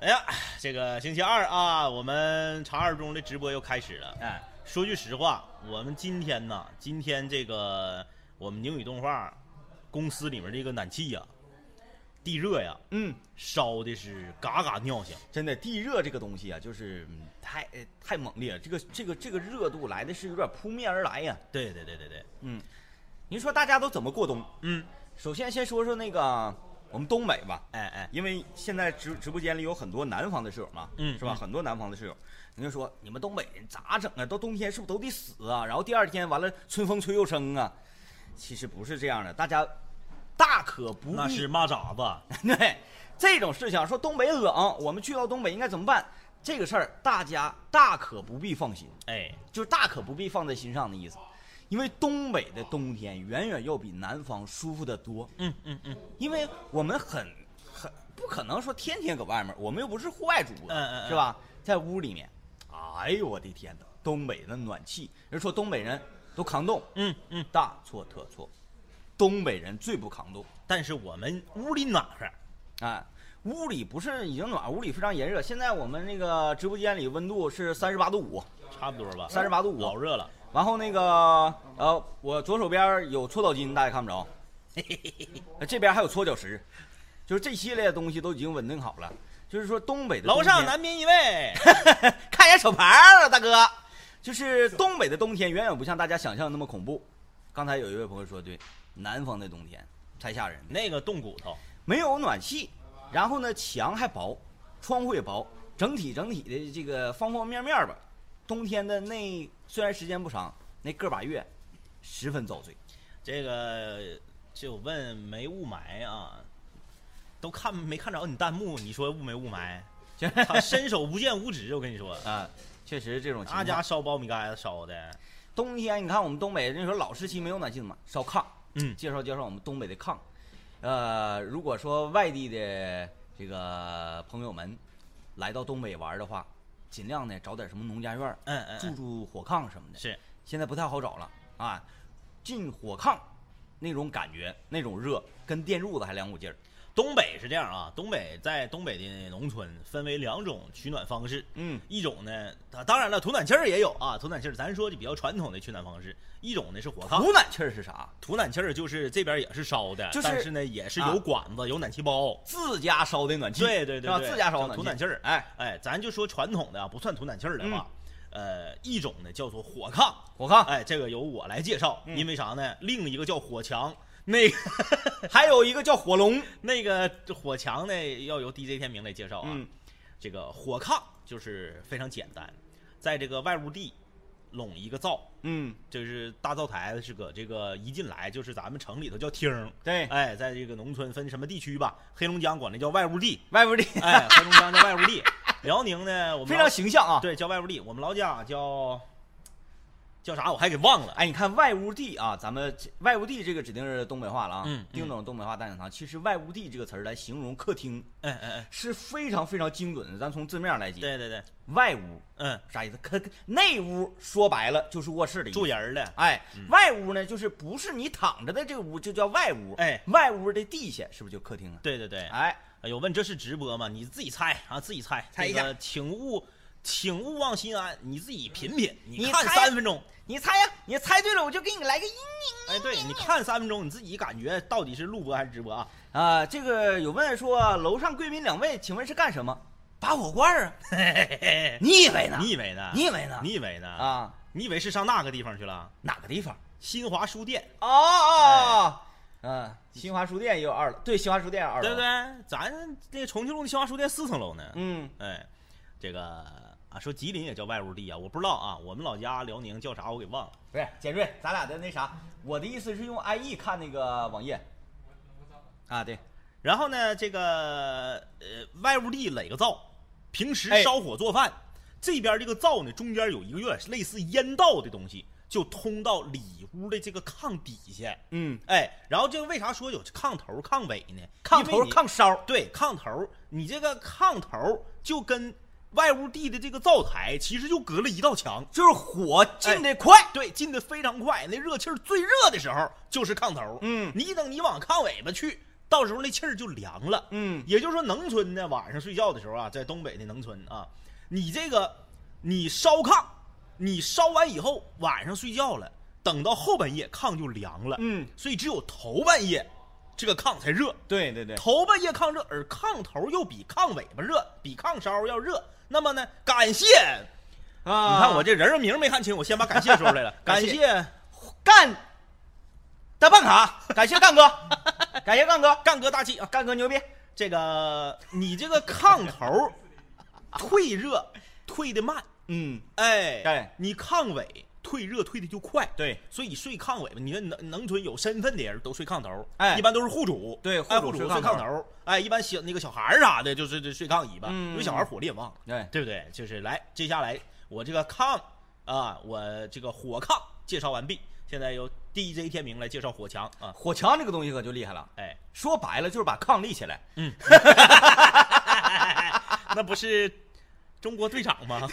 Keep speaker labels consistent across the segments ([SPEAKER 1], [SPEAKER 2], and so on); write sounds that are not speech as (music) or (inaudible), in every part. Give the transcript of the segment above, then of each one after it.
[SPEAKER 1] 哎呀，这个星期二啊，我们长二中的直播又开始了。
[SPEAKER 2] 哎，
[SPEAKER 1] 说句实话，我们今天呢，今天这个我们英语动画公司里面这个暖气呀、地热呀，
[SPEAKER 2] 嗯，
[SPEAKER 1] 烧的是嘎嘎尿性。
[SPEAKER 2] 真的，地热这个东西啊，就是嗯太呃太猛烈了，这个这个这个热度来的是有点扑面而来呀。
[SPEAKER 1] 对对对对对，
[SPEAKER 2] 嗯，您说大家都怎么过冬？
[SPEAKER 1] 嗯，
[SPEAKER 2] 首先先说说那个我们东北吧，
[SPEAKER 1] 哎哎，
[SPEAKER 2] 因为现在直直播间里有很多南方的室友嘛，
[SPEAKER 1] 嗯
[SPEAKER 2] 是吧？
[SPEAKER 1] 嗯
[SPEAKER 2] 很多南方的室友，人家说你们东北人咋整啊？到冬天是不是都得死啊？然后第二天完了，春风吹又生啊。其实不是这样的，大家大可不
[SPEAKER 1] 嗯
[SPEAKER 2] 必
[SPEAKER 1] 那是蚂蚱子。
[SPEAKER 2] (laughs) 对这种事情，说东北冷，我们去到东北应该怎么办？这个事儿大家大可不必放心，
[SPEAKER 1] 哎，
[SPEAKER 2] 就是大可不必放在心上的意思。因为东北的冬天远远要比南方舒服得多，
[SPEAKER 1] 嗯嗯嗯
[SPEAKER 2] 因为我们很很不可能说天天搁外面，我们又不是户外主播，
[SPEAKER 1] 嗯嗯嗯
[SPEAKER 2] 是吧？在屋里面，哎呦我的天呐，东北的暖气，人说东北人都抗冻，
[SPEAKER 1] 嗯嗯，
[SPEAKER 2] 大错特错，东北人最不抗冻。
[SPEAKER 1] 但是我们屋里暖和。
[SPEAKER 2] 哎，屋里不是已经暖，屋里非常炎热。现在我们那个直播间里温度是三十八度五，
[SPEAKER 1] 差不多吧，
[SPEAKER 2] 38度五
[SPEAKER 1] 老热了。
[SPEAKER 2] 然后那个呃，我左手边有搓澡巾，大家看不着， (laughs) 呃这边还有搓脚石，就是这系列的东西都已经稳定好了。就是说东北的
[SPEAKER 1] 楼上
[SPEAKER 2] 冬天
[SPEAKER 1] 南边一位，
[SPEAKER 2] (laughs) 看一眼手牌儿啊，大哥，就是东北的冬天远远不像大家想象的那么恐怖。刚才有一位朋友说对，南方的冬天太吓人了。
[SPEAKER 1] 那个冻骨头，
[SPEAKER 2] 没有暖气，然后呢墙还薄，窗户也薄，整体整体的这个方方面面吧，冬天的那虽然时间不长，那个把月十分遭罪。
[SPEAKER 1] 这个就问没雾霾啊？都看没看着你弹幕？你说雾没雾
[SPEAKER 2] (laughs)
[SPEAKER 1] 霾？他伸手不见五指，我跟你说，
[SPEAKER 2] 啊，确实这种情
[SPEAKER 1] 那
[SPEAKER 2] 况。
[SPEAKER 1] 家烧苞米盖子烧的，
[SPEAKER 2] 冬天，你看我们东北那时候老时期没有暖气嘛，烧炕。
[SPEAKER 1] 嗯
[SPEAKER 2] 介绍介绍我们东北的炕。呃，如果说外地的这个朋友们来到东北玩的话，尽量呢找点什么农家院儿，
[SPEAKER 1] 嗯嗯
[SPEAKER 2] 住
[SPEAKER 1] 嗯，
[SPEAKER 2] 住火炕什么的。
[SPEAKER 1] 是，
[SPEAKER 2] 现在不太好找了啊，进火炕那种感觉，那种热，跟电褥子还两股劲儿。
[SPEAKER 1] 东北是这样啊，东北在东北的农村分为两种取暖方式，
[SPEAKER 2] 嗯
[SPEAKER 1] 一种呢，它当然了，土暖气儿也有啊，土暖气儿咱说就比较传统的取暖方式，一种呢是火炕，
[SPEAKER 2] 土暖气儿是啥？
[SPEAKER 1] 土暖气儿就是这边也是烧的，
[SPEAKER 2] 就是
[SPEAKER 1] 但是呢也是
[SPEAKER 2] 啊
[SPEAKER 1] 有管子、有暖气包，
[SPEAKER 2] 自家烧的暖气，
[SPEAKER 1] 对对对
[SPEAKER 2] 是吧
[SPEAKER 1] 对
[SPEAKER 2] 自家烧
[SPEAKER 1] 叫
[SPEAKER 2] 的
[SPEAKER 1] 土暖气儿
[SPEAKER 2] 哎，
[SPEAKER 1] 哎，咱就说传统的啊，不算土暖气儿的
[SPEAKER 2] 嗯
[SPEAKER 1] 话，呃，一种呢叫做火炕，
[SPEAKER 2] 火炕。
[SPEAKER 1] 哎，这个由我来介绍，
[SPEAKER 2] 啊嗯
[SPEAKER 1] 因为啥呢？另一个叫火墙，那个
[SPEAKER 2] 还有一个叫
[SPEAKER 1] (laughs)
[SPEAKER 2] 火龙，
[SPEAKER 1] 那个火墙呢，要由 DJ 天明来介绍啊。
[SPEAKER 2] 嗯
[SPEAKER 1] 这个火炕就是非常简单，在这个外屋地拢一个灶，
[SPEAKER 2] 嗯，
[SPEAKER 1] 就是大灶台是搁这个一进来就是咱们城里头叫厅儿，
[SPEAKER 2] 对，
[SPEAKER 1] 哎，在这个农村分什么地区吧，黑龙江管那叫外屋
[SPEAKER 2] (laughs)
[SPEAKER 1] 地，
[SPEAKER 2] 外边的
[SPEAKER 1] 哎，黑龙江叫外屋地，辽宁呢我们
[SPEAKER 2] (laughs) 非
[SPEAKER 1] 老
[SPEAKER 2] 常形象啊。
[SPEAKER 1] 对叫外屋地，我们老家叫叫啥我还给忘了，
[SPEAKER 2] 哎，你看外屋地啊，咱们这外屋地这个指定是东北话了啊，
[SPEAKER 1] 嗯嗯
[SPEAKER 2] 定懂东北话大讲堂。其实外屋地这个词儿来形容客厅
[SPEAKER 1] 哎哎哎，
[SPEAKER 2] 是非常非常精准的，咱从字面来解。
[SPEAKER 1] 对对对，
[SPEAKER 2] 外屋
[SPEAKER 1] 嗯，
[SPEAKER 2] 啥意思？可内屋说白了就是卧室的意思
[SPEAKER 1] 住。人儿的，
[SPEAKER 2] 哎，外屋呢，就是不是你躺着的这个屋就叫外屋，
[SPEAKER 1] 哎，
[SPEAKER 2] 外屋的地下是不是就客厅嗯啊？
[SPEAKER 1] 对对对，
[SPEAKER 2] 哎，
[SPEAKER 1] 哎呦，问这是直播吗？你自己猜啊，自己猜，
[SPEAKER 2] 猜一
[SPEAKER 1] 这
[SPEAKER 2] 下
[SPEAKER 1] 个请勿，请勿忘心安，你自己品品，你
[SPEAKER 2] 你
[SPEAKER 1] 看
[SPEAKER 2] 猜
[SPEAKER 1] 三分钟，
[SPEAKER 2] 你猜呀、你猜对了，我就给你来个音
[SPEAKER 1] 哎，对，你看三分钟，你自己感觉到底是录播还是直
[SPEAKER 2] (laughs)
[SPEAKER 1] 播啊？
[SPEAKER 2] 啊、这个有问说，楼上贵宾两位，请问是干什么？拔火罐儿啊？你以为呢？
[SPEAKER 1] 你以为呢？
[SPEAKER 2] 你以为呢？
[SPEAKER 1] 你以为呢？，
[SPEAKER 2] 啊，
[SPEAKER 1] 你以为是上那个地方去了？
[SPEAKER 2] 哪个地方？
[SPEAKER 1] 新华书店，
[SPEAKER 2] 哦哦，嗯、新华书店也有二楼，对，新华书店有二楼，
[SPEAKER 1] 对不对？咱那重庆路的新华书店四层楼呢。
[SPEAKER 2] 嗯，
[SPEAKER 1] 哎，这个啊，说吉林也叫外屋地啊，我不知道啊，我们老家辽宁叫啥我给忘了。
[SPEAKER 2] 不是，简瑞，咱俩的那啥，我的意思是用 IE 看那个网页。啊，对，
[SPEAKER 1] 然后呢，这个呃外屋地垒个灶，平时
[SPEAKER 2] 哎
[SPEAKER 1] 烧火做饭，这边这个灶呢中间有一个有点类似烟道的东西，就通到里屋的这个炕底下。
[SPEAKER 2] 嗯，
[SPEAKER 1] 哎，然后这个为啥说有炕头炕尾呢？
[SPEAKER 2] 炕
[SPEAKER 1] 因
[SPEAKER 2] 头
[SPEAKER 1] 为你
[SPEAKER 2] 炕梢，
[SPEAKER 1] 对炕头，你这个炕头就跟外屋地的这个灶台其实就隔了一道墙。哎
[SPEAKER 2] 就是火进的快，
[SPEAKER 1] 对，进的非常快，那热气儿最热的时候就是炕头。
[SPEAKER 2] 嗯
[SPEAKER 1] 你等你往炕尾巴去，到时候那气儿就凉了。
[SPEAKER 2] 嗯
[SPEAKER 1] 也就是说，农村呢，晚上睡觉的时候啊，在东北的农村啊，你这个你烧炕，你烧完以后晚上睡觉了，等到后半夜炕就凉了，
[SPEAKER 2] 嗯，
[SPEAKER 1] 所以只有头半夜这个炕才热，
[SPEAKER 2] 对对对，
[SPEAKER 1] 头半夜炕热，而炕头又比炕尾巴热，比炕梢要热。那么呢，感谢，
[SPEAKER 2] 啊，
[SPEAKER 1] 你看我这人儿名儿没看清，我先把感谢说出来了，
[SPEAKER 2] (laughs) 感
[SPEAKER 1] 感
[SPEAKER 2] 谢
[SPEAKER 1] 谢
[SPEAKER 2] 干的办卡，感谢干哥， (laughs) 感谢干哥，
[SPEAKER 1] 干哥大气啊。
[SPEAKER 2] 干哥牛逼，
[SPEAKER 1] 这个你这个炕头儿 (laughs) 退热退的慢，
[SPEAKER 2] 嗯，
[SPEAKER 1] 哎，
[SPEAKER 2] 对
[SPEAKER 1] 你炕尾退热退的就快，
[SPEAKER 2] 对
[SPEAKER 1] 所以睡炕尾巴，你看农农村有身份的人都睡炕头儿，
[SPEAKER 2] 哎
[SPEAKER 1] 一般都是户主，
[SPEAKER 2] 对
[SPEAKER 1] 哎
[SPEAKER 2] 户
[SPEAKER 1] 户主
[SPEAKER 2] 主睡
[SPEAKER 1] 睡
[SPEAKER 2] 炕头儿
[SPEAKER 1] 炕头儿，哎，一般小那个小孩儿啥的，就是这睡炕尾巴，
[SPEAKER 2] 嗯
[SPEAKER 1] 因为小孩儿火力也旺，
[SPEAKER 2] 对，
[SPEAKER 1] 对不对？就是来，接下来我这个炕啊，我这个火炕介绍完毕，现在由 DJ 天明来介绍火墙啊，
[SPEAKER 2] 火墙这个东西可就厉害了，
[SPEAKER 1] 哎， (laughs)
[SPEAKER 2] 说白了就是把炕立起来，
[SPEAKER 1] 那不是中国队长吗？
[SPEAKER 2] (laughs)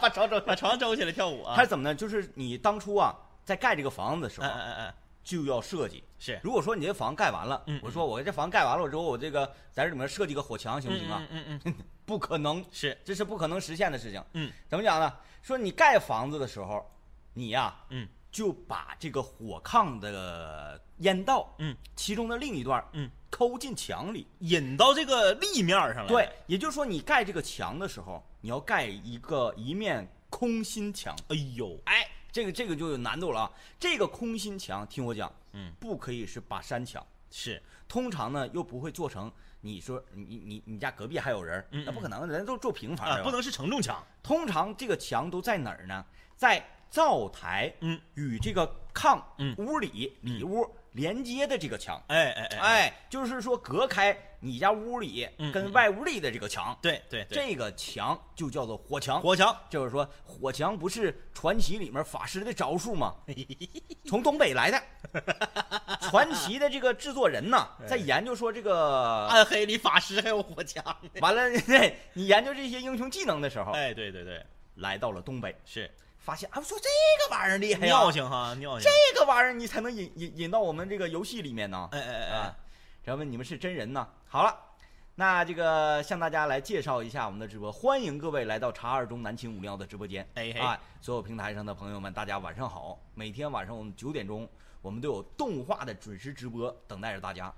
[SPEAKER 2] 把床整，
[SPEAKER 1] 把床周起来跳舞啊！
[SPEAKER 2] 它是怎么呢？就是你当初啊在盖这个房子的时
[SPEAKER 1] 嗯
[SPEAKER 2] 候
[SPEAKER 1] 嗯嗯嗯，
[SPEAKER 2] 就要设计。
[SPEAKER 1] 是
[SPEAKER 2] 如果说你这房盖完了，
[SPEAKER 1] 嗯
[SPEAKER 2] 我说我这房盖完了之后，我这个在这里面设计个火墙行不行啊？
[SPEAKER 1] 嗯嗯嗯，嗯
[SPEAKER 2] 不可能，
[SPEAKER 1] 是
[SPEAKER 2] 这是不可能实现的事情。
[SPEAKER 1] 嗯
[SPEAKER 2] 怎么讲呢？说你盖房子的时候，你呀、
[SPEAKER 1] 嗯
[SPEAKER 2] 就把这个火炕的烟道，
[SPEAKER 1] 嗯，
[SPEAKER 2] 其中的另一段，
[SPEAKER 1] 嗯，
[SPEAKER 2] 抠进墙里。
[SPEAKER 1] 引到这个立面上来。
[SPEAKER 2] 对，，也就是说，你盖这个墙的时候，你要盖一个一面空心墙。
[SPEAKER 1] 哎呦，
[SPEAKER 2] 哎，这个这个就有难度了啊！这个空心墙，听我讲，
[SPEAKER 1] 嗯，
[SPEAKER 2] 不可以是把山墙。
[SPEAKER 1] 是
[SPEAKER 2] 通常呢，又不会做成你说你你你你家隔壁还有人儿，
[SPEAKER 1] 嗯
[SPEAKER 2] 那不可能，人都住平房
[SPEAKER 1] 啊
[SPEAKER 2] 对，吧
[SPEAKER 1] 不能是承重墙。
[SPEAKER 2] 通常这个墙都在哪儿呢？在灶台，
[SPEAKER 1] 嗯，
[SPEAKER 2] 与这个炕，
[SPEAKER 1] 嗯
[SPEAKER 2] 屋里里屋连接的这个墙，
[SPEAKER 1] 哎哎哎，
[SPEAKER 2] 哎，就是说隔开你家屋里
[SPEAKER 1] 嗯
[SPEAKER 2] 跟
[SPEAKER 1] 嗯
[SPEAKER 2] 外屋里的这个墙，
[SPEAKER 1] 对对对，
[SPEAKER 2] 这个墙就叫做火墙。
[SPEAKER 1] 火墙
[SPEAKER 2] 就是说，火墙不是传奇里面法师的招数
[SPEAKER 1] (laughs)
[SPEAKER 2] 吗？从东北来的，传奇的这个制作人呢，
[SPEAKER 1] 哎
[SPEAKER 2] 在研究说这个，
[SPEAKER 1] 暗黑里法师还有火墙。
[SPEAKER 2] 完了， (laughs) 对你研究这些英雄技能的时候，
[SPEAKER 1] 哎，对对对，
[SPEAKER 2] 来到了东北，
[SPEAKER 1] 是
[SPEAKER 2] 发现啊，我说这个玩意儿厉害啊呀
[SPEAKER 1] 尿，性哈，尿性。
[SPEAKER 2] 这个玩意儿你才能引引引到我们这个游戏里面呢。
[SPEAKER 1] 哎哎哎
[SPEAKER 2] 啊
[SPEAKER 1] 哎，，
[SPEAKER 2] 然后你们是真人呢。好了，那这个向大家来介绍一下我们的直播，欢迎各位来到茶二中南青五零幺的直播间。
[SPEAKER 1] 哎嘿
[SPEAKER 2] 啊，所有平台上的朋友们，大家晚上好。每天晚上我们九点钟，我们都有动画的准时直播等待着大家。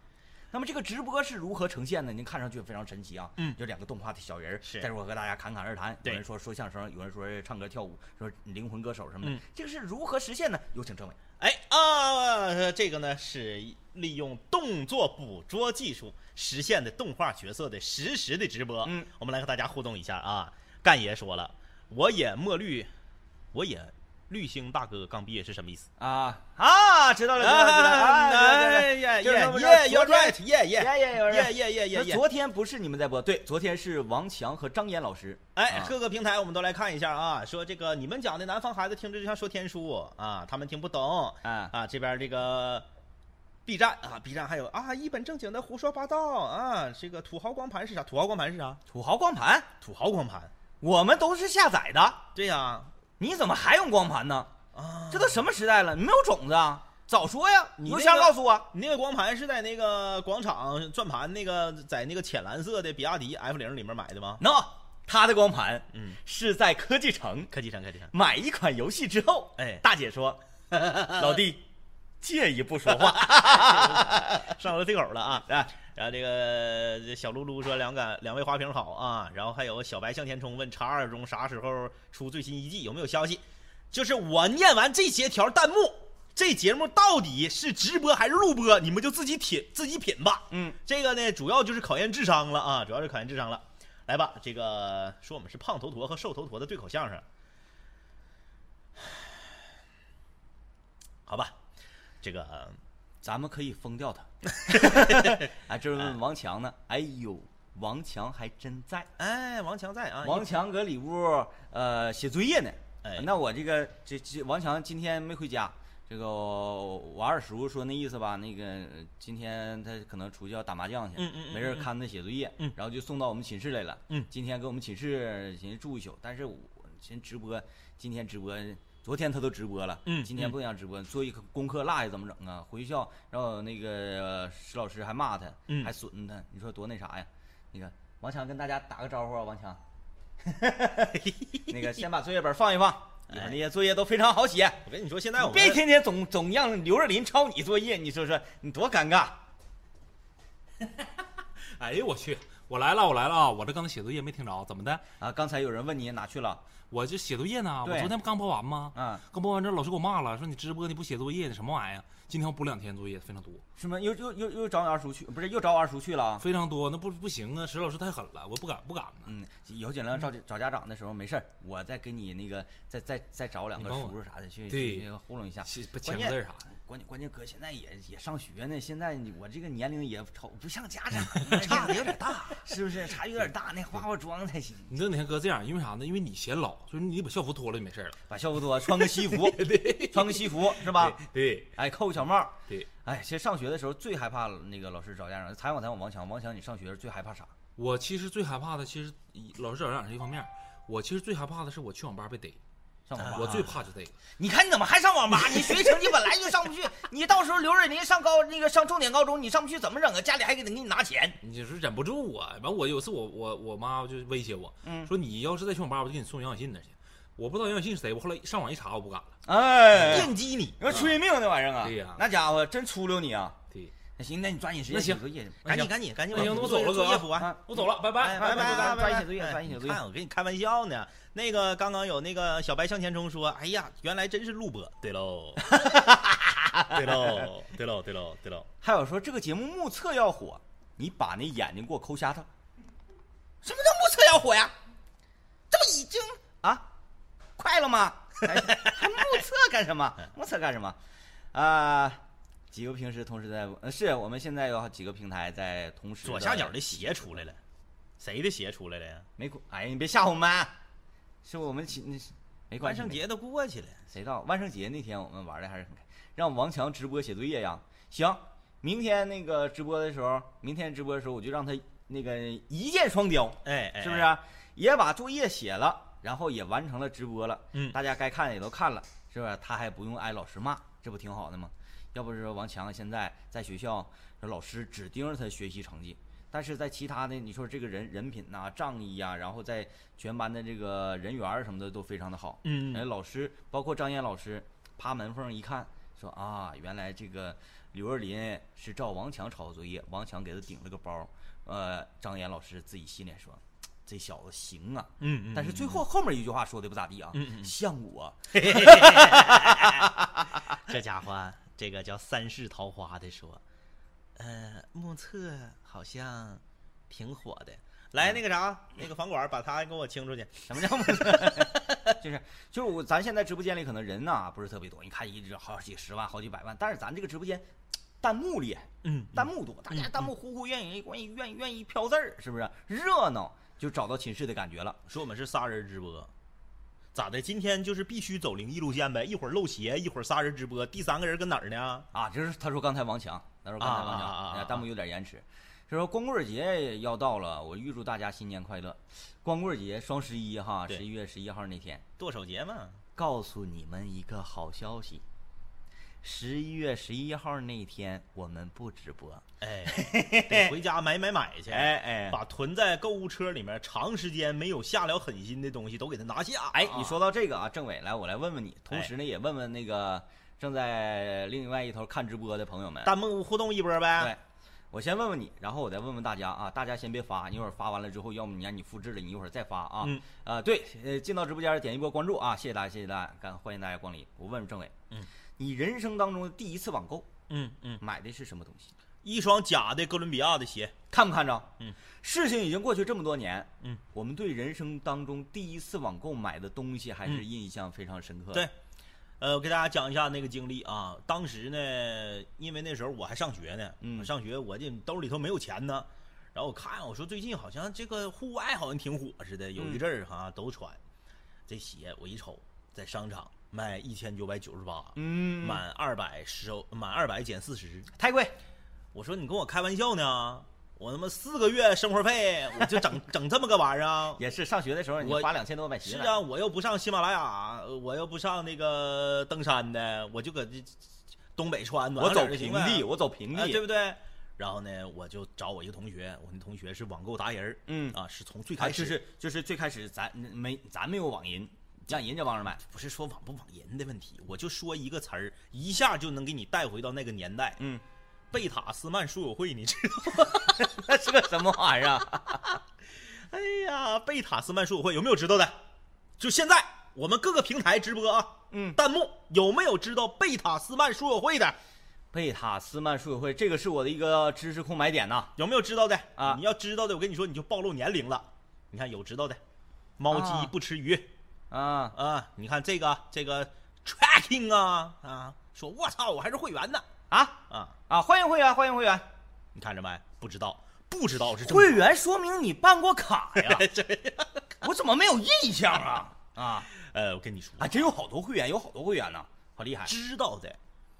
[SPEAKER 2] 那么这个直播是如何呈现的？您看上去非常神奇啊，
[SPEAKER 1] 嗯
[SPEAKER 2] 有两个动画的小人儿
[SPEAKER 1] 是
[SPEAKER 2] 在这儿和大家侃侃而谈，有
[SPEAKER 1] 对
[SPEAKER 2] 人说说相声，有人说唱歌跳舞，说灵魂歌手什么的，
[SPEAKER 1] 嗯
[SPEAKER 2] 这个是如何实现呢？有请政委。
[SPEAKER 1] 哎啊，这个呢是利用动作捕捉技术实现的动画角色的实时的直播。
[SPEAKER 2] 嗯，
[SPEAKER 1] 我们来和大家互动一下啊。干爷说了，我也墨绿，我也绿星大哥刚毕业是什么意思？
[SPEAKER 2] 啊啊，
[SPEAKER 1] 哎
[SPEAKER 2] 知道了，知道了，知道了，哎
[SPEAKER 1] 呀
[SPEAKER 2] 就是
[SPEAKER 1] 呀
[SPEAKER 2] 那么着
[SPEAKER 1] 耶
[SPEAKER 2] 昨
[SPEAKER 1] ，You're
[SPEAKER 2] 天
[SPEAKER 1] right，耶
[SPEAKER 2] 耶
[SPEAKER 1] 耶
[SPEAKER 2] 耶有人
[SPEAKER 1] 哎耶耶耶耶
[SPEAKER 2] 那
[SPEAKER 1] 耶。
[SPEAKER 2] 昨天不是你们在播，对，昨天是王强和张岩老师。
[SPEAKER 1] 哎
[SPEAKER 2] 啊，
[SPEAKER 1] 各个平台我们都来看一下啊，说这个你们讲的南方孩子听着就像说天书啊，他们听不懂
[SPEAKER 2] 啊，
[SPEAKER 1] 啊。这边这个 B 站啊，B 站还有啊，一本正经的胡说八道啊。这个土豪光盘是啥？土豪光盘是啥？
[SPEAKER 2] 土豪光盘，
[SPEAKER 1] 土豪光盘。
[SPEAKER 2] 我们都是下载的，
[SPEAKER 1] 对呀，
[SPEAKER 2] 你怎么还用光盘呢？
[SPEAKER 1] 啊，
[SPEAKER 2] 这都什么时代了？你没有种子啊？早说呀！
[SPEAKER 1] 你
[SPEAKER 2] 邮
[SPEAKER 1] 那
[SPEAKER 2] 箱
[SPEAKER 1] 个
[SPEAKER 2] 告诉我。
[SPEAKER 1] 你那个光盘是在那个广场转盘那个，在那个浅蓝色的比亚迪 F 零里面买的吗？
[SPEAKER 2] no，他的光盘
[SPEAKER 1] 嗯，
[SPEAKER 2] 是在科技城
[SPEAKER 1] 科技城，科技城。
[SPEAKER 2] 买一款游戏之后，
[SPEAKER 1] 哎
[SPEAKER 2] 大姐说，
[SPEAKER 1] (laughs)
[SPEAKER 2] 老弟，借一步说话。
[SPEAKER 1] 上楼对口了啊！
[SPEAKER 2] 哎
[SPEAKER 1] 然后这个这小噜噜说两感两位花瓶好啊，然后还有小白向前冲问叉二中啥时候出最新一季有没有消息？就是我念完这些条弹幕，这节目到底是直播还是录播，你们就自己品自己品吧。
[SPEAKER 2] 嗯，
[SPEAKER 1] 这个呢，主要就是考验智商了啊，主要是考验智商了。来吧，这个说我们是胖头陀和瘦头陀的对口相声， (sighs) 好吧？这个
[SPEAKER 2] 咱们可以封掉
[SPEAKER 1] (laughs)
[SPEAKER 2] 他。哎，这是
[SPEAKER 1] 啊
[SPEAKER 2] 问王强呢？哎呦，王强还真在。
[SPEAKER 1] 哎，王强在啊，
[SPEAKER 2] 王强搁里屋呃写作业呢。
[SPEAKER 1] 哎
[SPEAKER 2] 那我这个这这王强今天没回家，这个我我二叔说那意思吧，那个呃今天他可能出去要打麻将去，
[SPEAKER 1] 嗯嗯嗯
[SPEAKER 2] 没人看他写作业，
[SPEAKER 1] 嗯
[SPEAKER 2] 然后就送到我们寝室来了。
[SPEAKER 1] 嗯
[SPEAKER 2] 今天搁我们寝室先住一宿，但是我先直播，今天直播昨天他都直播了，
[SPEAKER 1] 嗯
[SPEAKER 2] 今天不想直播，所以功课落下怎么整啊？回校，然后那个呃石老师还骂他，
[SPEAKER 1] 嗯
[SPEAKER 2] 还损他，你说多那啥呀？那个王强跟大家打个招呼啊，王强， (laughs) 那个先把作业本放一放，里面那些作业都非常好写，
[SPEAKER 1] 我跟你说，现哎在我
[SPEAKER 2] 你
[SPEAKER 1] 们
[SPEAKER 2] 别天天总总让刘若琳抄你作业，你说说你多尴尬。
[SPEAKER 3] 哎呦我去，我来了，我来了啊！我这刚才写作业没听着，怎么的？
[SPEAKER 2] 啊，刚才有人问你哪去了
[SPEAKER 3] 我这写作业呢，
[SPEAKER 2] 对
[SPEAKER 3] 我昨天不刚播完吗？
[SPEAKER 2] 啊？
[SPEAKER 3] 刚播完之后，老师给我骂了，说你直播你不写作业，你什么玩意儿？今天我补两天作业，非常多，
[SPEAKER 2] 什么又又又又找你二叔去？不是又找我二叔去了啊？
[SPEAKER 3] 非常多，那不不行啊！石老师太狠了，我不敢不敢呢。
[SPEAKER 2] 嗯，以后尽量找找家长的时候没事儿，我再给你那个再再再找两
[SPEAKER 3] 你
[SPEAKER 2] 个
[SPEAKER 3] 帮
[SPEAKER 2] 叔
[SPEAKER 3] 我
[SPEAKER 2] 叔啥的去
[SPEAKER 3] 对
[SPEAKER 2] 去糊弄一下。
[SPEAKER 3] 写不
[SPEAKER 2] 关
[SPEAKER 3] 签
[SPEAKER 2] 键
[SPEAKER 3] 个字儿啥的，
[SPEAKER 2] 关键关键哥现在也也上学呢，现在你我这个年龄也瞅不像家
[SPEAKER 3] (laughs)
[SPEAKER 2] 长，差的有点大，是不是？差有点大，那化化妆才行。
[SPEAKER 3] 你这哪天哥这样，因为啥呢？因为你显老，所以你把校服脱了就没事了。
[SPEAKER 2] 把校服脱，穿个西服，穿个西服是吧？
[SPEAKER 3] 对
[SPEAKER 2] 哎，扣个小帽。
[SPEAKER 3] 对，
[SPEAKER 2] 哎，其实上学的时候最害怕那个老师找家长。采访采访王强，王强你上学的时候最害怕啥？
[SPEAKER 3] 我其实最害怕的，其实以老师找家长是一方面，我其实最害怕的是我去网吧被逮，
[SPEAKER 2] 上网吧、
[SPEAKER 3] 哎我最怕就这个。
[SPEAKER 2] 你看你怎么还上 (laughs) 网吧？你学习成绩本来就上不去，你到时候刘若琳上高那个上重点高中，你上不去怎么整啊？家里还给你给你拿钱。
[SPEAKER 3] 你就是忍不住啊！完，我有一次我我我妈就威胁我，
[SPEAKER 2] 嗯
[SPEAKER 3] 说你要是再去网吧，我就给你送杨小信那儿去。我不知道杨小信是谁，我后来上网一查，我不敢了。
[SPEAKER 2] 哎，
[SPEAKER 1] 电击你，
[SPEAKER 2] 你说催命那玩意儿啊？
[SPEAKER 3] 对呀
[SPEAKER 2] 那家伙真出溜你啊！
[SPEAKER 3] 对，
[SPEAKER 2] 那行，那你抓紧时间
[SPEAKER 3] 那
[SPEAKER 2] 写
[SPEAKER 3] 行
[SPEAKER 2] 作业去。
[SPEAKER 1] 赶紧赶紧赶紧，
[SPEAKER 2] 哎
[SPEAKER 3] 那行
[SPEAKER 1] 我
[SPEAKER 3] 那我走了哥啊
[SPEAKER 1] 作业补完。
[SPEAKER 2] 啊
[SPEAKER 3] 我走了，拜拜。
[SPEAKER 2] 拜
[SPEAKER 1] 哎拜
[SPEAKER 2] 拜
[SPEAKER 1] 拜
[SPEAKER 2] 拜拜
[SPEAKER 1] 拜，
[SPEAKER 2] 写作业
[SPEAKER 1] 哎
[SPEAKER 2] 抓紧写作
[SPEAKER 1] 你
[SPEAKER 2] 业
[SPEAKER 1] 看，我跟你开玩笑呢。那个刚刚有那个小白向前冲说：“哎呀，原来真是录播。”对
[SPEAKER 2] (laughs)
[SPEAKER 1] 喽，对喽，对喽，对喽，对喽。
[SPEAKER 2] 还有说这个节目目测要火，你把那眼睛给我抠瞎它。什么叫目测要火呀？这不已经啊，快了吗？
[SPEAKER 1] 哎
[SPEAKER 2] (laughs) 还还目测干什么？目测干什么？啊、几个平时同时在，呃是我们现在有几个平台在同时。
[SPEAKER 1] 左下角的鞋出来了，谁的鞋出来了呀？
[SPEAKER 2] 没空，哎呀，你别吓唬我们，是我们请，没关
[SPEAKER 1] 万
[SPEAKER 2] 系。
[SPEAKER 1] 圣
[SPEAKER 2] 没
[SPEAKER 1] 节都过去了，
[SPEAKER 2] 谁到万圣节那天我们玩的还是很开，让王强直播写作业呀。行，明天那个直播的时候，明天直播的时候我就让他那个一箭双雕，
[SPEAKER 1] 哎，哎
[SPEAKER 2] 是不是、？啊也把作业写了，然后也完成了直播了，
[SPEAKER 1] 嗯
[SPEAKER 2] 大家该看的也都看了，是不是？他还不用挨老师骂，这不挺好的吗？要不是说王强现在在学校，老师只盯着他学习成绩，但是在其他的，你说这个人人品呐、仗义呀、啊然后在全班的这个人缘儿什么的都非常的好，
[SPEAKER 1] 嗯
[SPEAKER 2] 哎，老师，包括张燕老师，趴门缝一看，说啊，原来这个刘若琳是照王强抄的作业，王强给他顶了个包。呃，张燕老师自己心里说，这小子行啊。
[SPEAKER 1] 嗯嗯。
[SPEAKER 2] 但是最后后面一句话说的不咋地啊，
[SPEAKER 1] 嗯嗯
[SPEAKER 2] 像我，
[SPEAKER 1] 这家伙，这个叫三世桃花的说，呃，目测好像挺火的。来，那个啥，那个房管把他给我清出去。
[SPEAKER 2] 什么叫就是就是我，咱现在直播间里可能人呐、不是特别多，你看一直好几十万、好几百万，但是咱这个直播间弹幕厉害，
[SPEAKER 1] 嗯
[SPEAKER 2] 弹幕多，大家弹幕呼呼愿意愿意愿意愿意飘字儿，是不是热闹？就找到寝室的感觉了。
[SPEAKER 1] 说我们是仨人直播，咋的？今天就是必须走灵异路线呗，一会儿露鞋，一会儿仨人直播，第三个人跟哪儿呢？
[SPEAKER 2] 啊，就是他说刚才王强，他说刚才王强，
[SPEAKER 1] 啊啊啊啊
[SPEAKER 2] 哎弹幕有点延迟。他说光棍节要到了，我预祝大家新年快乐。光棍节双十一哈，
[SPEAKER 1] 对
[SPEAKER 2] 十一月十一号那天，
[SPEAKER 1] 剁手节嘛。
[SPEAKER 2] 告诉你们一个好消息，十一月十一号那天我们不直播。
[SPEAKER 1] 哎，得回家买买买去，
[SPEAKER 2] (laughs) 哎哎
[SPEAKER 1] 把囤在购物车里面长时间没有下了狠心的东西都给它拿下。
[SPEAKER 2] 哎，
[SPEAKER 1] 啊哎
[SPEAKER 2] 你说到这个啊，政委来，我来问问你，同时呢也问问那个正在另外一头看直播的朋友们。
[SPEAKER 1] 啊弹幕互动一波
[SPEAKER 2] 对
[SPEAKER 1] 呗。，
[SPEAKER 2] 我先问问你，然后我再问问大家啊，大家先别发，一会儿发完了之后，要么你让你复制了，你一会儿再发啊。
[SPEAKER 1] 嗯。
[SPEAKER 2] 呃，对，呃，进到直播间点一波关注啊，谢谢大家，谢谢大家，感欢迎大家光临。我问问政委，
[SPEAKER 1] 嗯，
[SPEAKER 2] 你人生当中的第一次网购
[SPEAKER 1] 嗯嗯，
[SPEAKER 2] 买的是什么东西？
[SPEAKER 1] 一双假的哥伦比亚的鞋，
[SPEAKER 2] 看不看着？
[SPEAKER 1] 嗯，
[SPEAKER 2] 事情已经过去这么多年，
[SPEAKER 1] 嗯，
[SPEAKER 2] 我们对人生当中第一次网购买的东西还是印象非常深刻
[SPEAKER 1] 嗯
[SPEAKER 2] 的。
[SPEAKER 1] 对呃，我给大家讲一下那个经历啊。当时呢，因为那时候我还上学呢，
[SPEAKER 2] 嗯
[SPEAKER 1] 我上学我这兜里头没有钱呢。然后我看我说最近好像这个户外好像挺火似的，
[SPEAKER 2] 嗯
[SPEAKER 1] 有一阵儿哈都穿这鞋，我一瞅在商场卖一千九百九十八，
[SPEAKER 2] 嗯，
[SPEAKER 1] 满二百十欧，满二百减四十。
[SPEAKER 2] 太贵，
[SPEAKER 1] 我说你跟我开玩笑呢？我他妈四个月生活费，我就整 (laughs) 整这么个玩意儿啊！
[SPEAKER 2] 也是上学的时候，你
[SPEAKER 1] 我
[SPEAKER 2] 花两千多买鞋
[SPEAKER 1] 是
[SPEAKER 2] 了。
[SPEAKER 1] 啊，我又不上喜马拉雅，呃我又不上那个登山的，我就搁这东北穿暖
[SPEAKER 2] 我
[SPEAKER 1] 和点
[SPEAKER 2] 走
[SPEAKER 1] 儿就行
[SPEAKER 2] 平
[SPEAKER 1] 呗
[SPEAKER 2] 地，我走平
[SPEAKER 1] 啊，对
[SPEAKER 2] 地，
[SPEAKER 1] 不对？然后呢，我就找我一个同学，我那同学是网购达人儿
[SPEAKER 2] 嗯，
[SPEAKER 1] 啊，是从最
[SPEAKER 2] 啊
[SPEAKER 1] 开始、
[SPEAKER 2] 就是就是最开始咱没咱没有网银，让人家帮着买，
[SPEAKER 1] 不是说网不网银的问题，我就说一个词儿，一下就能给你带回到那个年代。
[SPEAKER 2] 嗯，
[SPEAKER 1] (laughs) 贝塔斯曼书友会，你知 (laughs) 道？
[SPEAKER 2] 那是个什么玩意儿啊？
[SPEAKER 1] 哎呀，贝塔斯曼书友会有没有知道的？就现在我们各个平台直播啊，
[SPEAKER 2] 嗯，
[SPEAKER 1] 弹幕有没有知道贝塔斯曼书友会的？
[SPEAKER 2] 贝塔斯曼书友会，这个是我的一个知识空白点呐。
[SPEAKER 1] 有没有知道的
[SPEAKER 2] 啊
[SPEAKER 1] 你要知道的，我跟你说，你就暴露年龄了。你看有知道的，猫
[SPEAKER 2] 啊
[SPEAKER 1] 鸡不吃鱼
[SPEAKER 2] 啊，
[SPEAKER 1] 啊你看这个这个 tracking 啊啊，说我操，我还是会员呢
[SPEAKER 2] 啊
[SPEAKER 1] 啊！
[SPEAKER 2] 啊！欢迎会员，欢迎会员，
[SPEAKER 1] 你看着没？不知道，不知道是正
[SPEAKER 2] 会员说明你办过卡呀， (laughs)
[SPEAKER 1] 常 (laughs) 这
[SPEAKER 2] 我怎么没有印象啊？啊
[SPEAKER 1] 呃，我跟你说，
[SPEAKER 2] 啊，真有好多会员，有好多会员呢，好厉害！
[SPEAKER 1] 知道的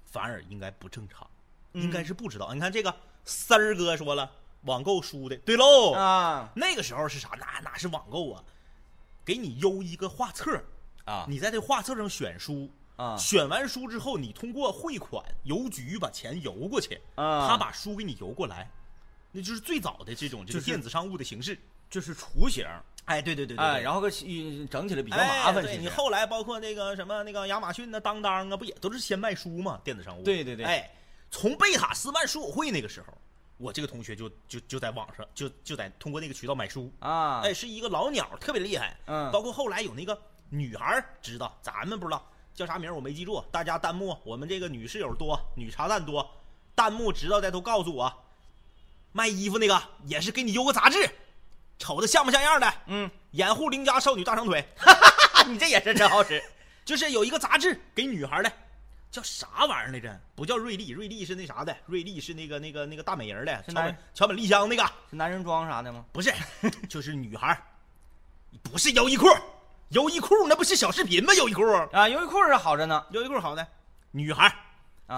[SPEAKER 1] 反而应该不正常，
[SPEAKER 2] 嗯
[SPEAKER 1] 应该是不知道。你看这个三儿哥说了，网购输的，对喽。
[SPEAKER 2] 啊
[SPEAKER 1] 那个时候是啥？那哪是网购啊？给你邮一个画册儿，
[SPEAKER 2] 啊
[SPEAKER 1] 你在这画册上选书，
[SPEAKER 2] 啊
[SPEAKER 1] 选完书之后，你通过汇款邮局把钱邮过去，
[SPEAKER 2] 啊
[SPEAKER 1] 他把书给你邮过来，那就是最早的这种这
[SPEAKER 2] 就
[SPEAKER 1] 个
[SPEAKER 2] 是
[SPEAKER 1] 电子商务的形式。
[SPEAKER 2] 就是雏形，
[SPEAKER 1] 哎，对对对对
[SPEAKER 2] 哎，
[SPEAKER 1] 对。
[SPEAKER 2] 然后个嗯整起来比较麻
[SPEAKER 1] 哎
[SPEAKER 2] 烦，
[SPEAKER 1] 对
[SPEAKER 2] 其
[SPEAKER 1] 你
[SPEAKER 2] 实
[SPEAKER 1] 后来包括那个什么那个亚马逊的当当啊，不也都是先卖书嘛？电子商务。
[SPEAKER 2] 对对对
[SPEAKER 1] 哎，从贝塔斯曼书友会那个时候，我这个同学就就就在网上就就在通过那个渠道买书。
[SPEAKER 2] 啊，
[SPEAKER 1] 哎，是一个老鸟，特别厉害。
[SPEAKER 2] 嗯
[SPEAKER 1] 包括后来有那个女孩儿知道，咱们不知道叫啥名儿，我没记住。大家弹幕，我们这个女室友多，女茶蛋多，弹幕知道的都告诉我，卖衣服那个也是给你邮个杂志，瞅着像不像样的？
[SPEAKER 2] 嗯，
[SPEAKER 1] 掩护邻家少女大长腿， (laughs)
[SPEAKER 2] 你这也是真好使。
[SPEAKER 1] 就是有一个杂志给女孩儿的。叫啥玩意儿来着？不叫瑞丽，瑞丽是那啥的，瑞丽是那个那个那个大美人儿的，桥
[SPEAKER 2] 是哪
[SPEAKER 1] 本桥本丽香那个，
[SPEAKER 2] 是男人装啥的吗？
[SPEAKER 1] 不是，就是女孩儿，不是优衣库，优衣库那不是小视频吗？优衣库，
[SPEAKER 2] 啊，优衣库是好着呢。
[SPEAKER 1] 优衣库好的，女孩
[SPEAKER 2] 啊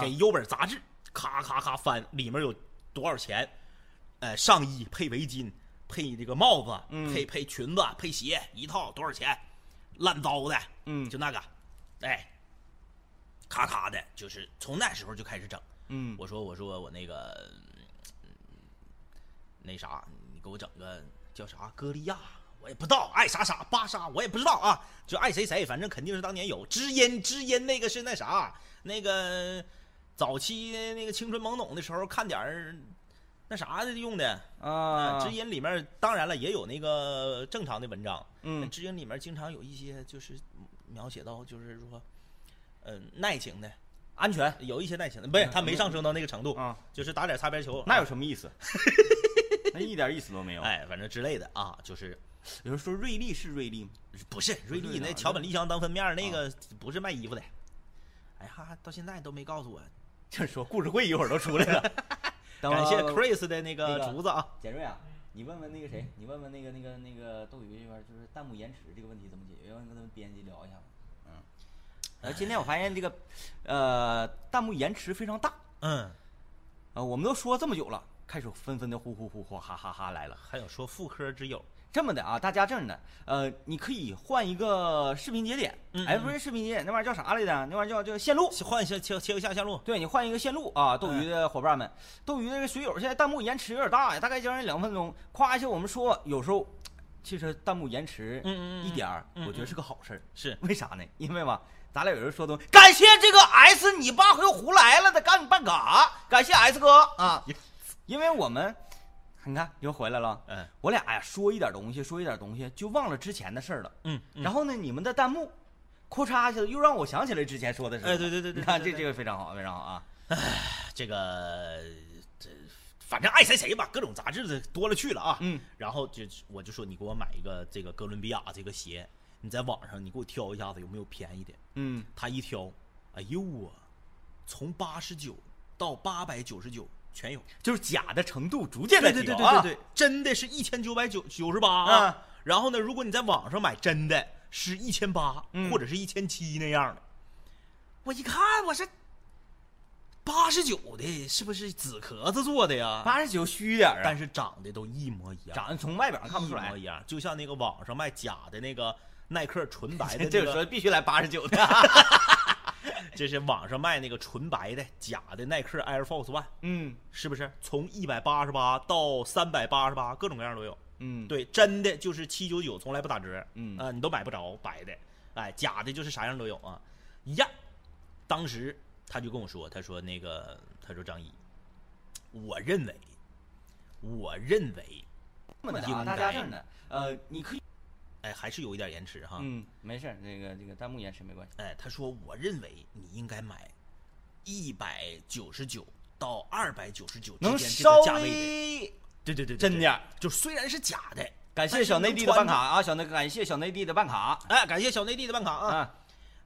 [SPEAKER 1] 儿给优本杂志，咔咔咔翻，里面有多少钱？呃，上衣配围巾，配这个帽子，
[SPEAKER 2] 嗯
[SPEAKER 1] 配配裙子，配鞋，一套多少钱？烂糟的，
[SPEAKER 2] 嗯
[SPEAKER 1] 就那个，哎，咔咔的，就是从那时候就开始整。
[SPEAKER 2] 嗯，
[SPEAKER 1] 我说我说我那个嗯那啥，你给我整个叫啥歌利亚，我也不知道，爱啥啥巴莎我也不知道啊，就爱谁谁，反正肯定是当年有知音，知音那个是那啥，那个早期那个青春懵懂的时候看点儿那啥的用的
[SPEAKER 2] 啊，
[SPEAKER 1] 知音里面当然了也有那个正常的文章，
[SPEAKER 2] 嗯
[SPEAKER 1] 知音里面经常有一些就是描写到就是说，嗯、耐情的。
[SPEAKER 2] 安全
[SPEAKER 1] 有一些耐情的，不是他没上升到那个程度，
[SPEAKER 2] 啊，
[SPEAKER 1] 就是打点擦边球，
[SPEAKER 2] 那有什么 (laughs) 意思？那一点意思都没有。
[SPEAKER 1] 哎，反正之类的啊，就是
[SPEAKER 2] 有人说瑞丽是瑞丽吗？
[SPEAKER 1] 不是瑞
[SPEAKER 2] 不
[SPEAKER 1] 丽
[SPEAKER 2] 是哪
[SPEAKER 1] 那
[SPEAKER 2] 儿
[SPEAKER 1] 桥本丽香当封面那
[SPEAKER 2] 啊
[SPEAKER 1] 个不是卖衣服的，哎哈，到现在都没告诉我。
[SPEAKER 2] 就是说故事会一会儿都出来了。
[SPEAKER 1] (laughs)
[SPEAKER 2] 等
[SPEAKER 1] 感谢
[SPEAKER 2] 我
[SPEAKER 1] Chris 的那个
[SPEAKER 2] 那个
[SPEAKER 1] 竹子啊，
[SPEAKER 2] 简瑞啊，你问问那个谁，你问问那个那个那个斗鱼这边，就是弹幕延迟这个问题怎么解决？要不然跟他们编辑聊一下吧。嗯，呃，今天我发现这个，呃，弹幕延迟非常大。
[SPEAKER 1] 嗯，
[SPEAKER 2] 啊，我们都说这么久了，开始纷纷的呼呼呼呼哈哈哈来了。
[SPEAKER 1] 还有说妇科之友，
[SPEAKER 2] 这么的啊，大家这样的，呃，你可以换一个视频节点，
[SPEAKER 1] 嗯
[SPEAKER 2] 哎，
[SPEAKER 1] 嗯
[SPEAKER 2] 不是视频节点，那玩意儿叫啥来着？那玩意儿叫叫线路。
[SPEAKER 1] 换一下切切个下线路，
[SPEAKER 2] 对你换一个线路啊，斗
[SPEAKER 1] 哎
[SPEAKER 2] 鱼的伙伴们，斗鱼这个水友现在弹幕延迟有点大呀，大概将近两分钟。夸一下我们说，有时候其实弹幕延迟
[SPEAKER 1] 嗯嗯嗯
[SPEAKER 2] 一点儿，
[SPEAKER 1] 嗯
[SPEAKER 2] 我觉得是个好事儿。
[SPEAKER 1] 是
[SPEAKER 2] 为啥呢？因为吧，咱俩有人说东西，感谢这个 S 你爸回胡来了的干办嘎，感谢 S 哥啊，因为我们你看又回来了，
[SPEAKER 1] 嗯
[SPEAKER 2] 我俩呀说一点东西，说一点东西就忘了之前的事儿了，
[SPEAKER 1] 嗯，
[SPEAKER 2] 然后呢，你们的弹幕。咔嚓一下，又让我想起来之前说的事儿了。
[SPEAKER 1] 哎对对对对
[SPEAKER 2] 你看
[SPEAKER 1] 对
[SPEAKER 2] 这
[SPEAKER 1] 对
[SPEAKER 2] 这个非常好，非常好啊！
[SPEAKER 1] 这个这反正爱谁谁吧，各种杂志的多了去了啊。
[SPEAKER 2] 嗯，
[SPEAKER 1] 然后就我就说你给我买一个这个哥伦比亚这个鞋，你在网上你给我挑一下子有没有便宜的。
[SPEAKER 2] 嗯，
[SPEAKER 1] 他一挑，哎呦我，从八十九到八百九十九全有。
[SPEAKER 2] 就是假的程度逐渐
[SPEAKER 1] 对
[SPEAKER 2] 的
[SPEAKER 1] 对对对对对，真的是一千九百九九十八
[SPEAKER 2] 啊。
[SPEAKER 1] 然后呢，如果你在网上买真的是一千八
[SPEAKER 2] 嗯
[SPEAKER 1] 或者是一千七那样的，我一看我是八十九的是不是纸壳子做的呀？
[SPEAKER 2] 八十九虚点儿啊
[SPEAKER 1] 但，是长得都一模一样，
[SPEAKER 2] 长得从外表上看不出
[SPEAKER 1] 一
[SPEAKER 2] 来
[SPEAKER 1] 模。一样，就像那个网上卖假的那个耐克纯白
[SPEAKER 2] (laughs)
[SPEAKER 1] 的、那个，
[SPEAKER 2] 这个时候必须来八十九的，
[SPEAKER 1] 这是网上卖那个纯白的假的耐克 Air Force One，
[SPEAKER 2] (laughs) 嗯
[SPEAKER 1] 是不是？从一百八十八到三百八十八，各种各样都有。
[SPEAKER 2] 嗯，
[SPEAKER 1] 对，真的就是七九九，从来不打折。
[SPEAKER 2] 嗯
[SPEAKER 1] 啊、你都买不着白的，哎，假的就是啥样都有啊，一样。当时他就跟我说，他说那个，他说张一，我认为，我认为，
[SPEAKER 2] 这么的
[SPEAKER 1] 应
[SPEAKER 2] 啊，
[SPEAKER 1] 该
[SPEAKER 2] 大家这样的，呃，你可以，
[SPEAKER 1] 哎，还是有一点延迟哈。
[SPEAKER 2] 嗯，没事儿，这个这个弹幕延迟没关系。
[SPEAKER 1] 哎，他说我认为你应该买一百九十九到二百九十九之
[SPEAKER 2] 能
[SPEAKER 1] 间这
[SPEAKER 2] 稍
[SPEAKER 1] 个价位的，
[SPEAKER 2] 微
[SPEAKER 1] 对对对对，
[SPEAKER 2] 真点儿
[SPEAKER 1] 对，就虽然是假的，
[SPEAKER 2] 感谢小内地的办卡啊，小内感谢小内地的办卡
[SPEAKER 1] 哎，感谢小内地的办卡啊，
[SPEAKER 2] 啊，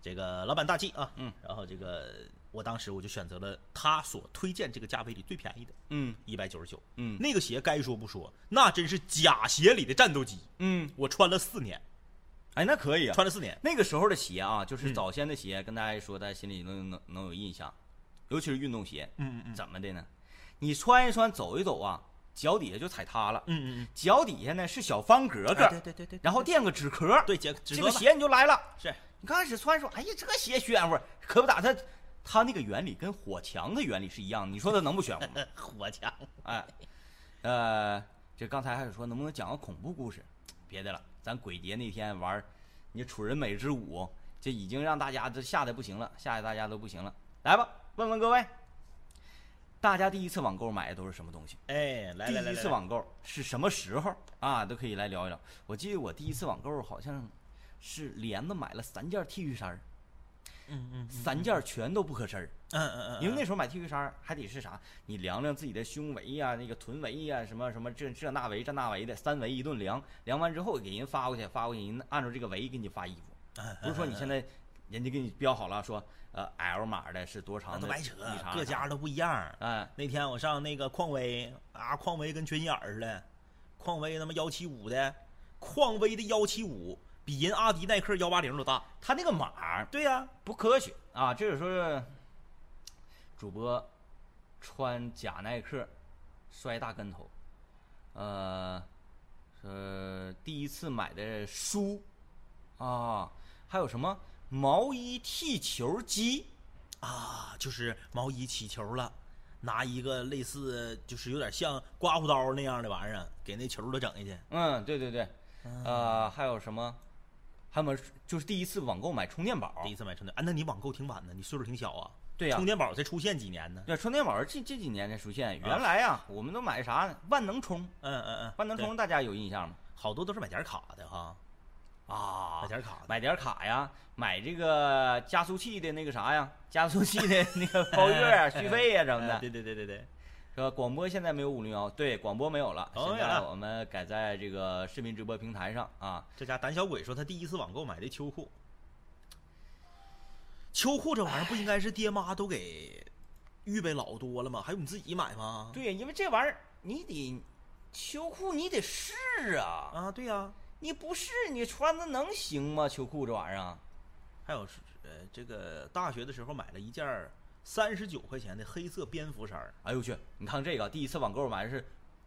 [SPEAKER 1] 这个老板大气啊，
[SPEAKER 2] 嗯，
[SPEAKER 1] 然后这个呃我当时我就选择了他所推荐这个价位里最便宜的，
[SPEAKER 2] 嗯
[SPEAKER 1] 一百九十九，
[SPEAKER 2] 嗯
[SPEAKER 1] 那个鞋该说不说，那真是假鞋里的战斗机，
[SPEAKER 2] 嗯，
[SPEAKER 1] 我穿了四年，
[SPEAKER 2] 哎，那可以啊。
[SPEAKER 1] 穿了四年，
[SPEAKER 2] 那个时候的鞋啊，就是
[SPEAKER 1] 嗯
[SPEAKER 2] 早先的鞋，跟大家说，大家心里能能能有印象，尤其是运动鞋，
[SPEAKER 1] 嗯嗯嗯
[SPEAKER 2] 怎么的呢？你穿一穿，走一走啊，脚底下就踩塌了，
[SPEAKER 1] 嗯嗯嗯，
[SPEAKER 2] 脚底下呢是小方格格，
[SPEAKER 1] 哎对对对对，
[SPEAKER 2] 然后垫个纸壳，
[SPEAKER 1] 对杰
[SPEAKER 2] 这个鞋你就来了。
[SPEAKER 1] 是
[SPEAKER 2] 你刚开始穿说，哎呀，这个鞋暄乎，可不咋，它它那个原理跟火墙的原理是一样的，你说它能不暄乎吗？
[SPEAKER 1] 火枪，
[SPEAKER 2] 哎，呃，这刚才还有说能不能讲个恐怖故事？别的了，咱鬼节那天玩儿，你楚人美之舞，这已经让大家这吓得不行了，吓得大家都不行了。来吧，问问各位，大家第一次网购买的都是什么东西？
[SPEAKER 1] 哎，来来来，
[SPEAKER 2] 第一次
[SPEAKER 1] 来
[SPEAKER 2] 网购是什么时候啊？都可以来聊一聊。我记得我第一次网购好像是连着买了三件 T 恤衫儿，
[SPEAKER 1] 嗯嗯
[SPEAKER 2] 三件全都不合身儿。
[SPEAKER 1] 嗯嗯 (laughs) 嗯，
[SPEAKER 2] 因为那时候买 T 恤衫儿还得是啥？你量量自己的胸围呀、那个臀围呀、什么什么这这那围这那围的，三围一顿量，量完之后给人发过去，发过去，人按照这个围给你发衣服，
[SPEAKER 1] 那
[SPEAKER 2] 不是说你
[SPEAKER 1] (laughs)
[SPEAKER 2] 现在人家给你标好了，说呃 L 码的是多
[SPEAKER 1] 嗯
[SPEAKER 2] 长
[SPEAKER 1] 都
[SPEAKER 2] 的，
[SPEAKER 1] 白扯
[SPEAKER 2] 一长，
[SPEAKER 1] 各
[SPEAKER 2] 一长
[SPEAKER 1] 家都不一样。
[SPEAKER 2] 哎，
[SPEAKER 1] 那天我上那个匡威啊，匡威跟群眼儿似的，匡威他妈幺七五的，匡威的幺七五比人阿迪耐克幺八零都大。
[SPEAKER 2] 他那个码儿
[SPEAKER 1] 对呀、
[SPEAKER 2] 不科学啊！这就是说，主播穿假耐克摔大跟头，呃，呃，第一次买的书啊，还有什么毛衣踢球机，
[SPEAKER 1] 啊，就是毛衣起球了，拿一个类似就是有点像刮胡刀那样的玩意儿给那球都整下去。
[SPEAKER 2] 嗯，对对对，呃，还有什么？还有没有就是第一次网购买充电宝，
[SPEAKER 1] 第一次买充电，啊，那你网购挺晚呢，你岁数挺小啊。
[SPEAKER 2] 哦对呀
[SPEAKER 1] 充电宝才出现几年呢？
[SPEAKER 2] 对，充电宝这这几年才出现。
[SPEAKER 1] 啊
[SPEAKER 2] 原来呀、我们都买啥呢？万能充，
[SPEAKER 1] 嗯嗯嗯，
[SPEAKER 2] 万能
[SPEAKER 1] 对啊
[SPEAKER 2] 充大家有印象吗？
[SPEAKER 1] 好多都是买点卡的哈，
[SPEAKER 2] 啊
[SPEAKER 1] 买，点卡的。
[SPEAKER 2] 买点卡呀，买这个加速器的那个啥呀，加速器的
[SPEAKER 1] (laughs)
[SPEAKER 2] 那个包月啊、续费呀什么
[SPEAKER 1] 哎
[SPEAKER 2] 的
[SPEAKER 1] 对。对对对对，
[SPEAKER 2] 是吧？广播现在没有五零幺，对，广播没有了。
[SPEAKER 1] 哦
[SPEAKER 2] 现
[SPEAKER 1] 没有
[SPEAKER 2] 在
[SPEAKER 1] 了
[SPEAKER 2] 我们改在这个视频直播平台上啊。
[SPEAKER 1] 这家胆小鬼说他第一次网购买的秋裤，秋裤这玩意儿不应该是爹妈都给预备老多了吗？还用你自己买吗？
[SPEAKER 2] 对，因为这玩意儿你得秋裤你得试啊，
[SPEAKER 1] 啊，对呀、
[SPEAKER 2] 你不试你穿的能行吗？秋裤这玩意儿啊，
[SPEAKER 1] 还有是呃，这个大学的时候买了一件三十九块钱的黑色蝙蝠衫儿，
[SPEAKER 2] 哎呦我去！你看这个，第一次网购买的是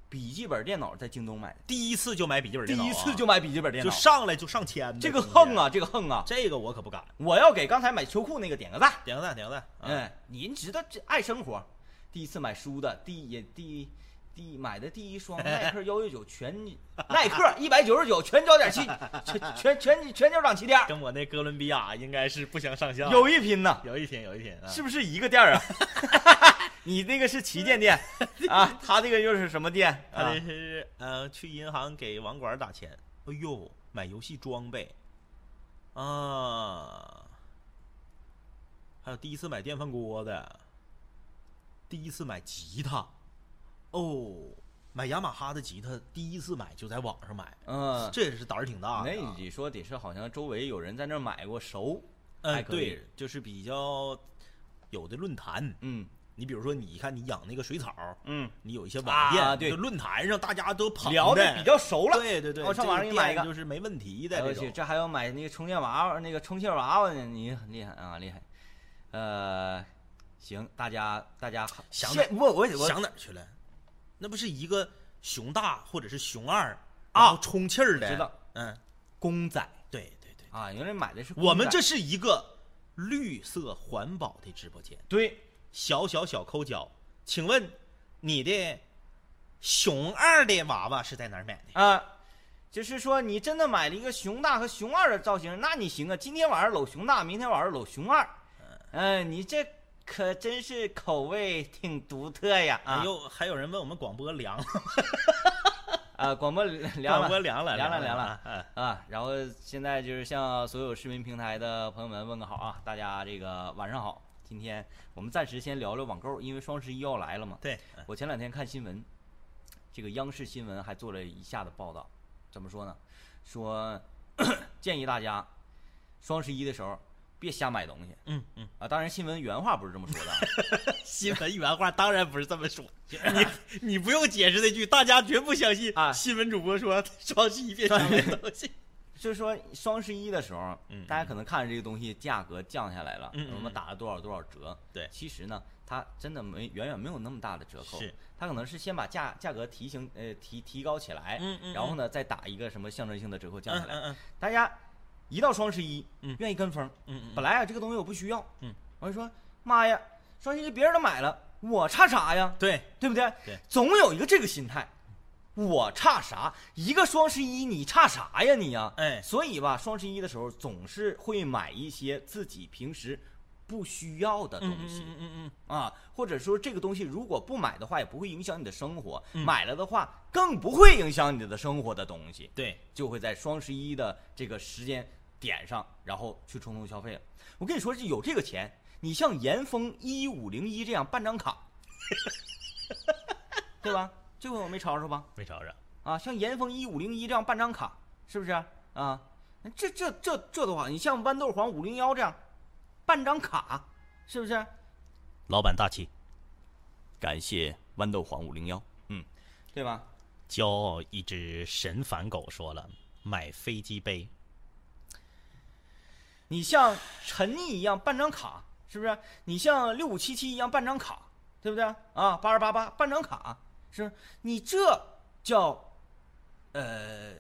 [SPEAKER 2] 笔记本电脑，在京东买的，
[SPEAKER 1] 第一次就买笔记本
[SPEAKER 2] 第
[SPEAKER 1] 电脑啊、啊
[SPEAKER 2] 一次就买笔记本电
[SPEAKER 1] 就
[SPEAKER 2] 脑，
[SPEAKER 1] 上来就上千的，
[SPEAKER 2] 这个
[SPEAKER 1] 真的
[SPEAKER 2] 横，啊，这个横啊！
[SPEAKER 1] 这个我可不敢。
[SPEAKER 2] 我要给刚才买秋裤那个点个赞。
[SPEAKER 1] 点个赞，点个赞。啊，
[SPEAKER 2] 嗯，您知道这爱生活，第一次买书的，第一第一第一买的第
[SPEAKER 1] (laughs)
[SPEAKER 2] 一双耐克幺九九全耐克一百九十九全脚点
[SPEAKER 1] (laughs)
[SPEAKER 2] 齐，全全全全脚掌齐点儿，
[SPEAKER 1] 跟我那哥伦比亚应该是不相上下。
[SPEAKER 2] 有一拼呐，
[SPEAKER 1] 有一天，有一天啊，
[SPEAKER 2] 是不是一个店儿啊？ (laughs) 你那个是旗
[SPEAKER 1] (laughs)
[SPEAKER 2] 舰店啊，他这个又是什么店
[SPEAKER 1] 他
[SPEAKER 2] 啊
[SPEAKER 1] 这？是呃去银行给网管打钱。哎呦，买游戏装备啊，还有第一次买电饭锅的，第一次买吉他，哦，买雅马哈的吉他，第一次买就在网上买，
[SPEAKER 2] 嗯，
[SPEAKER 1] 这也是胆儿挺大
[SPEAKER 2] 那
[SPEAKER 1] 的啊。
[SPEAKER 2] 你说得是好像周围有人在那儿买过熟，还
[SPEAKER 1] 嗯，
[SPEAKER 2] 可以
[SPEAKER 1] 对，就是比较有的论坛，
[SPEAKER 2] 嗯
[SPEAKER 1] 你比如说，你看你养那个水草，
[SPEAKER 2] 嗯，
[SPEAKER 1] 你有一些网店，
[SPEAKER 2] 啊对
[SPEAKER 1] 就论坛上大家都捧
[SPEAKER 2] 聊
[SPEAKER 1] 的
[SPEAKER 2] 的比较熟了，
[SPEAKER 1] 对对对，
[SPEAKER 2] 我上网上
[SPEAKER 1] 这
[SPEAKER 2] 给你买一
[SPEAKER 1] 店
[SPEAKER 2] 个
[SPEAKER 1] 就是没问题的
[SPEAKER 2] 哎
[SPEAKER 1] 这
[SPEAKER 2] 我去，
[SPEAKER 1] 种。
[SPEAKER 2] 这还要买那个充电娃娃，那个充气娃娃呢，你很厉害啊，厉害。呃，行，大家大家
[SPEAKER 1] 想
[SPEAKER 2] 现我我我
[SPEAKER 1] 想哪儿去了？那不是一个熊大或者是熊二啊，充气儿的，
[SPEAKER 2] 知道？
[SPEAKER 1] 嗯，
[SPEAKER 2] 公仔
[SPEAKER 1] 对对对，
[SPEAKER 2] 啊，原来买的是公仔
[SPEAKER 1] 我们这是一个绿色环保的直播间，
[SPEAKER 2] 对
[SPEAKER 1] 小小小抠脚，请问你的熊二的娃娃是在哪儿买的？
[SPEAKER 2] 啊。就是说，你真的买了一个熊大和熊二的造型，那你行啊！今天晚上搂熊大，明天晚上搂熊二，嗯、你这可真是口味挺独特呀！啊，
[SPEAKER 1] 还有哎还有人问我们广播凉，
[SPEAKER 2] 啊，广播凉
[SPEAKER 1] 广播
[SPEAKER 2] 了
[SPEAKER 1] 凉了，
[SPEAKER 2] 凉了
[SPEAKER 1] 了
[SPEAKER 2] 凉了
[SPEAKER 1] 了，哎
[SPEAKER 2] 啊，然后现在就是向所有视频平台的朋友们问个好啊，大家这个晚上好。今天我们暂时先聊聊网购，因为双十一要来了嘛。
[SPEAKER 1] 对，嗯
[SPEAKER 2] 我前两天看新闻，这个央视新闻还做了一下的报道，怎么说呢？说 (clears throat) 建议大家双十一的时候别瞎买东西
[SPEAKER 1] 嗯嗯，
[SPEAKER 2] 啊。当然，新闻原话不是这么说的啊， (laughs)
[SPEAKER 1] 新闻原话当然不是这么 (laughs) 说，你你不用解释那句，大家绝不相信
[SPEAKER 2] 啊
[SPEAKER 1] 新闻主播说 (laughs) 双十一别想买东西，
[SPEAKER 2] 就是说双十一的时候，
[SPEAKER 1] (laughs) 嗯
[SPEAKER 2] 大家可能看着这个东西价格降下来了，
[SPEAKER 1] 嗯嗯
[SPEAKER 2] 我们打了多少多少折，
[SPEAKER 1] 对
[SPEAKER 2] 其实呢，它真的没远远没有那么大的折扣
[SPEAKER 1] 是，
[SPEAKER 2] 它可能是先把价价格提醒呃提提高起来，
[SPEAKER 1] 嗯嗯
[SPEAKER 2] 然后呢再打一个什么象征性的折扣降下来，大家一到双十一，
[SPEAKER 1] 嗯
[SPEAKER 2] 愿意跟风，
[SPEAKER 1] 嗯嗯
[SPEAKER 2] 本来啊这个东西我不需要，
[SPEAKER 1] 嗯，
[SPEAKER 2] 我就说妈呀，双十一别人都买了，我差啥呀？
[SPEAKER 1] 对，
[SPEAKER 2] 对不对？
[SPEAKER 1] 对
[SPEAKER 2] 总有一个这个心态。我差啥？一个双十一，你差啥呀你啊呀？
[SPEAKER 1] 哎
[SPEAKER 2] 所以吧，双十一的时候总是会买一些自己平时不需要的东
[SPEAKER 1] 嗯嗯
[SPEAKER 2] 西、
[SPEAKER 1] 嗯嗯嗯，
[SPEAKER 2] 啊，或者说这个东西如果不买的话，也不会影响你的生活；
[SPEAKER 1] 嗯
[SPEAKER 2] 买了的话，更不会影响你的生活的东西。
[SPEAKER 1] 对，
[SPEAKER 2] 就会在双十一的这个时间点上，然后去冲动消费了。我跟你说，是有这个钱，你像严峰一五零一这样办张卡， (laughs) 对吧？这回我没吵吵吧？
[SPEAKER 1] 没吵吵，
[SPEAKER 2] 啊，像严峰一五零一这样办张卡，是不是啊？那这这这这多好！你像豌豆黄五零幺这样办张卡，是啊不是？
[SPEAKER 1] 老板大气，
[SPEAKER 2] 感谢豌豆黄五零幺，嗯，对吧？
[SPEAKER 1] 骄傲一只神反狗说了，买飞机杯，
[SPEAKER 2] 你像陈毅一样办张卡，是不是？你像六五七七一样办张卡，对不对？啊，八二八八办张卡，是不是你这叫，呃，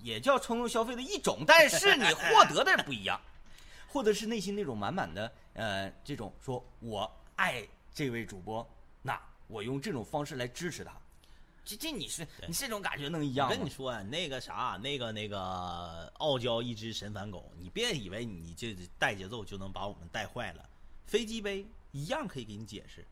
[SPEAKER 2] 也叫冲动消费的一种，但是你获得的不一样， (laughs) 获得是内心那种满满的呃这种说我爱这位主播，那我用这种方式来支持他，这这你是你这种感觉能一样
[SPEAKER 1] 我
[SPEAKER 2] 吗？
[SPEAKER 1] 跟你说、啊，那个啥，那个那个傲娇一只神反狗，你别以为你这带节奏就能把我们带坏了。飞机杯一样可以给你解释，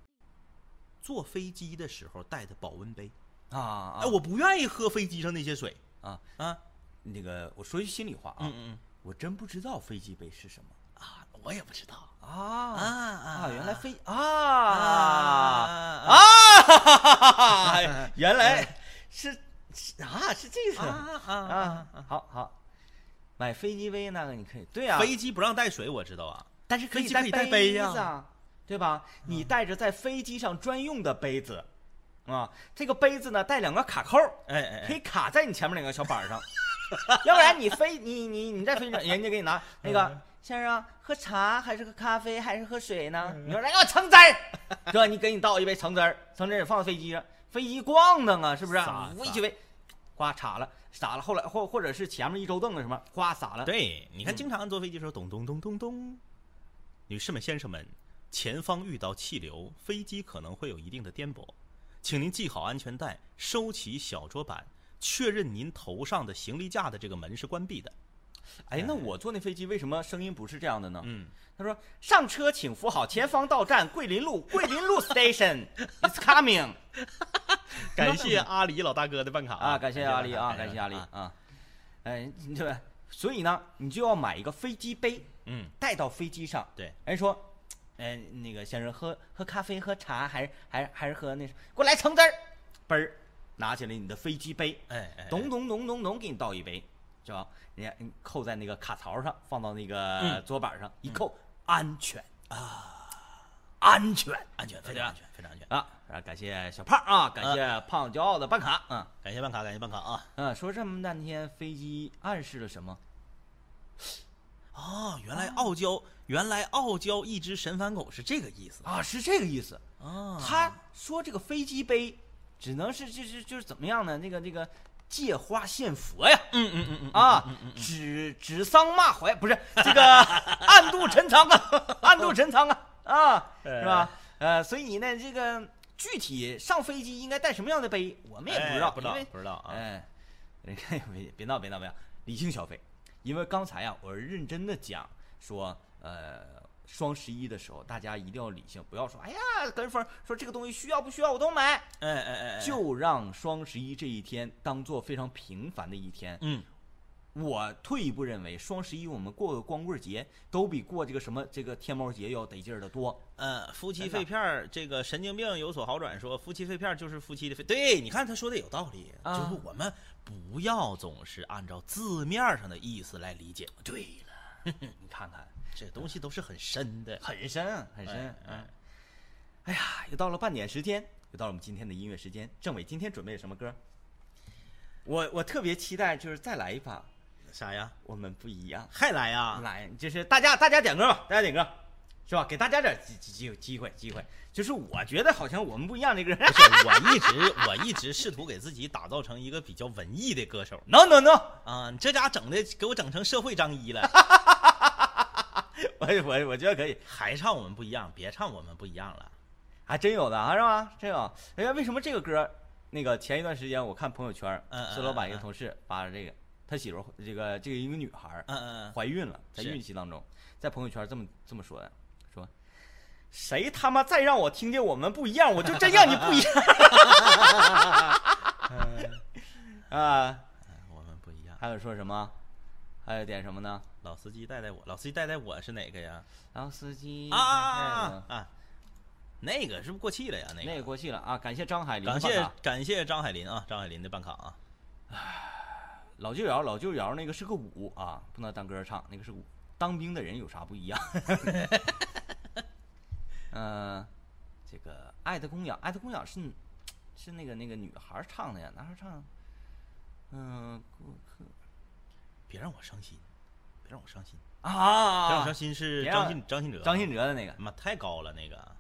[SPEAKER 1] 坐飞机的时候带的保温杯。
[SPEAKER 2] 啊啊
[SPEAKER 1] 哎，我不愿意喝飞机上那些水
[SPEAKER 2] 啊
[SPEAKER 1] 啊。
[SPEAKER 2] 那个我说句心里话啊，
[SPEAKER 1] 嗯
[SPEAKER 2] 我真不知道飞机杯是什么。
[SPEAKER 1] 啊，我也不知道啊
[SPEAKER 2] 啊
[SPEAKER 1] 啊
[SPEAKER 2] 啊！原来飞啊
[SPEAKER 1] (laughs) 啊
[SPEAKER 2] 啊！原来是是啊，是这个
[SPEAKER 1] 啊啊！
[SPEAKER 2] (laughs) 啊！好好，买飞机杯那个你可以，对啊，
[SPEAKER 1] 飞机不让带水，我知道啊。
[SPEAKER 2] 但是可
[SPEAKER 1] 飞
[SPEAKER 2] 以
[SPEAKER 1] 机可以带
[SPEAKER 2] 杯
[SPEAKER 1] 杯呀嗯
[SPEAKER 2] 子啊，对吧？你带着在飞机上专用的杯子啊，这个杯子呢带两个卡扣，
[SPEAKER 1] 哎哎
[SPEAKER 2] 可
[SPEAKER 1] 哎，
[SPEAKER 2] 以卡在你前面两个小板儿上， (laughs) 要不然你飞你你你在飞机上，人家给你
[SPEAKER 1] 嗯
[SPEAKER 2] 拿那个先生喝茶还是喝咖啡还是喝水呢？
[SPEAKER 1] 嗯
[SPEAKER 2] 你说来给我橙汁儿，对吧？你给你倒一杯橙汁儿，橙汁儿也放在飞机上，飞机咣当啊，是不是
[SPEAKER 1] 洒？
[SPEAKER 2] 无以其为，呱洒了洒了，后来或或者是前面一周凳子什么，呱洒了，
[SPEAKER 1] 啊对，你看，经常坐飞机的时候，咚咚咚咚咚。女士们、先生们，前方遇到气流，飞机可能会有一定的颠簸，请您系好安全带，收起小桌板，确认您头上的行李架的这个门是关闭的。
[SPEAKER 2] 哎，那我坐那飞机为什么声音不是这样的呢？
[SPEAKER 1] 嗯，
[SPEAKER 2] 他说上车请扶好，前方到站桂林路，桂林路 station is coming
[SPEAKER 1] 感谢阿里老大哥的办卡
[SPEAKER 2] 啊！感谢阿里啊，感谢阿里
[SPEAKER 1] 啊
[SPEAKER 2] 啊！哎，你对吧？所以呢，你就要买一个飞机杯，
[SPEAKER 1] 嗯，
[SPEAKER 2] 带到飞机上。
[SPEAKER 1] 对，
[SPEAKER 2] 人说，哎，那个先生喝喝咖啡、喝茶，还是还是还是喝那什么？给我来橙汁儿，嘣儿，拿起来你的飞机杯，
[SPEAKER 1] 哎哎，
[SPEAKER 2] 咚咚咚咚咚，给你倒一杯，是吧？人家嗯扣在那个卡槽上，放到那个桌板上、一扣，安全嗯啊，安全
[SPEAKER 1] 安全，非常安全，非常安全。
[SPEAKER 2] 啊！啊，感谢小胖啊，感谢胖骄傲的办卡，嗯
[SPEAKER 1] 感谢办卡，感谢办卡啊！
[SPEAKER 2] 嗯，说这么半天飞机暗示了什么？
[SPEAKER 1] 啊，原来傲娇，原来傲娇一只神番狗是这个意思
[SPEAKER 2] 啊，是这个意思。
[SPEAKER 1] 啊。
[SPEAKER 2] 他说这个飞机杯只能是就是就是怎么样呢？那个那个借花献佛呀，
[SPEAKER 1] 嗯嗯嗯嗯
[SPEAKER 2] 啊，指指桑骂槐不是这
[SPEAKER 1] (laughs)
[SPEAKER 2] 个暗度陈仓啊，暗度陈仓啊
[SPEAKER 1] (laughs)
[SPEAKER 2] 啊，
[SPEAKER 1] 哎
[SPEAKER 2] 是吧？呃，所以呢，这个具体上飞机应该带什么样的杯，我们也不知道，
[SPEAKER 1] 哎不知道
[SPEAKER 2] 因为
[SPEAKER 1] 不知道啊
[SPEAKER 2] 哎，别 (laughs) 别闹别闹别闹，理性消费，因为刚才呀、我是认真的讲说，呃，双十一的时候大家一定要理性，不要说哎呀跟风说这个东西需要不需要我都买，
[SPEAKER 1] 哎哎哎哎，
[SPEAKER 2] 就让双十一这一天当做非常平凡的一天。
[SPEAKER 1] 嗯
[SPEAKER 2] 我退一步认为，双十一我们过个光棍节都比过这个什么这个天猫节要得劲儿的多。
[SPEAKER 1] 呃，夫妻
[SPEAKER 2] 真的
[SPEAKER 1] 肺片儿这个神经病有所好转，说夫妻肺片儿就是夫妻的肺。对，你看他说的有道理，
[SPEAKER 2] 啊
[SPEAKER 1] 就是我们不要总是按照字面上的意思来理解，
[SPEAKER 2] 对了，你看看，
[SPEAKER 1] 这东西都是很深的。
[SPEAKER 2] 很深啊很深。
[SPEAKER 1] 哎
[SPEAKER 2] 嗯，哎呀，又到了半点时间，又到了我们今天的音乐时间。政委今天准备了什么歌？我我特别期待，就是再来一把，
[SPEAKER 1] 啥呀？
[SPEAKER 2] 我们不一样。
[SPEAKER 1] 还来呀？
[SPEAKER 2] 来，就是大家大家点歌吧，大家点歌，是吧？给大家点机机机机会机会。就是我觉得好像我们不一样这个人 (laughs)
[SPEAKER 1] 不是，我一直我一直试图给自己打造成一个比较文艺的歌手
[SPEAKER 2] ，no no no。
[SPEAKER 1] 啊！你这家整的给我整成社会张一
[SPEAKER 2] (laughs)
[SPEAKER 1] 了，
[SPEAKER 2] 我我我觉得可以，
[SPEAKER 1] 还唱我们不一样，别唱我们不一样了。
[SPEAKER 2] 还真有的啊，是吧？真有。哎呀，为什么这个歌儿？那个前一段时间我看朋友圈儿，
[SPEAKER 1] 嗯嗯
[SPEAKER 2] 孙老板一个
[SPEAKER 1] 嗯
[SPEAKER 2] 同事发了这个，他媳妇儿这个这个一个女孩儿
[SPEAKER 1] 嗯嗯嗯，
[SPEAKER 2] 怀孕了，在
[SPEAKER 1] 是
[SPEAKER 2] 孕期当中，在朋友圈这么这么说的，说谁他妈再让我听见我们不一样，我就真让你不一样。 (laughs) 啊，
[SPEAKER 1] 我们不一样。
[SPEAKER 2] 还有说什么？还有点什么呢？
[SPEAKER 1] 老司机带带我，老司机带带我是哪个呀？
[SPEAKER 2] 老司机
[SPEAKER 1] 啊啊啊！啊！那个是不是过气了呀？那
[SPEAKER 2] 那
[SPEAKER 1] 个
[SPEAKER 2] 个过去了啊！感谢张海林
[SPEAKER 1] 感
[SPEAKER 2] 的办卡，
[SPEAKER 1] 谢感谢张海林啊，张海林的办卡啊。
[SPEAKER 2] 老舅窑，老舅窑那个是个舞啊，不能当歌唱，那个是舞。当兵的人有啥不一样？ (laughs) 嗯、这个《爱的供养》，《爱的供养是》是那个那个女孩儿唱的呀，男孩儿唱。嗯、
[SPEAKER 1] 别让我伤心，别让我伤心，别让我
[SPEAKER 2] 啊
[SPEAKER 1] 伤，心是
[SPEAKER 2] 别让
[SPEAKER 1] 张信张信哲，啊
[SPEAKER 2] 张信哲的那个
[SPEAKER 1] 妈太高了那个，啊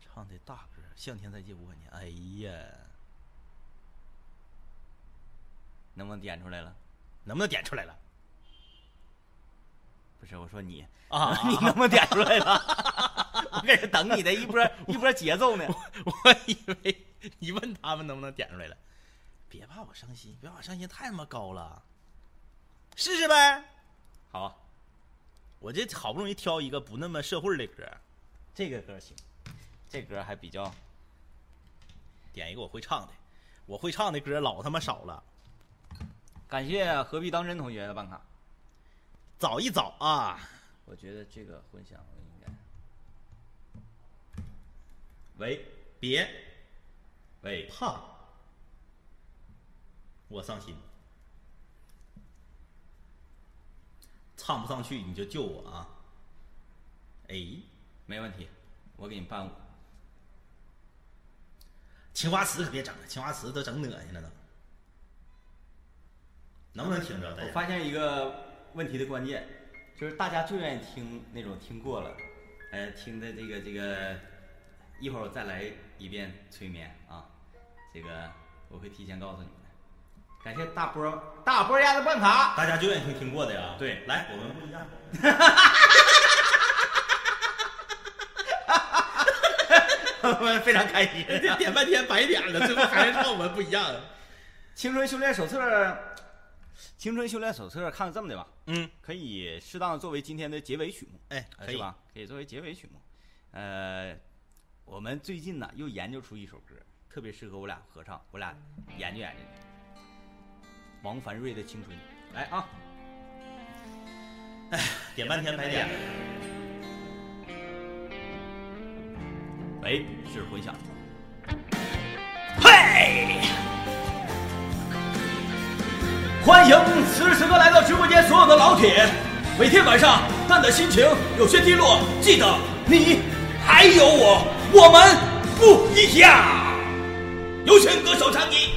[SPEAKER 1] 唱的大歌《向天再借五百年》，哎呀，
[SPEAKER 2] 能不能点出来了？
[SPEAKER 1] 能不能点出来了
[SPEAKER 2] 不是，我说你，
[SPEAKER 1] 啊？ (laughs)
[SPEAKER 2] 你能不能点出来了？ (laughs) 我搁这等你的一波一波节奏 (laughs) 呢。
[SPEAKER 1] 我以为你问他们能不能点出来了。别怕我伤心，别怕我伤心，太他妈高了，试试呗。
[SPEAKER 2] 好，
[SPEAKER 1] 我这好不容易挑一个不那么社会的歌，
[SPEAKER 2] 这个歌行，这歌还比较
[SPEAKER 1] 点一个我会唱的。我会唱的歌老他妈少了，
[SPEAKER 2] 感谢何必当真同学的办卡。
[SPEAKER 1] 找一找啊！
[SPEAKER 2] 我觉得这个混响我应该。喂
[SPEAKER 1] 别
[SPEAKER 2] 喂，
[SPEAKER 1] 怕我伤心，唱不上去你就救我啊！哎，
[SPEAKER 2] 没问题，我给你伴舞。
[SPEAKER 1] 青花瓷可别整了，青花瓷都整恶心了都。能不能听着？大
[SPEAKER 2] 我
[SPEAKER 1] 家
[SPEAKER 2] 发现一个问题的关键，就是大家最愿意听那种听过了，呃，听的这个这个，一会儿我再来一遍催眠啊，这个我会提前告诉你们的。感谢大波大波丫的办卡。 (laughs)
[SPEAKER 1] 大家就愿意听听过的呀。
[SPEAKER 2] 对
[SPEAKER 1] 来，我们不一样。
[SPEAKER 2] 我们非常开心。 (laughs)
[SPEAKER 1] 点半天白点了，最后还是让我们不一样。
[SPEAKER 2] 青春修炼手册，青春修炼手册，看看这么的吧，
[SPEAKER 1] 嗯，
[SPEAKER 2] 可以适当地作为今天的结尾曲目，
[SPEAKER 1] 哎，
[SPEAKER 2] 呃
[SPEAKER 1] 可以
[SPEAKER 2] 是？吧？可以作为结尾曲目。呃，我们最近呢又研究出一首歌，特别适合我俩合唱，我俩研究研究。王凡瑞的《青春》，来啊！
[SPEAKER 1] 点半天白点了。
[SPEAKER 2] 喂，哎是回响。
[SPEAKER 1] 嘿，
[SPEAKER 2] 欢迎此时此刻来到直播间所有的老铁。每天晚上，蛋的心情有些低落，记得你还有我，我们不一样。有请歌手唱一。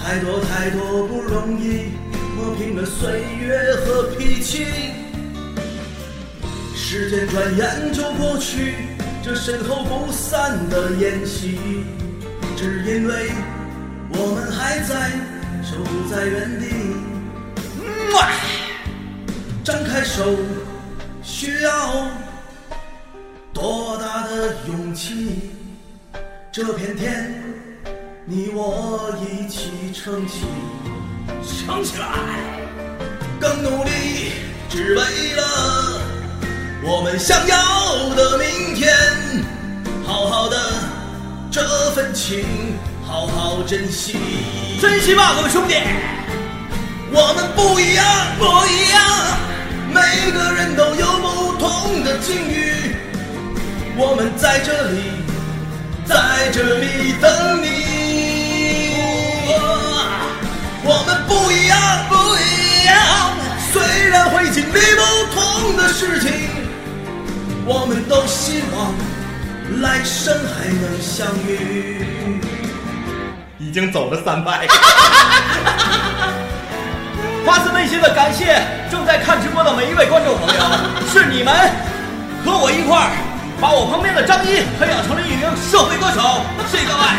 [SPEAKER 4] 太多太多不容易，磨平了岁月和脾气。时间转眼就过去，这身后不散的宴席，只因为我们还在，守护在原地。哇张开手，需要多大的勇气？这片天。你我一起撑起，撑起来，更努力，只为了我们想要的明天。好好的这份情，好好珍惜，珍惜吧，各位兄弟。我们不一样，不一样，每个人都有不同的境遇。我们在这里，在这里等你。我们不一样，不一样。虽然会经历不同的事情，我们都希望来生还能相遇。
[SPEAKER 1] 已经走了三拜。
[SPEAKER 2] 发自内心的感谢正在看直播的每一位观众朋友，是你们和我一块儿把我旁边的张一培养成了一名社会歌手，谢谢各位。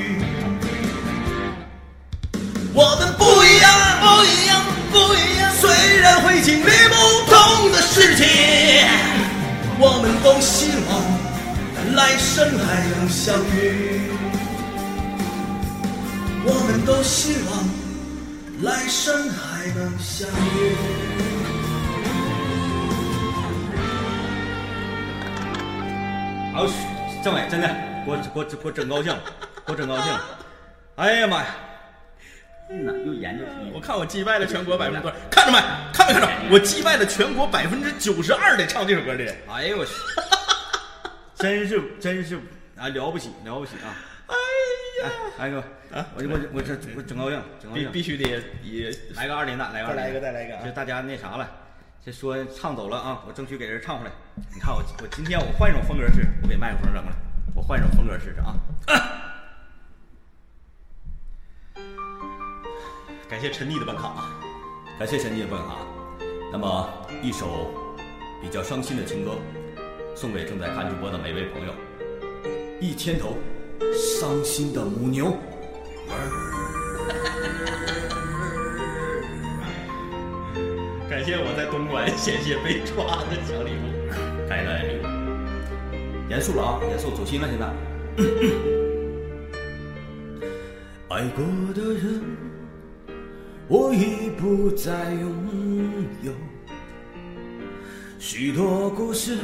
[SPEAKER 4] 我们不一样，不一样，不一样。虽然会经历不同的事情，我们都希望来生还能相遇。我们都希望来生还能相遇。
[SPEAKER 2] 好，政委真的给我给我给我整高兴，给我整高兴。哎呀妈呀！
[SPEAKER 5] 呢，又研究
[SPEAKER 1] (laughs) 我看我击败了全国百分之多少？看着没？看没看着？我击败了全国百分之九十二的唱这首歌的人。
[SPEAKER 2] 哎呦我去！真是真是啊，了不起了不起啊！哎呀，哎哥，我我我这我整高兴，整
[SPEAKER 1] 啊
[SPEAKER 2] 高
[SPEAKER 1] 必
[SPEAKER 2] 兴。
[SPEAKER 1] 必须得也
[SPEAKER 2] 来个二连弹，来个二
[SPEAKER 1] 再来一
[SPEAKER 2] 连弹，
[SPEAKER 1] 个再来一个啊
[SPEAKER 2] 就大家那啥了，这说唱走了啊，我争取给人唱回来。你看我我今天我换一种风格试，我给麦克风扔了，我换一种风格试试啊。
[SPEAKER 1] 感谢陈丽的办卡啊。
[SPEAKER 2] 感谢陈姐的问啊。那么一首比较伤心的情歌，送给正在看直播的每位朋友。一千头伤心的母牛。
[SPEAKER 1] 感谢我在东莞险些被抓的小礼物。
[SPEAKER 2] 该来了，严肃了啊，严肃，走心了现在。 (coughs) 爱过的人，
[SPEAKER 4] 我已不再拥有。许多故事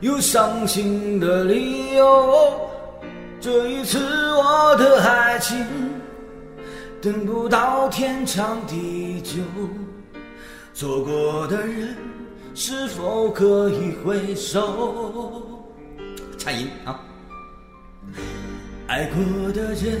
[SPEAKER 4] 有伤心的理由，这一次我的爱情等不到天长地久，错过的人是否可以回首？
[SPEAKER 2] 颤音啊，
[SPEAKER 4] 爱过的人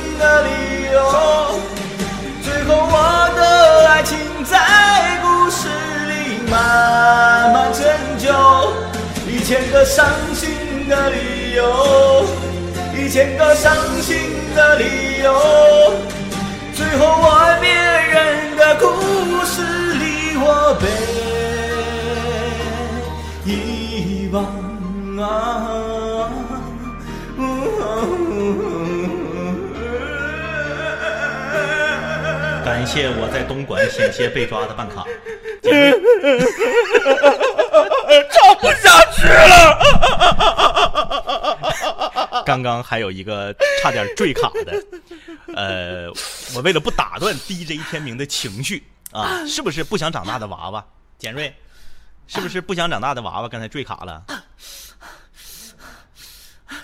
[SPEAKER 4] 的理由，最后我的爱情在故事里慢慢陈旧。一千个伤心的理由，一千个伤心的理由，最后我别人的故事里我被遗忘啊。
[SPEAKER 1] 感谢我在东莞险些被抓的办卡。姐妹刚刚还有一个差点坠卡的，呃，我为了不打断 DJ 天明的情绪啊，是不是不想长大的娃娃？简瑞，是不是不想长大的娃娃刚才坠卡了？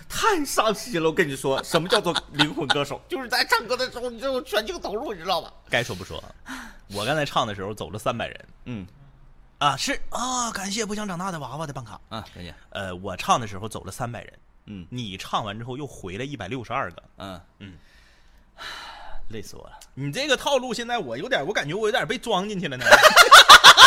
[SPEAKER 6] 太伤心了！我跟你说，什么叫做灵魂歌手？就是在唱歌的时候，你这种全情投入，你知道吧？
[SPEAKER 1] 该说不说，我刚才唱的时候走了三百人
[SPEAKER 2] 嗯
[SPEAKER 1] 啊，是啊，感谢不想长大的娃娃的办卡。
[SPEAKER 2] 啊，感谢，
[SPEAKER 1] 呃，我唱的时候走了三百人，
[SPEAKER 2] 嗯
[SPEAKER 1] 你唱完之后又回来一百六十二个，
[SPEAKER 2] 嗯嗯，累死我了。
[SPEAKER 1] 你这个套路现在我有点，我感觉我有点被装进去了呢。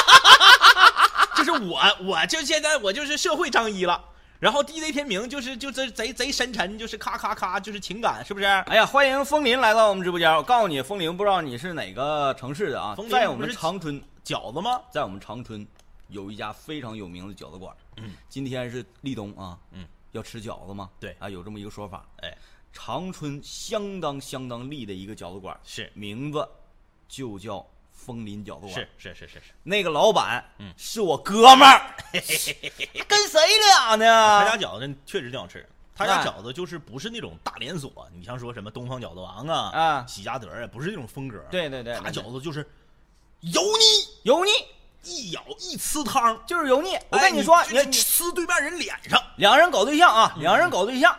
[SPEAKER 1] (laughs) 就是我，我就现在我就是社会张一了。然后 DJ 天明就是就这贼贼深沉，就是咔咔咔，就是情感，是不是？
[SPEAKER 2] 哎呀，欢迎风铃来到我们直播间。我告诉你，风铃不知道你是哪个城市的啊
[SPEAKER 1] 风？铃
[SPEAKER 2] 在我
[SPEAKER 1] 不
[SPEAKER 2] 们
[SPEAKER 1] 是
[SPEAKER 2] 长春，
[SPEAKER 1] 饺子吗？
[SPEAKER 2] 在我们长春有一家非常有名的饺子馆。嗯，今天是立冬啊。
[SPEAKER 1] 嗯，
[SPEAKER 2] 要吃饺子吗？
[SPEAKER 1] 对
[SPEAKER 2] 啊，有这么一个说法。
[SPEAKER 1] 哎，
[SPEAKER 2] 长春相当相当厉的一个饺子馆，
[SPEAKER 1] 是
[SPEAKER 2] 名字就叫风林饺子馆。
[SPEAKER 1] 是是是是是，
[SPEAKER 2] 那个老板，
[SPEAKER 1] 嗯
[SPEAKER 2] 是我哥
[SPEAKER 1] (laughs)
[SPEAKER 2] 们儿，跟谁俩
[SPEAKER 1] 他
[SPEAKER 2] 呢？
[SPEAKER 1] 家饺子确实挺好吃。他家
[SPEAKER 2] 啊那
[SPEAKER 1] 饺子就是不是那种大连锁，你像说什么东方饺子王啊、
[SPEAKER 2] 啊
[SPEAKER 1] 喜家德啊，不是那种风格。
[SPEAKER 2] 对对对，
[SPEAKER 1] 他饺子就是油腻，
[SPEAKER 2] 油腻，
[SPEAKER 1] 一咬一呲汤。
[SPEAKER 2] 就是油腻。我
[SPEAKER 1] 哎
[SPEAKER 2] 跟你说，
[SPEAKER 1] 这
[SPEAKER 2] 你
[SPEAKER 1] 这呲对面人脸上，
[SPEAKER 2] 两人搞对象啊，两人搞对
[SPEAKER 1] 嗯
[SPEAKER 2] 象，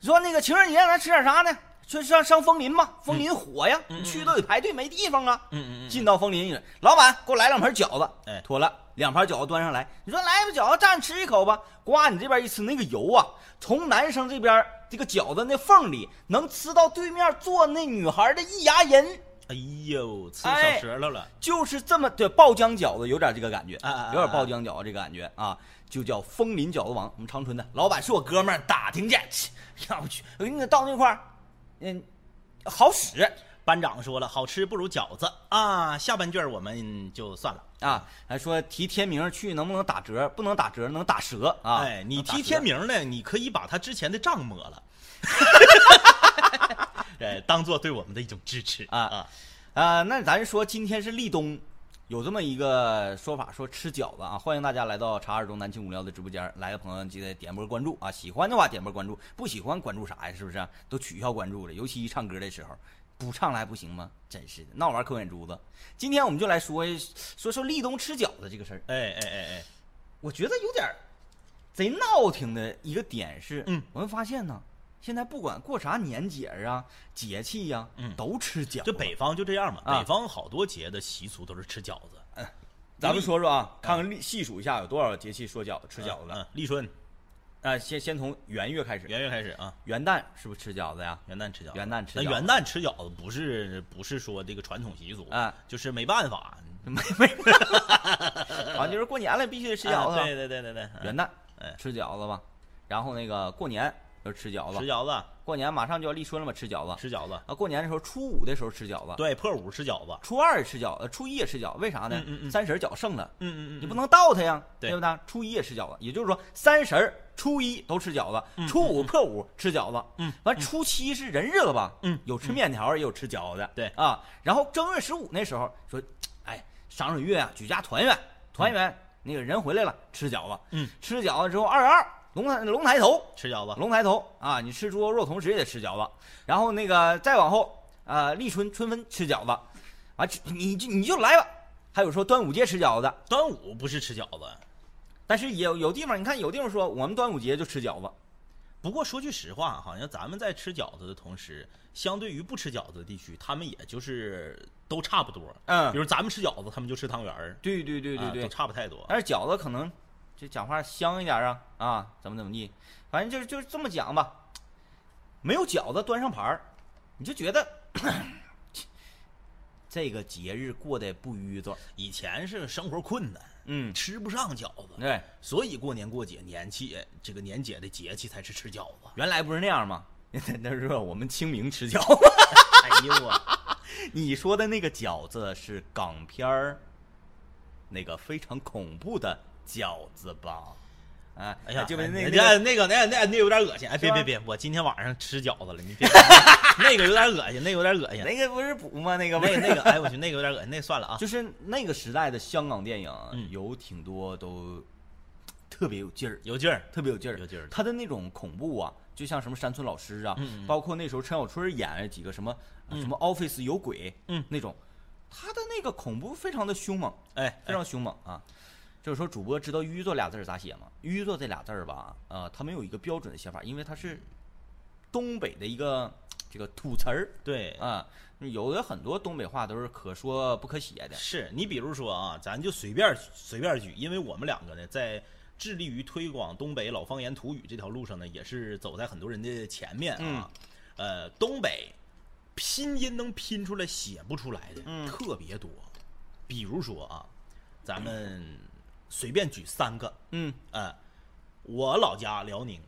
[SPEAKER 2] 说那个情人节咱吃点啥呢？去上上枫林
[SPEAKER 1] 嗯
[SPEAKER 2] 吧，枫林火呀，去都得排队，没地方啊。
[SPEAKER 1] 嗯嗯嗯
[SPEAKER 2] 进到枫林去，老板给我来两盘饺子，
[SPEAKER 1] 哎
[SPEAKER 2] 妥了，两盘饺子端上来，你说来吧，饺子蘸吃一口吧。呱，你这边一吃，那个油啊，从男生这边这个饺子那缝里能吃到对面坐那女孩的一牙龈，
[SPEAKER 1] 哎呦，吃
[SPEAKER 2] 哎
[SPEAKER 1] 小舌头了。
[SPEAKER 2] 就是这么对爆浆饺子有点这个感觉，
[SPEAKER 1] 啊啊啊啊
[SPEAKER 2] 有点爆浆饺子这个感觉啊，就叫枫林饺子王，我们长春的老板是我哥们儿，打听去，切要不去，我跟你到那块儿，嗯，好使啊
[SPEAKER 1] 班长说了，好吃不如饺子啊，下半句儿我们就算了。
[SPEAKER 2] 啊，还说提天明去能不能打折，不能打折能打折啊，
[SPEAKER 1] 哎，你
[SPEAKER 2] 能打
[SPEAKER 1] 提
[SPEAKER 2] 折
[SPEAKER 1] 天，明呢，你可以把他之前的账抹
[SPEAKER 2] (laughs)
[SPEAKER 1] 了，呃，当做对我们的一种支持
[SPEAKER 2] 啊
[SPEAKER 1] 啊。
[SPEAKER 2] 啊，那咱说今天是立冬。有这么一个说法，说吃饺子啊，欢迎大家来到茶二中南青无聊的直播间，来的朋友记得点波关注啊，喜欢的话点波关注，不喜欢关注啥呀？是不是、都取消关注了，尤其唱歌的时候，不唱了还不行吗？真是的，闹玩抠眼珠子。今天我们就来说说说立冬吃饺子这个事儿，
[SPEAKER 1] 哎哎哎哎，
[SPEAKER 2] 我觉得有点儿贼闹挺的一个点是，
[SPEAKER 1] 嗯，
[SPEAKER 2] 我们发现呢，现在不管过啥年节儿啊、节气呀、
[SPEAKER 1] 嗯
[SPEAKER 2] 都吃饺子。
[SPEAKER 1] 就北方就这样嘛，
[SPEAKER 2] 啊
[SPEAKER 1] 北方好多节的习俗都是吃饺子，
[SPEAKER 2] 咱
[SPEAKER 1] 嗯
[SPEAKER 2] 们说说啊，看看历细数一下有多少节气说饺子吃饺子的。
[SPEAKER 1] 嗯，立春
[SPEAKER 2] 啊，先先从元月开始，
[SPEAKER 1] 元月开始啊，
[SPEAKER 2] 元旦是不是吃饺子呀？
[SPEAKER 1] 元旦吃饺子，
[SPEAKER 2] 元旦吃
[SPEAKER 1] 那
[SPEAKER 2] 饺子
[SPEAKER 1] 元旦吃饺子不是不是说这个传统习俗
[SPEAKER 2] 啊，
[SPEAKER 1] 就是没办法嗯
[SPEAKER 2] 啊，就是过年了必须得吃饺子。
[SPEAKER 1] 啊对对对对对，嗯
[SPEAKER 2] 元旦
[SPEAKER 1] 哎
[SPEAKER 2] 吃饺子吧，然后那个过年要吃饺子。
[SPEAKER 1] 吃饺子，
[SPEAKER 2] 过年马上就要立春了嘛，吃饺子。
[SPEAKER 1] 吃饺子，
[SPEAKER 2] 啊，过年的时候，初五的时候吃饺子，
[SPEAKER 1] 对，破五吃饺子，
[SPEAKER 2] 初二也吃饺子，初一也吃饺子，为啥呢？
[SPEAKER 1] 嗯嗯嗯
[SPEAKER 2] 三十儿饺剩了，
[SPEAKER 1] 嗯嗯嗯，
[SPEAKER 2] 你不
[SPEAKER 1] 能
[SPEAKER 2] 能倒它呀，
[SPEAKER 1] 对
[SPEAKER 2] 不对？初一也吃饺子，也就是说三十儿、初一都吃饺子，初五破五吃饺子，
[SPEAKER 1] 嗯，
[SPEAKER 2] 完初七是人日子吧，
[SPEAKER 1] 嗯
[SPEAKER 2] 有吃面条儿也有吃饺子，
[SPEAKER 1] 对
[SPEAKER 2] 啊，然后正月十五那时候说，哎，赏水月啊，举家团圆，团圆那个人回来了，吃饺子，
[SPEAKER 1] 嗯，
[SPEAKER 2] 吃饺子之后二十二龙抬龙抬头，
[SPEAKER 1] 吃饺子，
[SPEAKER 2] 龙抬头啊，你吃猪肉肉同时也得吃饺子，然后那个再往后啊，呃立春春分吃饺子，啊，吃你就你就来吧。还有说端午节吃饺子，
[SPEAKER 1] 端午不是吃饺子。
[SPEAKER 2] 但是也有有地方，你看有地方说我们端午节就吃饺子，
[SPEAKER 1] 不过说句实话，好像咱们在吃饺子的同时，相对于不吃饺子的地区，他们也就是都差不多。
[SPEAKER 2] 嗯
[SPEAKER 1] 比如咱们吃饺子，他们就吃汤圆儿，
[SPEAKER 2] 对对对对
[SPEAKER 1] 啊
[SPEAKER 2] 对
[SPEAKER 1] 都，差不太多。
[SPEAKER 2] 但是饺子可能就讲话香一点啊啊，怎么怎么地，反正就是就是这么讲吧，没有饺子端上盘儿，你就觉得 (coughs) 这个节日过得不淤着，
[SPEAKER 1] 以前是生活困难，
[SPEAKER 2] 嗯，
[SPEAKER 1] 吃不上饺子，
[SPEAKER 2] 对，。
[SPEAKER 1] 所以过年过节年气这个年节的节气才是吃饺子
[SPEAKER 2] 原来不是那样吗？ (laughs) 那是说我们清明吃饺子，
[SPEAKER 1] 哎呦我，
[SPEAKER 2] 你说的那个饺子是港片儿那个非常恐怖的饺子吧？啊，
[SPEAKER 1] 哎呀，
[SPEAKER 2] 就那那
[SPEAKER 1] 哎
[SPEAKER 2] 个
[SPEAKER 1] 那那个那那那有点恶心。哎，
[SPEAKER 2] 是
[SPEAKER 1] 别
[SPEAKER 2] 吧
[SPEAKER 1] 别别，我今天晚上吃饺子了，你别， (laughs) 那个有点恶心，那个有点恶心。
[SPEAKER 2] 那个不是补吗？那个
[SPEAKER 1] 那
[SPEAKER 2] 味
[SPEAKER 1] 个那个，哎，我去，那个有点恶心，那算了啊。
[SPEAKER 2] 就是那个时代的香港电影
[SPEAKER 1] 嗯
[SPEAKER 2] 有挺多都特别有劲儿，
[SPEAKER 1] 有劲儿，
[SPEAKER 2] 特别有劲儿，
[SPEAKER 1] 有劲儿
[SPEAKER 2] 他的那种恐怖啊，就像什么山村老师啊，
[SPEAKER 1] 嗯嗯
[SPEAKER 2] 包括那时候陈小春演了几个什么、呃什么 Office 有鬼，
[SPEAKER 1] 嗯
[SPEAKER 2] 那种，他的那个恐怖非常的凶猛，
[SPEAKER 1] 哎，
[SPEAKER 2] 非常凶猛啊。就是说，主播知道“淤作”俩字儿咋写吗？“淤作”这俩字儿吧，呃，他没有一个标准的写法，因为它是东北的一个这个土词儿
[SPEAKER 1] 对，
[SPEAKER 2] 啊、有的很多东北话都是可说不可写的。
[SPEAKER 1] 是你比如说啊，咱就随便随便举，因为我们两个呢，在致力于推广东北老方言土语这条路上呢，也是走在很多人的前面啊。呃，东北拼音能拼出来写不出来的、特别多，比如说啊，咱们随便举三个，
[SPEAKER 2] 嗯，
[SPEAKER 1] 呃，我老家辽宁，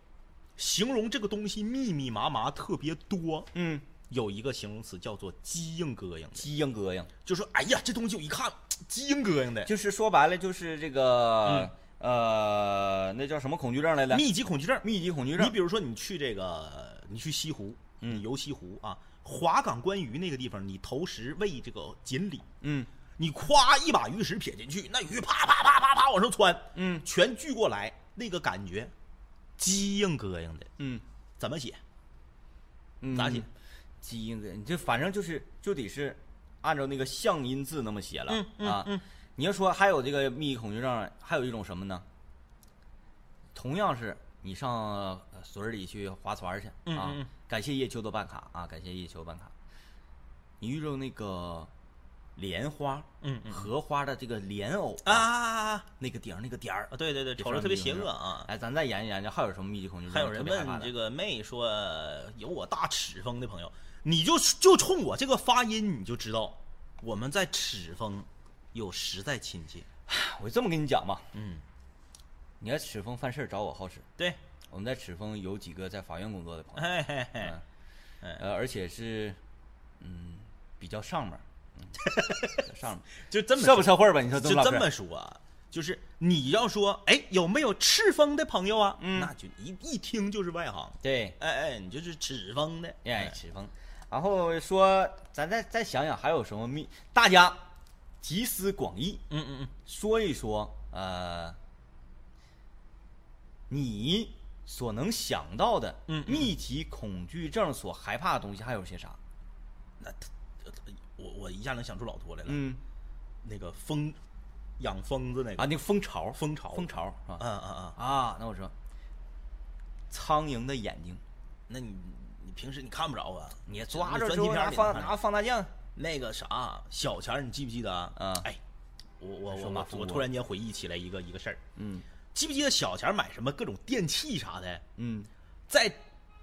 [SPEAKER 1] 形容这个东西密密麻麻特别多，
[SPEAKER 2] 嗯，
[SPEAKER 1] 有一个形容词叫做鸡硬膈应的。
[SPEAKER 2] 鸡硬膈应，
[SPEAKER 1] 就说哎呀，这东西我一看鸡硬膈应的，
[SPEAKER 2] 就是说白了就是这个、呃，那叫什么恐惧症来的？
[SPEAKER 1] 密集恐惧症。
[SPEAKER 2] 嗯密集恐惧症
[SPEAKER 1] 你。比如说，你去这个，你去西湖，你游西湖啊，华港观鱼那个地方，你投食喂这个锦鲤，
[SPEAKER 2] 嗯，
[SPEAKER 1] 你夸一把鱼食撇进去，那鱼啪啪啪啪啪往上窜，
[SPEAKER 2] 嗯
[SPEAKER 1] 全聚过来，那个感觉，鸡硬膈应的，
[SPEAKER 2] 嗯，
[SPEAKER 1] 怎么写？
[SPEAKER 2] 嗯
[SPEAKER 1] 咋写？
[SPEAKER 2] 鸡硬膈应，就反正就是就得是按照那个象音字那么写了、
[SPEAKER 1] 嗯
[SPEAKER 2] 啊。你要说还有这个密集恐惧症，还有一种什么呢？同样是你上呃水儿里去划船儿去啊，
[SPEAKER 1] 嗯嗯
[SPEAKER 2] 感谢叶秋的办卡啊，感谢叶秋办卡。你遇着那个莲花，
[SPEAKER 1] 嗯嗯
[SPEAKER 2] 荷花的这个莲藕
[SPEAKER 1] 啊，啊啊
[SPEAKER 2] 那个顶儿那个点儿，
[SPEAKER 1] 啊！对对对，瞅着特别邪恶啊！
[SPEAKER 2] 哎，咱再研究研究，还有什么密集恐惧症？
[SPEAKER 1] 还有人
[SPEAKER 2] 嗯特别害怕
[SPEAKER 1] 问
[SPEAKER 2] 的
[SPEAKER 1] 这个妹说有我大齿风的朋友，你就就冲我这个发音，你就知道我们在齿风有实在亲切。
[SPEAKER 2] 我这么跟你讲吧，
[SPEAKER 1] 嗯，
[SPEAKER 2] 你在赤峰犯事儿找我好使。
[SPEAKER 1] 对，
[SPEAKER 2] 我们在赤峰有几个在法院工作的朋友，
[SPEAKER 1] 嘿嘿嘿，
[SPEAKER 2] 嗯，呃，而且是，嗯，比较上面儿，嗯比较上面儿，
[SPEAKER 1] 就 (laughs) 这么
[SPEAKER 2] 社不社会吧？你说
[SPEAKER 1] 就
[SPEAKER 2] 老
[SPEAKER 1] 这
[SPEAKER 2] 师
[SPEAKER 1] 么说啊，就是你要说哎有没有赤峰的朋友啊？
[SPEAKER 2] 嗯
[SPEAKER 1] 那就一一听就是外行。
[SPEAKER 2] 对，
[SPEAKER 1] 哎哎，你就是赤峰的，
[SPEAKER 2] 哎，
[SPEAKER 1] 哎，
[SPEAKER 2] 赤峰。然后说，咱再再想想还有什么密，大家集思广益，
[SPEAKER 1] 嗯嗯嗯，
[SPEAKER 2] 说一说，呃，你所能想到的
[SPEAKER 1] 嗯嗯
[SPEAKER 2] 密集恐惧症所害怕的东西还有些啥？
[SPEAKER 1] 那他呃我我一下能想出老多来了。
[SPEAKER 2] 嗯，
[SPEAKER 1] 那个疯养疯子那个
[SPEAKER 2] 啊，那个蜂巢，
[SPEAKER 1] 蜂巢
[SPEAKER 2] 蜂巢是吧？
[SPEAKER 1] 啊啊啊！
[SPEAKER 2] 啊，那我说，苍蝇的眼睛，
[SPEAKER 1] 那你你平时你看不着啊？
[SPEAKER 2] 你
[SPEAKER 1] 只
[SPEAKER 2] 抓
[SPEAKER 1] 能
[SPEAKER 2] 着
[SPEAKER 1] 钻
[SPEAKER 2] 之
[SPEAKER 1] 地
[SPEAKER 2] 后
[SPEAKER 1] 片
[SPEAKER 2] 拿
[SPEAKER 1] 里
[SPEAKER 2] 放
[SPEAKER 1] 看
[SPEAKER 2] 拿放大镜，
[SPEAKER 1] 那个啥小钱儿，你记不记得啊？
[SPEAKER 2] 嗯
[SPEAKER 1] 哎，我我
[SPEAKER 2] 说
[SPEAKER 1] 我
[SPEAKER 2] 马
[SPEAKER 1] 我
[SPEAKER 2] 蜂
[SPEAKER 1] 我
[SPEAKER 2] 窝
[SPEAKER 1] 突然间回忆起来一个一个事儿，
[SPEAKER 2] 嗯
[SPEAKER 1] 记不记得小钱儿买什么各种电器啥的，
[SPEAKER 2] 嗯，
[SPEAKER 1] 在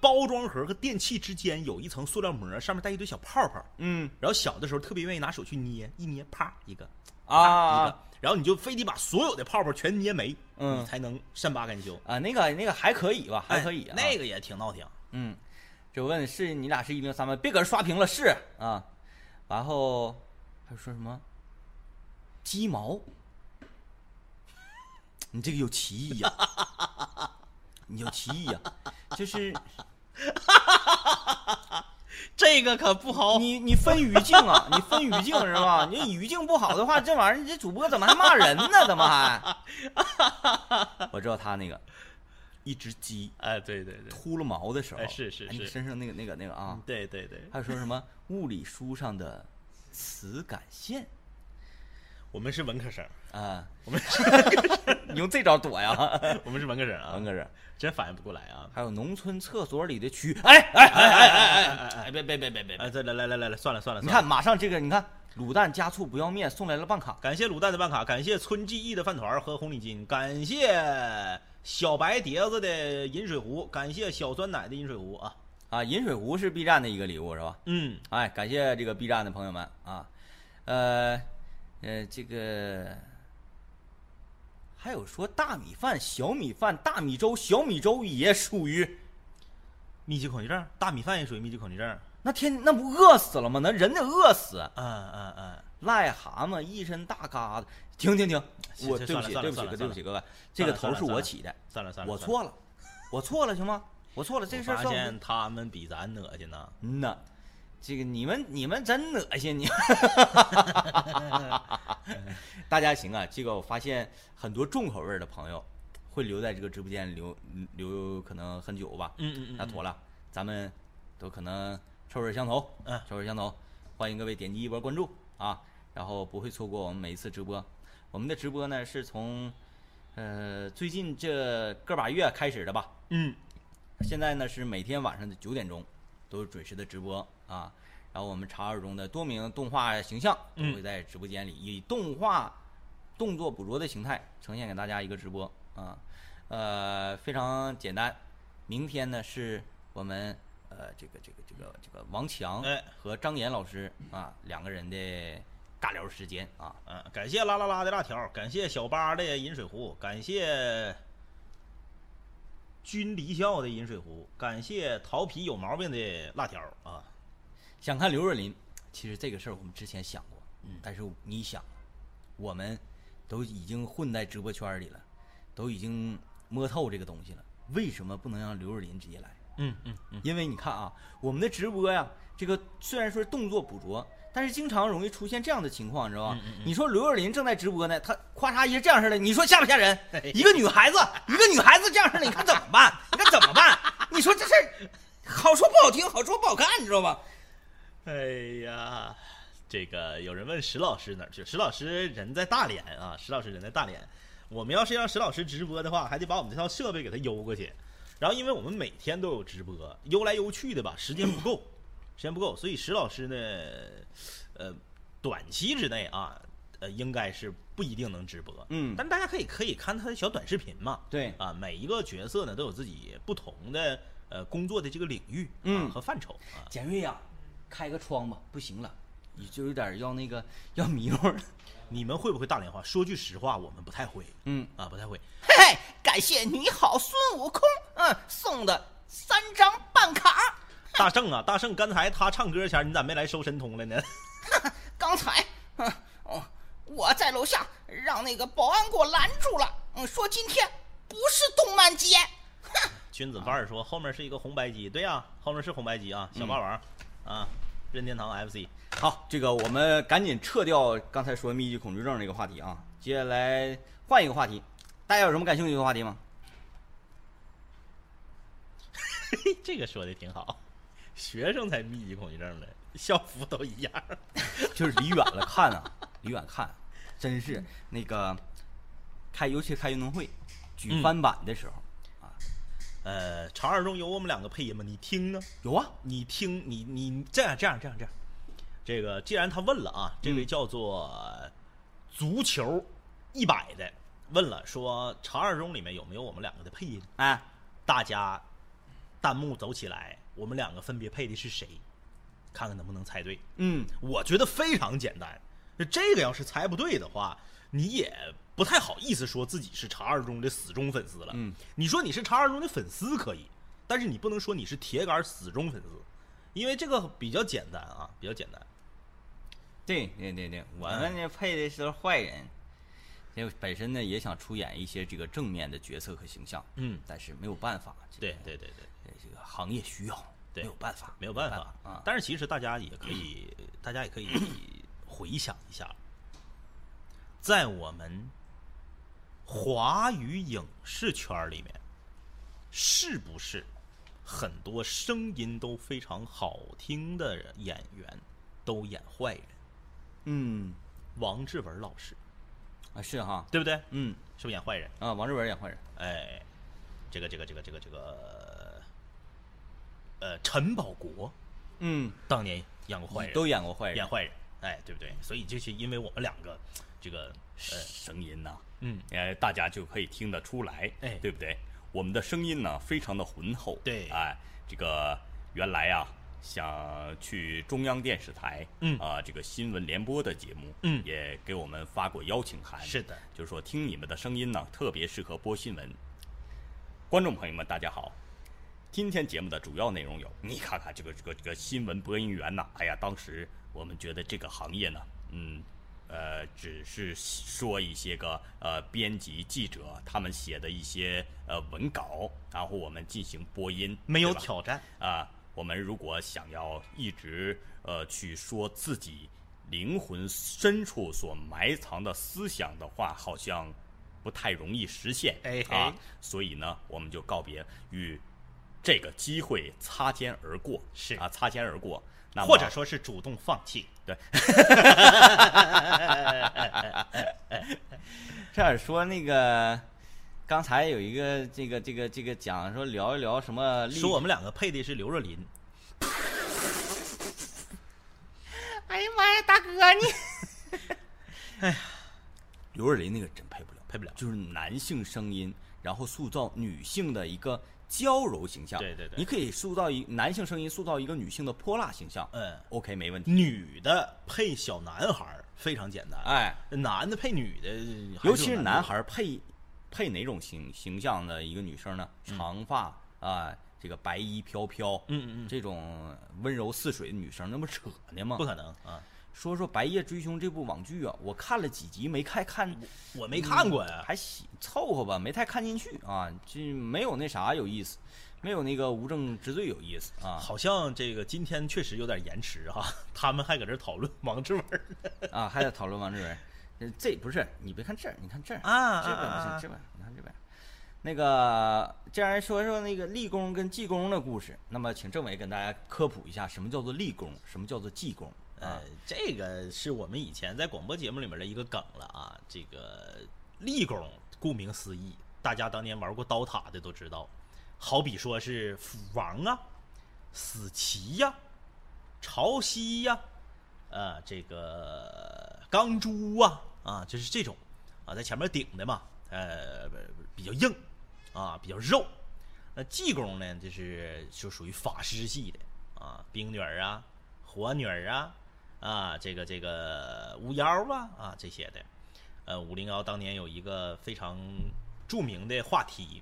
[SPEAKER 1] 包装盒和电器之间有一层塑料膜，上面带一堆小泡泡。
[SPEAKER 2] 嗯
[SPEAKER 1] 然后小的时候特别愿意拿手去捏，一捏啪一个，一
[SPEAKER 2] 啊
[SPEAKER 1] 个，然后你就非得把所有的泡泡全捏没，
[SPEAKER 2] 嗯
[SPEAKER 1] 你才能善罢甘休。
[SPEAKER 2] 啊，那个那个还可以吧，还可以、啊
[SPEAKER 1] 哎那个也挺闹挺。
[SPEAKER 2] 嗯，就问是你俩是一零三吗？别搁这刷屏了，是啊。然后还说什么鸡毛？ (laughs) 你这个有歧义呀、 (laughs) 你有歧义呀、就是
[SPEAKER 1] 这个可不好
[SPEAKER 2] (laughs) 你你分语境啊，你分语境是吧？你语境不好的话，这玩意儿你这主播怎么还骂人呢？怎么还？ (laughs) 我知道他那个一只鸡
[SPEAKER 1] 哎，对对对，
[SPEAKER 2] 秃了毛的时候，
[SPEAKER 1] 哎是是
[SPEAKER 2] 哎你
[SPEAKER 1] 是嗯
[SPEAKER 2] 身上那个那个那个啊，
[SPEAKER 1] 对对对，
[SPEAKER 2] 还有说什么物理书上的磁感线
[SPEAKER 1] 我们是文科生， (laughs)
[SPEAKER 2] 啊？
[SPEAKER 1] 我们
[SPEAKER 2] 你用这招
[SPEAKER 1] (laughs)
[SPEAKER 2] 躲呀，嗯
[SPEAKER 1] 我们是文科生啊
[SPEAKER 2] 文，哥是。
[SPEAKER 1] 真反应不过来啊。
[SPEAKER 2] 还有农村厕所里的蛆，哎哎哎哎哎哎哎，别别别别别！
[SPEAKER 1] 哎，这来来来来来，算了算了，
[SPEAKER 2] 你
[SPEAKER 1] 算
[SPEAKER 2] 看，
[SPEAKER 1] 了，
[SPEAKER 2] 马上这个，你看卤蛋加醋不要面送来了办卡，
[SPEAKER 1] 感谢卤蛋的办卡，感谢村记忆的饭团和红领巾，感谢小白碟子的饮水壶，感谢小酸奶的饮水壶啊。
[SPEAKER 2] 啊，饮水壶是 B 站的一个礼物是吧？
[SPEAKER 1] 嗯，
[SPEAKER 2] 哎，感谢这个 B 站的朋友们啊，呃呃，这个还有说大米饭、小米饭、大米粥、小米粥也属于
[SPEAKER 1] 密集恐惧症，大米饭也属于密集恐惧症。
[SPEAKER 2] 那天那不饿死了吗？那人得饿死，
[SPEAKER 1] 嗯嗯嗯，
[SPEAKER 2] 癞蛤蟆一身大疙瘩。停停停，
[SPEAKER 1] 行
[SPEAKER 2] 我
[SPEAKER 1] 行
[SPEAKER 2] 对不
[SPEAKER 1] 算了
[SPEAKER 2] 起
[SPEAKER 1] 算了
[SPEAKER 2] 对不起
[SPEAKER 1] 算了
[SPEAKER 2] 对不起各位，这个头是我起的，
[SPEAKER 1] 算了算了，
[SPEAKER 2] 我
[SPEAKER 1] 算了
[SPEAKER 2] 错了，我错了行吗？我错了，这
[SPEAKER 1] 我
[SPEAKER 2] 事儿
[SPEAKER 1] 发
[SPEAKER 2] 算我
[SPEAKER 1] 现他们比咱恶心呢。
[SPEAKER 2] 嗯呐，这个你们你们真恶
[SPEAKER 1] (laughs)
[SPEAKER 2] 心你！大家行啊，这个我发现很多重口味儿的朋友会留在这个直播间留留可能很久吧。
[SPEAKER 1] 嗯嗯嗯，
[SPEAKER 2] 那妥了，咱们都可能臭味儿相投，
[SPEAKER 1] 嗯
[SPEAKER 2] 臭味儿相投，欢迎各位点击一波关注啊，然后不会错过我们每一次直播。我们的直播呢是从呃最近这个把月开始的吧，
[SPEAKER 1] 嗯，
[SPEAKER 2] 现在呢是每天晚上的九点钟都有准时的直播啊，然后我们查二中的多名动画形象都
[SPEAKER 1] 嗯
[SPEAKER 2] 会在直播间里以动画动作捕捉的形态呈现给大家一个直播啊，呃，非常简单。明天呢是我们呃这个这个这个这个王强
[SPEAKER 1] 哎
[SPEAKER 2] 和张岩老师啊两个人的尬聊时间啊，
[SPEAKER 1] 嗯，感谢啦啦啦的辣条，感谢小八的饮水壶，感谢君离笑的饮水壶，感谢头皮有毛病的辣条啊。
[SPEAKER 2] 想看刘若琳，其实这个事儿我们之前想过，但是你想，我们都已经混在直播圈里了，都已经摸透这个东西了，为什么不能让刘若琳直接来？
[SPEAKER 1] 嗯嗯
[SPEAKER 2] 因为你看啊，我们的直播呀，这个虽然说是动作捕捉，但是经常容易出现这样的情况，你知道吧？你说刘若琳正在直播呢，她咔嚓一下这样式的，你说吓不吓人？一个女孩子，一个女孩子这样式的，你看怎么办？你看怎么办？你说这事儿好说不好听，好说不好看，你知道吧？
[SPEAKER 1] 哎呀，这个有人问石老师哪儿去？石老师人在大连啊，石老师人在大连。我们要是让石老师直播的话，还得把我们这套设备给他邮过去。然后，因为我们每天都有直播，邮来邮去的吧，时间不够， (laughs) 时间不够，所以石老师呢，呃，短期之内啊，呃，应该是不一定能直播。
[SPEAKER 2] 嗯
[SPEAKER 1] 但是大家可以可以看他的小短视频嘛。
[SPEAKER 2] 对
[SPEAKER 1] 啊，每一个角色呢都有自己不同的呃工作的这个领域、啊、
[SPEAKER 2] 嗯
[SPEAKER 1] 和范畴啊。
[SPEAKER 2] 简瑞呀、开个窗吧，不行了，你就有点要那个要迷糊了。
[SPEAKER 1] 你们会不会大连话？说句实话，我们不太会
[SPEAKER 2] 嗯，
[SPEAKER 1] 啊，不太会。
[SPEAKER 2] 嘿嘿，感谢你好孙悟空，嗯，送的三张办卡。
[SPEAKER 1] 大圣啊， (laughs) 大圣，刚才他唱歌前，你咋没来收神通了呢？ (laughs)
[SPEAKER 7] 刚才，嗯，哦，我在楼下让那个保安给我拦住了，嗯，说今天不是动漫节，哼，
[SPEAKER 1] 君子范儿说后面是一个红白机，对呀、后面是红白机啊，小霸王、啊，任天堂 FC，
[SPEAKER 2] 好，这个我们赶紧撤掉刚才说密集恐惧症这个话题啊，接下来换一个话题，大家有什么感兴趣的话题吗？
[SPEAKER 1] (laughs) 这个说的挺好。学生才密集恐惧症呢，校服都一样。
[SPEAKER 2] 就是离远了看啊， (laughs) 离远看，真是那个开，尤其开运动
[SPEAKER 1] 嗯
[SPEAKER 2] 会举翻板的时候、啊，
[SPEAKER 1] 呃，长二中有我们两个配音吗？你听呢？
[SPEAKER 2] 有啊，
[SPEAKER 1] 你听，你你这样这样这样这样，这个既然他问了啊，这位
[SPEAKER 2] 嗯
[SPEAKER 1] 叫做呃足球一百的问了，说长二中里面有没有我们两个的配音？
[SPEAKER 2] 哎，
[SPEAKER 1] 大家弹幕走起来，我们两个分别配的是谁，看看能不能猜对。
[SPEAKER 2] 嗯，
[SPEAKER 1] 我觉得非常简单。这个要是猜不对的话，你也不太好意思说自己是茶二中的死忠粉丝了。
[SPEAKER 2] 嗯，
[SPEAKER 1] 你说你是茶二中的粉丝可以，但是你不能说你是铁杆死忠粉丝，因为这个比较简单啊，比较简单。
[SPEAKER 2] 对对对对，我们这配的是坏人，这本身呢也想出演一些这个正面的角色和形象，
[SPEAKER 1] 嗯
[SPEAKER 2] 但是没有办法，这
[SPEAKER 1] 对
[SPEAKER 2] 个
[SPEAKER 1] 对对对，
[SPEAKER 2] 呃这个行业需要，没
[SPEAKER 1] 对
[SPEAKER 2] 有办法，
[SPEAKER 1] 没有办法
[SPEAKER 2] 啊。
[SPEAKER 1] 但是其实大家也可以，大家也可以回想一下，在我们华语影视圈里面，是不是很多声音都非常好听的人演员都演坏人？
[SPEAKER 2] 嗯
[SPEAKER 1] 王志文老师，
[SPEAKER 2] 啊是哈，
[SPEAKER 1] 对不对？
[SPEAKER 2] 嗯
[SPEAKER 1] 是不是演坏人？
[SPEAKER 2] 啊王志文演坏人，
[SPEAKER 1] 哎，这个这个这个这个这个，呃，陈宝国
[SPEAKER 2] 嗯，
[SPEAKER 1] 当年演过坏人，
[SPEAKER 2] 都演过坏人，
[SPEAKER 1] 演坏人，哎，对不对？所以就是因为我们两个这个，呃，
[SPEAKER 6] 声音呐、
[SPEAKER 1] 嗯，
[SPEAKER 6] 哎，大家就可以听得出来，
[SPEAKER 1] 哎
[SPEAKER 6] 对不对？我们的声音呢，非常的浑厚，
[SPEAKER 1] 对
[SPEAKER 6] 哎，这个原来啊，想去中央电视台，
[SPEAKER 1] 嗯
[SPEAKER 6] 啊、这个新闻联播的节目，
[SPEAKER 1] 嗯
[SPEAKER 6] 也给我们发过邀请函，
[SPEAKER 1] 是的，
[SPEAKER 6] 就是说听你们的声音呢，特别适合播新闻。观众朋友们，大家好。今天节目的主要内容有，你看看这个这个这个新闻播音员呐，哎呀，当时我们觉得这个行业呢，嗯，呃，只是说一些个呃编辑记者他们写的一些呃文稿，然后我们进行播音，
[SPEAKER 1] 没有
[SPEAKER 6] 对吧
[SPEAKER 1] 挑战，
[SPEAKER 6] 啊，我们如果想要一直呃去说自己灵魂深处所埋藏的思想的话，好像不太容易实现
[SPEAKER 1] 哎嘿
[SPEAKER 6] 啊。所以呢，我们就告别与这个机会擦肩而过，
[SPEAKER 1] 是
[SPEAKER 6] 啊，擦肩而过。那么
[SPEAKER 1] 或者说是主动放弃。
[SPEAKER 6] 对，
[SPEAKER 2] 这样说那个。刚才有一个这个这个这个讲说聊一聊什么历
[SPEAKER 1] 说我们两个配的是刘若琳，
[SPEAKER 7] 哎呀妈呀，大哥你！
[SPEAKER 1] (laughs) 哎
[SPEAKER 2] 刘若琳那个真配不了，
[SPEAKER 1] 配不了
[SPEAKER 2] 就是男性声音，然后塑造女性的一个娇柔形象。
[SPEAKER 1] 对对对
[SPEAKER 2] 你可以塑造一男性声音，塑造一个女性的泼辣形象。
[SPEAKER 1] 嗯
[SPEAKER 2] ，OK，没问题。
[SPEAKER 1] 女的配小男孩儿非常简单，
[SPEAKER 2] 哎，
[SPEAKER 1] 男的配女嗯的还有难度，
[SPEAKER 2] 尤其是男孩儿配配哪种形形象的一个女生呢？
[SPEAKER 1] 嗯
[SPEAKER 2] 长发啊、这个白衣飘飘，
[SPEAKER 1] 嗯嗯嗯
[SPEAKER 2] 这种温柔似水的女生，那不扯呢吗？
[SPEAKER 1] 不可能啊，
[SPEAKER 2] 说说《白夜追凶》这部网剧啊，我看了几集没看看，
[SPEAKER 1] 我没看过
[SPEAKER 2] 嗯
[SPEAKER 1] 呀。
[SPEAKER 2] 还行，凑合吧，没太看进去啊，这没有那啥有意思，没有那个无证之罪有意思
[SPEAKER 1] 嗯
[SPEAKER 2] 啊
[SPEAKER 1] 好像这个今天确实有点延迟哈、他们还搁这儿讨论王志文儿呢
[SPEAKER 2] 啊，还得讨论王志文，呃这不是你别看这儿，你看这儿
[SPEAKER 1] 啊
[SPEAKER 2] 这边
[SPEAKER 1] 啊
[SPEAKER 2] 不
[SPEAKER 1] 啊
[SPEAKER 2] 行，这边你看这边，那个既然说说那个立功跟济公的故事，那么请政委跟大家科普一下，什么叫做立功，什么叫做济公啊
[SPEAKER 1] 呃？，这个是我们以前在广播节目里面的一个梗了啊。这个立功，顾名思义，大家当年玩过刀塔的都知道，好比说是斧王啊、死棋呀、潮汐呀、呃，这个钢珠啊，啊，就是这种啊，在前面顶的嘛，呃，不不比较硬啊，比较肉。那济公呢，就是就属于法师系的啊，冰女儿啊，火女儿啊，啊，这个这个巫妖啊啊这些的。呃，五零幺当年有一个非常著名的话题，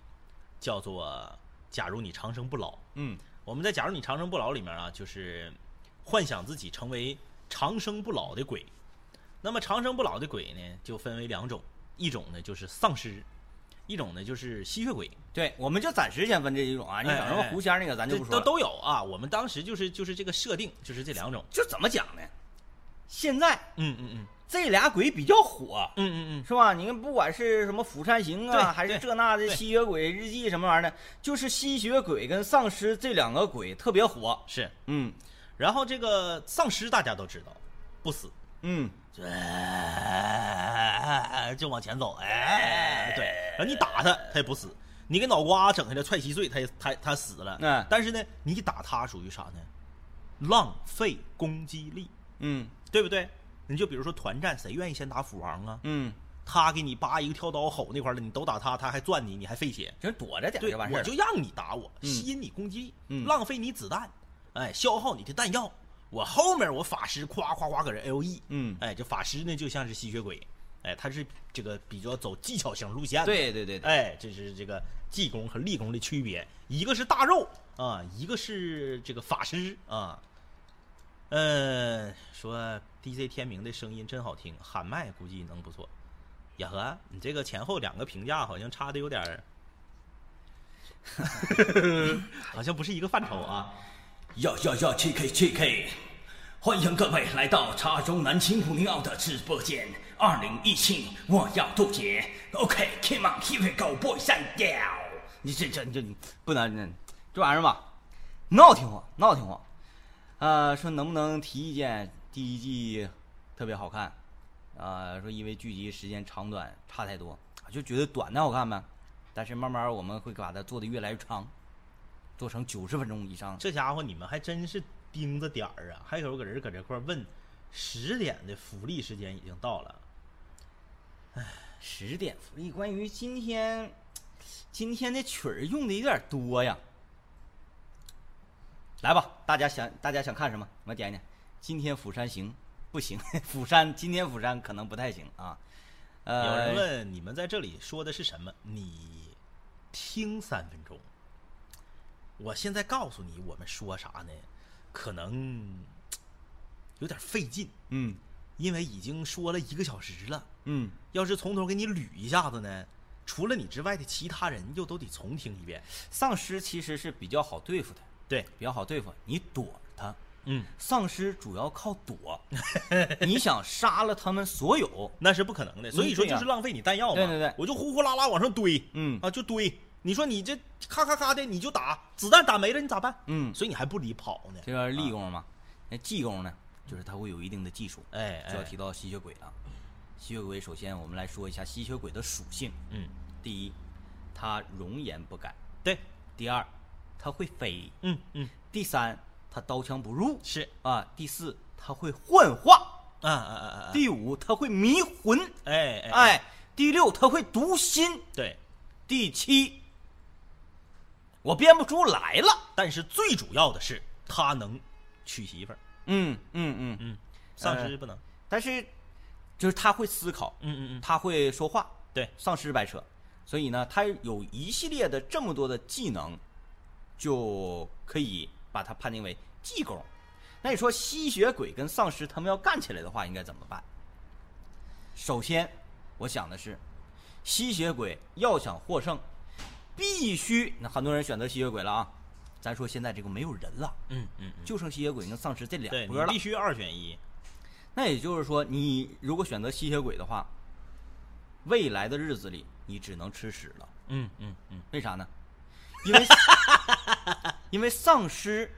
[SPEAKER 1] 叫做“假如你长生不老”。
[SPEAKER 2] 嗯，
[SPEAKER 1] 我们在《假如你长生不老》里面啊，就是幻想自己成为长生不老的鬼。那么长生不老的鬼呢，就分为两种，一种呢就是丧尸，一种呢就是吸血鬼。
[SPEAKER 2] 对，我们就暂时先分这一种啊，你
[SPEAKER 1] 哎
[SPEAKER 2] 整什么
[SPEAKER 1] 哎哎
[SPEAKER 2] 狐仙那个咱就
[SPEAKER 1] 这
[SPEAKER 2] 不说
[SPEAKER 1] 都
[SPEAKER 2] 了
[SPEAKER 1] 都有啊。我们当时就是就是这个设定，就是这两种。
[SPEAKER 2] 就怎么讲呢？现在
[SPEAKER 1] 嗯嗯嗯
[SPEAKER 2] 这俩鬼比较火，
[SPEAKER 1] 嗯嗯嗯，
[SPEAKER 2] 是吧？你看，不管是什么《釜山行》啊，
[SPEAKER 1] 对
[SPEAKER 2] 还是
[SPEAKER 1] 对
[SPEAKER 2] 这那的
[SPEAKER 1] 对
[SPEAKER 2] 吸血鬼日记什么玩意儿的，就是吸血鬼跟丧尸这两个鬼特别火。
[SPEAKER 1] 是。
[SPEAKER 2] 嗯
[SPEAKER 1] 然后这个丧尸大家都知道，不死，
[SPEAKER 2] 嗯，
[SPEAKER 1] 就哎就往前走，哎，对，然后你打他，他也不死，你给脑瓜整下来踹稀碎，他也他他死了。
[SPEAKER 2] 嗯
[SPEAKER 1] 但是呢，你打他属于啥呢？浪费攻击力，
[SPEAKER 2] 嗯
[SPEAKER 1] 对不对？你就比如说团战，谁愿意先打斧王啊？
[SPEAKER 2] 嗯，
[SPEAKER 1] 他给你扒一个跳刀吼那块儿了，你都打他，他还转你，你还费血。
[SPEAKER 2] 就是躲着点
[SPEAKER 1] 对，
[SPEAKER 2] 就完事儿嗯
[SPEAKER 1] 我
[SPEAKER 2] 了
[SPEAKER 1] 就让你打我，吸引你攻击力，浪费你子弹，哎，消耗你的弹药。我后面我法师夸夸夸搁这 L E，
[SPEAKER 2] 嗯
[SPEAKER 1] 哎，这法师呢就像是吸血鬼，哎，他是这个比较走技巧型路线的，
[SPEAKER 2] 对对对对，
[SPEAKER 1] 哎，这是这个技工和力工的区别，一个是大肉啊，一个是这个法师啊。嗯，说 DJ 天明的声音真好听，喊麦估计能不错。雅和，你这个前后两个评价好像差的有点儿， (laughs) 好像不是一个范畴啊。
[SPEAKER 4] 要要要七 K 七 K，欢迎各位来到茶中南青湖宁奥的直播间。二零一七，我要渡劫。OK，come、on, here we go, boys and girls。
[SPEAKER 2] 你这这这不能这这玩意儿吧，闹挺好，闹挺好。呃，说能不能提意见？第一季特别好看，啊、说因为剧集时间长短差太多，就觉得短的好看呗。但是慢慢我们会把它做的越来越长，做成九十分钟以上。
[SPEAKER 1] 这家伙你们还真是盯着点儿啊！还有个人搁这块儿问，十点的福利时间已经到了，
[SPEAKER 2] 十点福利，关于今天今天的曲儿用的有点多呀。来吧，大家想大家想看什么？我点一点。今天釜山行不行？ (laughs) 釜山今天釜山可能不太行啊。呃，
[SPEAKER 1] 有人问你们在这里说的是什么？你听三分钟。我现在告诉你，我们说啥呢？可能有点费劲，
[SPEAKER 2] 嗯
[SPEAKER 1] 因为已经说了一个小时了。
[SPEAKER 2] 嗯，
[SPEAKER 1] 要是从头给你捋一下子呢，除了你之外的其他人又都得重听一遍。
[SPEAKER 2] 丧尸其实是比较好对付的，
[SPEAKER 1] 对，
[SPEAKER 2] 比较好对付，你躲它。
[SPEAKER 1] 嗯，
[SPEAKER 2] 丧尸主要靠
[SPEAKER 1] (laughs)
[SPEAKER 2] 躲，你想杀了他们所有，
[SPEAKER 1] 那是不可能的。所以说就是浪费你弹药嘛。
[SPEAKER 2] 嗯对呀对对对
[SPEAKER 1] 我就呼呼啦啦往上堆，
[SPEAKER 2] 嗯
[SPEAKER 1] 啊就堆。你说你这咔咔咔的你就打，子弹打没了你咋办？
[SPEAKER 2] 嗯
[SPEAKER 1] 所以你还不离跑呢。
[SPEAKER 2] 这边是立
[SPEAKER 1] 啊
[SPEAKER 2] 功嘛，那技功呢，就是他会有一定的技术。
[SPEAKER 1] 哎
[SPEAKER 2] 就要
[SPEAKER 1] 哎
[SPEAKER 2] 提到吸血鬼了。吸血鬼首先我们来说一下吸血鬼的属性。
[SPEAKER 1] 嗯，
[SPEAKER 2] 第一，它容颜不改；
[SPEAKER 1] 对，
[SPEAKER 2] 第二，它会飞；
[SPEAKER 1] 嗯嗯
[SPEAKER 2] 第三，它刀枪不入；
[SPEAKER 1] 是
[SPEAKER 2] 啊，第四，它会幻化；
[SPEAKER 1] 啊啊啊啊！啊
[SPEAKER 2] 第五，它会迷魂；
[SPEAKER 1] 哎哎哎，
[SPEAKER 2] 哎，第六，它会读心；
[SPEAKER 1] 对，
[SPEAKER 2] 第七，我编不出来了。
[SPEAKER 1] 但是最主要的是他能娶媳妇儿，
[SPEAKER 2] 嗯嗯嗯，
[SPEAKER 1] 嗯，丧尸不能，
[SPEAKER 2] 但是就是他会思考，
[SPEAKER 1] 嗯嗯嗯，
[SPEAKER 2] 他会说话，
[SPEAKER 1] 对，
[SPEAKER 2] 丧尸白扯。所以呢，他有一系列的这么多的技能，就可以把它判定为技工。那你说吸血鬼跟丧尸他们要干起来的话，应该怎么办？首先，我想的是，吸血鬼要想获胜，必须那很多人选择吸血鬼了啊。咱说现在这个没有人了，
[SPEAKER 1] 嗯嗯，嗯
[SPEAKER 2] 就剩吸血鬼跟丧尸这
[SPEAKER 1] 对
[SPEAKER 2] 两
[SPEAKER 1] 你
[SPEAKER 2] 波了
[SPEAKER 1] 必。须二选一，
[SPEAKER 2] 那也就是说，你如果选择吸血鬼的话，未来的日子里你只能吃屎了。
[SPEAKER 1] 嗯嗯嗯，
[SPEAKER 2] 为啥呢？因为 (laughs) 因为丧尸，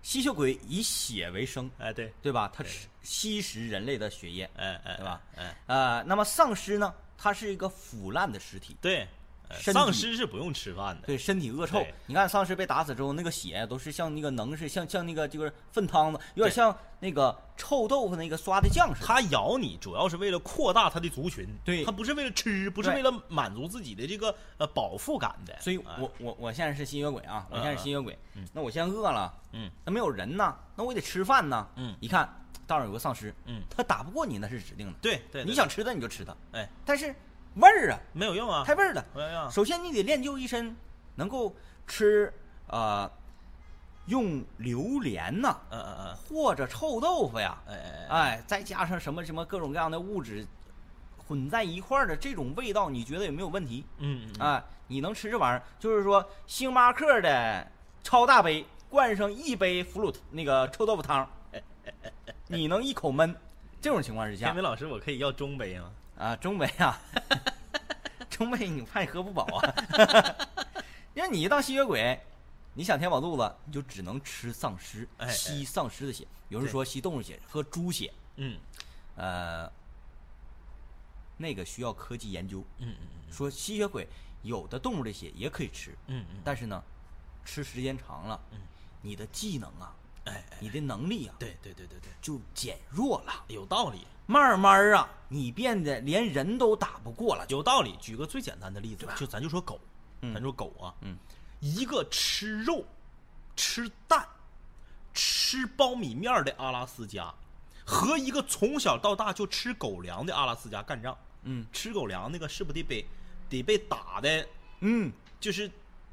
[SPEAKER 2] 吸血鬼以血为生，
[SPEAKER 1] 哎对，
[SPEAKER 2] 对吧？它吃吸食人类的血液，
[SPEAKER 1] 哎哎，
[SPEAKER 2] 对吧？
[SPEAKER 1] 哎，
[SPEAKER 2] 呃，那么丧尸呢？它是一个腐烂的尸体，
[SPEAKER 1] 对，呃
[SPEAKER 2] 身体
[SPEAKER 1] 丧尸是不用吃饭的，
[SPEAKER 2] 对身体恶臭
[SPEAKER 1] 对。
[SPEAKER 2] 你看丧尸被打死之后，那个血都是像那个能是像像那个就是粪汤子，有点像那个臭豆腐那个刷的酱似的。
[SPEAKER 1] 它咬你主要是为了扩大它的族群，
[SPEAKER 2] 对
[SPEAKER 1] 它不是为了吃，不是为
[SPEAKER 2] 对
[SPEAKER 1] 了满足自己的这个呃饱腹感的，
[SPEAKER 2] 所以
[SPEAKER 1] 哎
[SPEAKER 2] 我我我现在是吸血鬼啊，我现在是吸血鬼
[SPEAKER 1] 嗯，
[SPEAKER 2] 那我现在饿了，
[SPEAKER 1] 嗯，
[SPEAKER 2] 那没有人呐，那我得吃饭呐，
[SPEAKER 1] 嗯
[SPEAKER 2] 一看道上有个丧尸，
[SPEAKER 1] 嗯
[SPEAKER 2] 他打不过你那是指定的，
[SPEAKER 1] 对对，对
[SPEAKER 2] 你想吃它你就吃它，
[SPEAKER 1] 哎
[SPEAKER 2] 但是味儿啊
[SPEAKER 1] 没有用啊，
[SPEAKER 2] 太味儿了，
[SPEAKER 1] 没有用啊，
[SPEAKER 2] 首先你得练就一身能够吃呃用榴莲呐
[SPEAKER 1] 嗯嗯嗯，
[SPEAKER 2] 或者臭豆腐呀，
[SPEAKER 1] 哎哎哎，
[SPEAKER 2] 哎，再加上什么什么各种各样的物质混在一块儿的这种味道，你觉得有没有问题？
[SPEAKER 1] 嗯嗯嗯
[SPEAKER 2] 啊，你能吃这玩意儿，就是说星巴克的超大杯灌上一杯腐乳那个臭豆腐汤，哎你能一口闷。这种情况之
[SPEAKER 1] 天
[SPEAKER 2] 下
[SPEAKER 1] 明老师，我可以要中杯吗？
[SPEAKER 2] 啊，中杯啊， (laughs) 中杯你怕你喝不饱啊，
[SPEAKER 1] (laughs)
[SPEAKER 2] 因为你一当吸血鬼，你想填饱肚子，你就只能吃丧尸
[SPEAKER 1] 哎，哎
[SPEAKER 2] 吸丧尸的血。有人
[SPEAKER 1] 对
[SPEAKER 2] 说吸动物血，喝猪血，
[SPEAKER 1] 嗯
[SPEAKER 2] 呃，那个需要科技研究。
[SPEAKER 1] 嗯嗯
[SPEAKER 2] 说吸血鬼有的动物的血也可以吃，
[SPEAKER 1] 嗯嗯嗯，嗯
[SPEAKER 2] 但是呢，吃时间长了，你的技能啊哎，你的能力啊，
[SPEAKER 1] 对对对对对，
[SPEAKER 2] 就减弱了。
[SPEAKER 1] 有道理，
[SPEAKER 2] 慢慢啊，你变得连人都打不过了。就
[SPEAKER 1] 有道理。举个最简单的例子，就咱就说狗，咱说狗啊，
[SPEAKER 6] 嗯
[SPEAKER 1] 一个吃肉、吃蛋、吃苞米面儿的阿拉斯加，和一个从小到大就吃狗粮的阿拉斯加干仗，
[SPEAKER 2] 嗯
[SPEAKER 1] 吃狗粮那个是不是得被得被打的，
[SPEAKER 2] 嗯，
[SPEAKER 1] 就是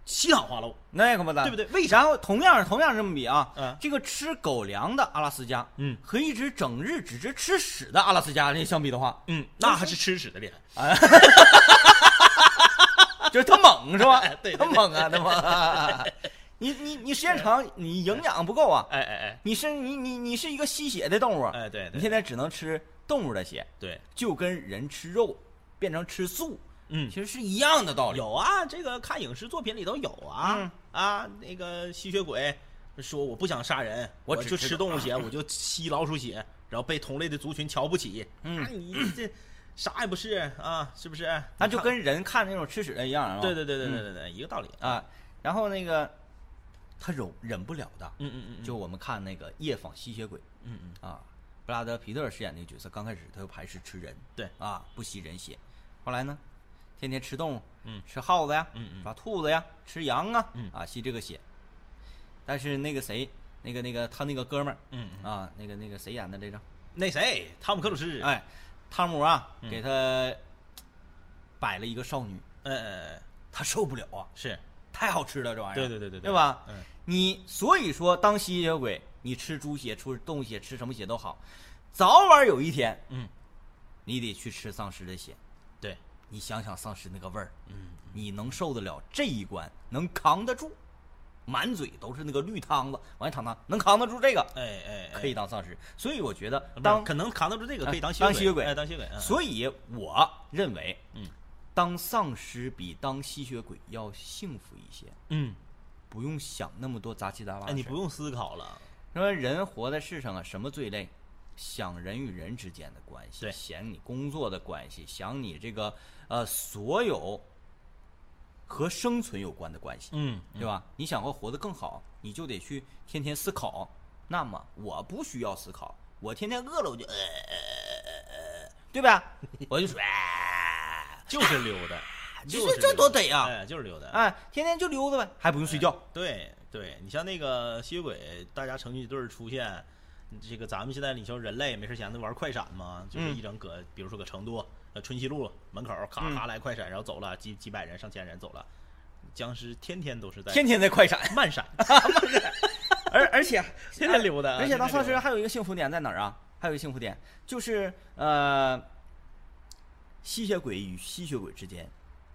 [SPEAKER 1] 稀淌滑漏？
[SPEAKER 2] 那可不咋，
[SPEAKER 1] 对不对
[SPEAKER 2] 为啥同样同样这么比啊？
[SPEAKER 1] 嗯
[SPEAKER 2] 这个吃狗粮的阿拉斯加，
[SPEAKER 1] 嗯
[SPEAKER 2] 和一直整日只知吃屎的阿拉斯加那相比
[SPEAKER 1] (laughs)
[SPEAKER 2] 的话，
[SPEAKER 1] 嗯，那还是吃屎的厉害。？
[SPEAKER 2] 就是它猛是吧
[SPEAKER 1] 哎对对对
[SPEAKER 2] 它猛啊，它猛啊！ (laughs) 你你你时间长，你营养不够啊，
[SPEAKER 1] 哎哎哎，
[SPEAKER 2] 你是你你你是一个吸血的动物，
[SPEAKER 1] 哎对对
[SPEAKER 2] 你现在只能吃动物的血，
[SPEAKER 1] 对，
[SPEAKER 2] 就跟人吃肉变成吃素，
[SPEAKER 1] 嗯
[SPEAKER 2] 其。实是一样的道理。嗯
[SPEAKER 1] 有啊，这个看影视作品里都有啊、啊，那个吸血鬼说我不想杀人，我
[SPEAKER 2] 我只啊
[SPEAKER 1] 就
[SPEAKER 2] 吃
[SPEAKER 1] 吃
[SPEAKER 2] 狗
[SPEAKER 1] 动物血，我就吸老鼠血，然后被同类的族群瞧不起。
[SPEAKER 2] 嗯
[SPEAKER 1] 啊，你这啥也不是啊，是不是？
[SPEAKER 2] 那就跟人看那种吃屎的一样啊。
[SPEAKER 1] 对对对对对
[SPEAKER 2] 嗯
[SPEAKER 1] 对对，一个道理。
[SPEAKER 2] 啊，然后那个他忍忍不了的，
[SPEAKER 1] 嗯嗯嗯嗯，
[SPEAKER 2] 就我们看那个《夜访吸血鬼
[SPEAKER 1] 嗯嗯》
[SPEAKER 2] 啊，布拉德皮特饰演那个角色，刚开始他就排斥吃人，
[SPEAKER 1] 对
[SPEAKER 2] 啊，不吸人血，后来呢，天天吃动物，
[SPEAKER 1] 嗯
[SPEAKER 2] 吃耗子呀，
[SPEAKER 1] 嗯嗯
[SPEAKER 2] 抓兔子呀，吃羊啊，
[SPEAKER 1] 嗯
[SPEAKER 2] 啊，吸这个血，但是那个谁，那个那个他那个哥们儿，
[SPEAKER 1] 嗯嗯，
[SPEAKER 2] 啊，那个那个谁演的来着？
[SPEAKER 1] 那谁，汤姆克鲁斯，
[SPEAKER 2] 哎，汤姆啊，
[SPEAKER 1] 嗯
[SPEAKER 2] 给他摆了一个少女，
[SPEAKER 1] 哎哎哎，
[SPEAKER 2] 他受不了啊，
[SPEAKER 1] 是
[SPEAKER 2] 太好吃了这玩意
[SPEAKER 1] 对
[SPEAKER 2] 儿，
[SPEAKER 1] 对对对
[SPEAKER 2] 哎对，
[SPEAKER 1] 对
[SPEAKER 2] 吧？
[SPEAKER 1] 嗯
[SPEAKER 2] 你所以说当吸血鬼，你吃猪血、吃动物血、吃什么血都好，早晚有一天
[SPEAKER 1] 嗯
[SPEAKER 2] 你得去吃丧尸的血。
[SPEAKER 1] 对，
[SPEAKER 2] 你想想丧尸那个味儿，
[SPEAKER 1] 嗯
[SPEAKER 2] 你能受得了这一关，能扛得住，满嘴都是那个绿汤子，完了糖糖能扛得住这个，
[SPEAKER 1] 哎哎哎，
[SPEAKER 2] 可以当丧尸。所以我觉得
[SPEAKER 1] 不是
[SPEAKER 2] 当
[SPEAKER 1] 可能扛得住这个，可以
[SPEAKER 2] 啊
[SPEAKER 1] 当
[SPEAKER 2] 当
[SPEAKER 1] 吸
[SPEAKER 2] 吸血鬼
[SPEAKER 1] 哎，当吸血鬼，嗯
[SPEAKER 2] 所以我认为，
[SPEAKER 1] 嗯，
[SPEAKER 2] 当丧尸比当吸血鬼要幸福一些，
[SPEAKER 1] 嗯，
[SPEAKER 2] 不用想那么多杂七杂八的事儿。
[SPEAKER 1] 哎，你不用思考了，
[SPEAKER 2] 说人活在世上啊，什么最累？想人与人之间的关系，
[SPEAKER 1] 对
[SPEAKER 2] 想你工作的关系，想你这个呃所有和生存有关的关系，
[SPEAKER 1] 嗯，
[SPEAKER 2] 对吧？你想要活得更好，你就得去天天思考。那么我不需要思考，我天天饿了我就呃呃呃呃，
[SPEAKER 1] (laughs)
[SPEAKER 2] 对吧？我就说，哎
[SPEAKER 1] 就是溜达，
[SPEAKER 2] 啊这
[SPEAKER 1] 就是
[SPEAKER 2] 这
[SPEAKER 1] 溜
[SPEAKER 2] 多
[SPEAKER 1] 达
[SPEAKER 2] 得呀
[SPEAKER 1] 哎，就是溜达。
[SPEAKER 2] 哎，天天就溜达呗，还不用睡觉。
[SPEAKER 1] 对对，你像那个吸血鬼，大家成一对儿出现，这个咱们现在你说人类没事闲的玩快闪嘛，就是
[SPEAKER 2] 嗯
[SPEAKER 1] 一整搁，比如说搁成都呃春熙路门口咔咔来快闪，然后走了几几百人上千人走了，僵尸天天都是在
[SPEAKER 2] 天天在快闪，
[SPEAKER 1] 慢闪，
[SPEAKER 2] 而
[SPEAKER 1] (laughs)
[SPEAKER 2] 而且
[SPEAKER 1] 天天溜达
[SPEAKER 2] 而且当丧
[SPEAKER 1] 天天溜
[SPEAKER 2] 尸
[SPEAKER 1] 达
[SPEAKER 2] 还有一个幸福点在哪儿啊？还有一个幸福点就是呃，吸血鬼与吸血鬼之间，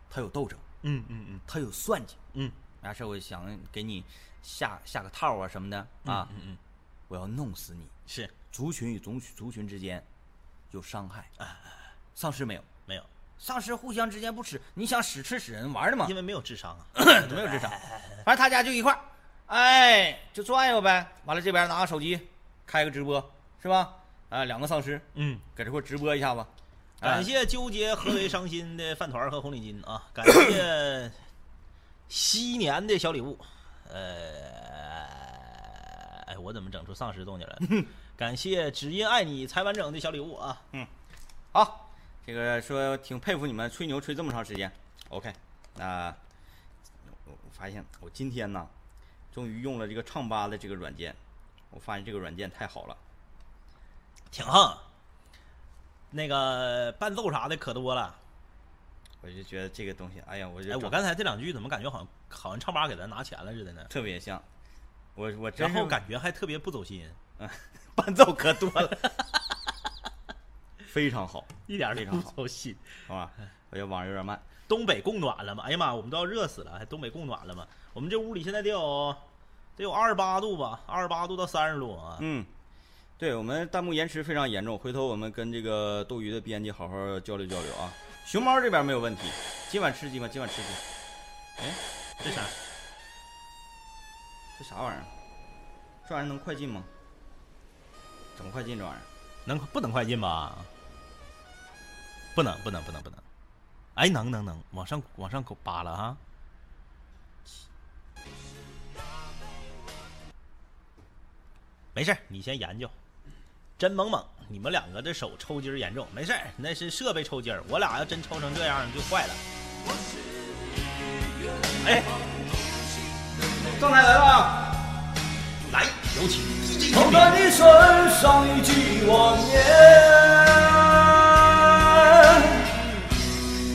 [SPEAKER 2] 它有斗争，
[SPEAKER 1] 嗯嗯嗯
[SPEAKER 2] 它有算计。
[SPEAKER 1] 嗯
[SPEAKER 2] 完事儿我想给你下下个套啊什么的啊，
[SPEAKER 1] 嗯嗯，
[SPEAKER 2] 我要弄死你。
[SPEAKER 1] 是
[SPEAKER 2] 族群与族群族群之间有伤害，
[SPEAKER 1] 啊
[SPEAKER 2] 丧尸没有，
[SPEAKER 1] 没有，
[SPEAKER 2] 丧尸互相之间不吃，你想屎吃屎人玩的嘛
[SPEAKER 1] 因？为没有智商啊，
[SPEAKER 2] 没有智商，反正他家就一块儿，哎，就转悠呗。完了这边拿个手机开个直播是吧？啊，两个丧尸
[SPEAKER 1] 嗯。
[SPEAKER 2] 搁这块儿直播一下子，
[SPEAKER 1] 感谢纠结何为伤心的饭团儿和红领巾 (coughs) 啊！感谢昔年的小礼物，呃，哎，我怎么整出丧尸动静来 (laughs) 了？感谢只因爱你才完整的小礼物啊！
[SPEAKER 2] 好，这个说挺佩服你们吹牛吹这么长时间。OK，那我我发现我今天呢，终于用了这个唱吧的这个软件，我发现这个软件太好了。
[SPEAKER 1] 挺横，那个伴奏啥的可多了。
[SPEAKER 2] 我就觉得这个东西，哎呀，我就
[SPEAKER 1] 哎，
[SPEAKER 2] 整
[SPEAKER 1] 我刚才这两句怎么感觉好像好像唱吧给咱拿钱了似的呢？
[SPEAKER 2] 特别像，我我真
[SPEAKER 1] 然
[SPEAKER 2] 是
[SPEAKER 1] 后感觉还特别不走心，
[SPEAKER 2] 伴奏可多了，非常好，
[SPEAKER 1] 一点儿
[SPEAKER 2] 非
[SPEAKER 1] 都
[SPEAKER 2] 常
[SPEAKER 1] 不
[SPEAKER 2] 好
[SPEAKER 1] 走心。
[SPEAKER 2] 好
[SPEAKER 1] (laughs)
[SPEAKER 2] 吧？我这网有点慢，
[SPEAKER 1] 东北供暖了吗？哎呀妈，我们都要热死了，还东北供暖了吗？我们这屋里现在得有得有二十八度吧，二十八度到三十度啊。
[SPEAKER 2] 嗯。对我们弹幕延迟非常严重，回头我们跟这个斗鱼的编辑好好交流交流啊。熊猫这边没有问题，今晚吃鸡吧，今晚吃鸡。
[SPEAKER 1] 这啥？
[SPEAKER 2] 这啥玩意儿？这玩意儿能快进吗？怎么快进这玩意儿？
[SPEAKER 1] 能不能快进吧？不能，不能，不能，不能。哎，能能能，往上往上勾扒拉哈。没事儿，你先研究。真猛猛，你们两个的手抽筋儿严重，没事儿，那是设备抽筋儿。我俩要真抽成这样就坏了。哎，
[SPEAKER 2] 状态来了啊，
[SPEAKER 1] 来，有请 DJ
[SPEAKER 4] 捧
[SPEAKER 1] 甜品。
[SPEAKER 4] 在你身上一句妄言，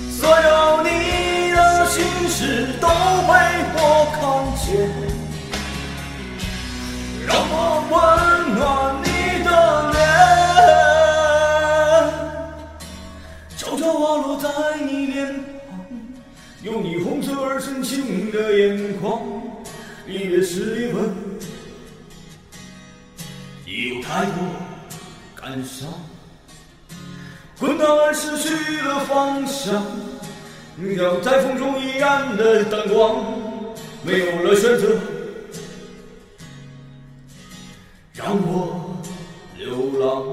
[SPEAKER 4] 所有你的心事都被我看见，让我温暖你的脸，悄悄滑落在你脸庞，有你红色而深情的眼眶，一夜是一吻。有太多感伤，滚烫而失去了方向，像在风中一样的灯光，没有了选择，让我流浪，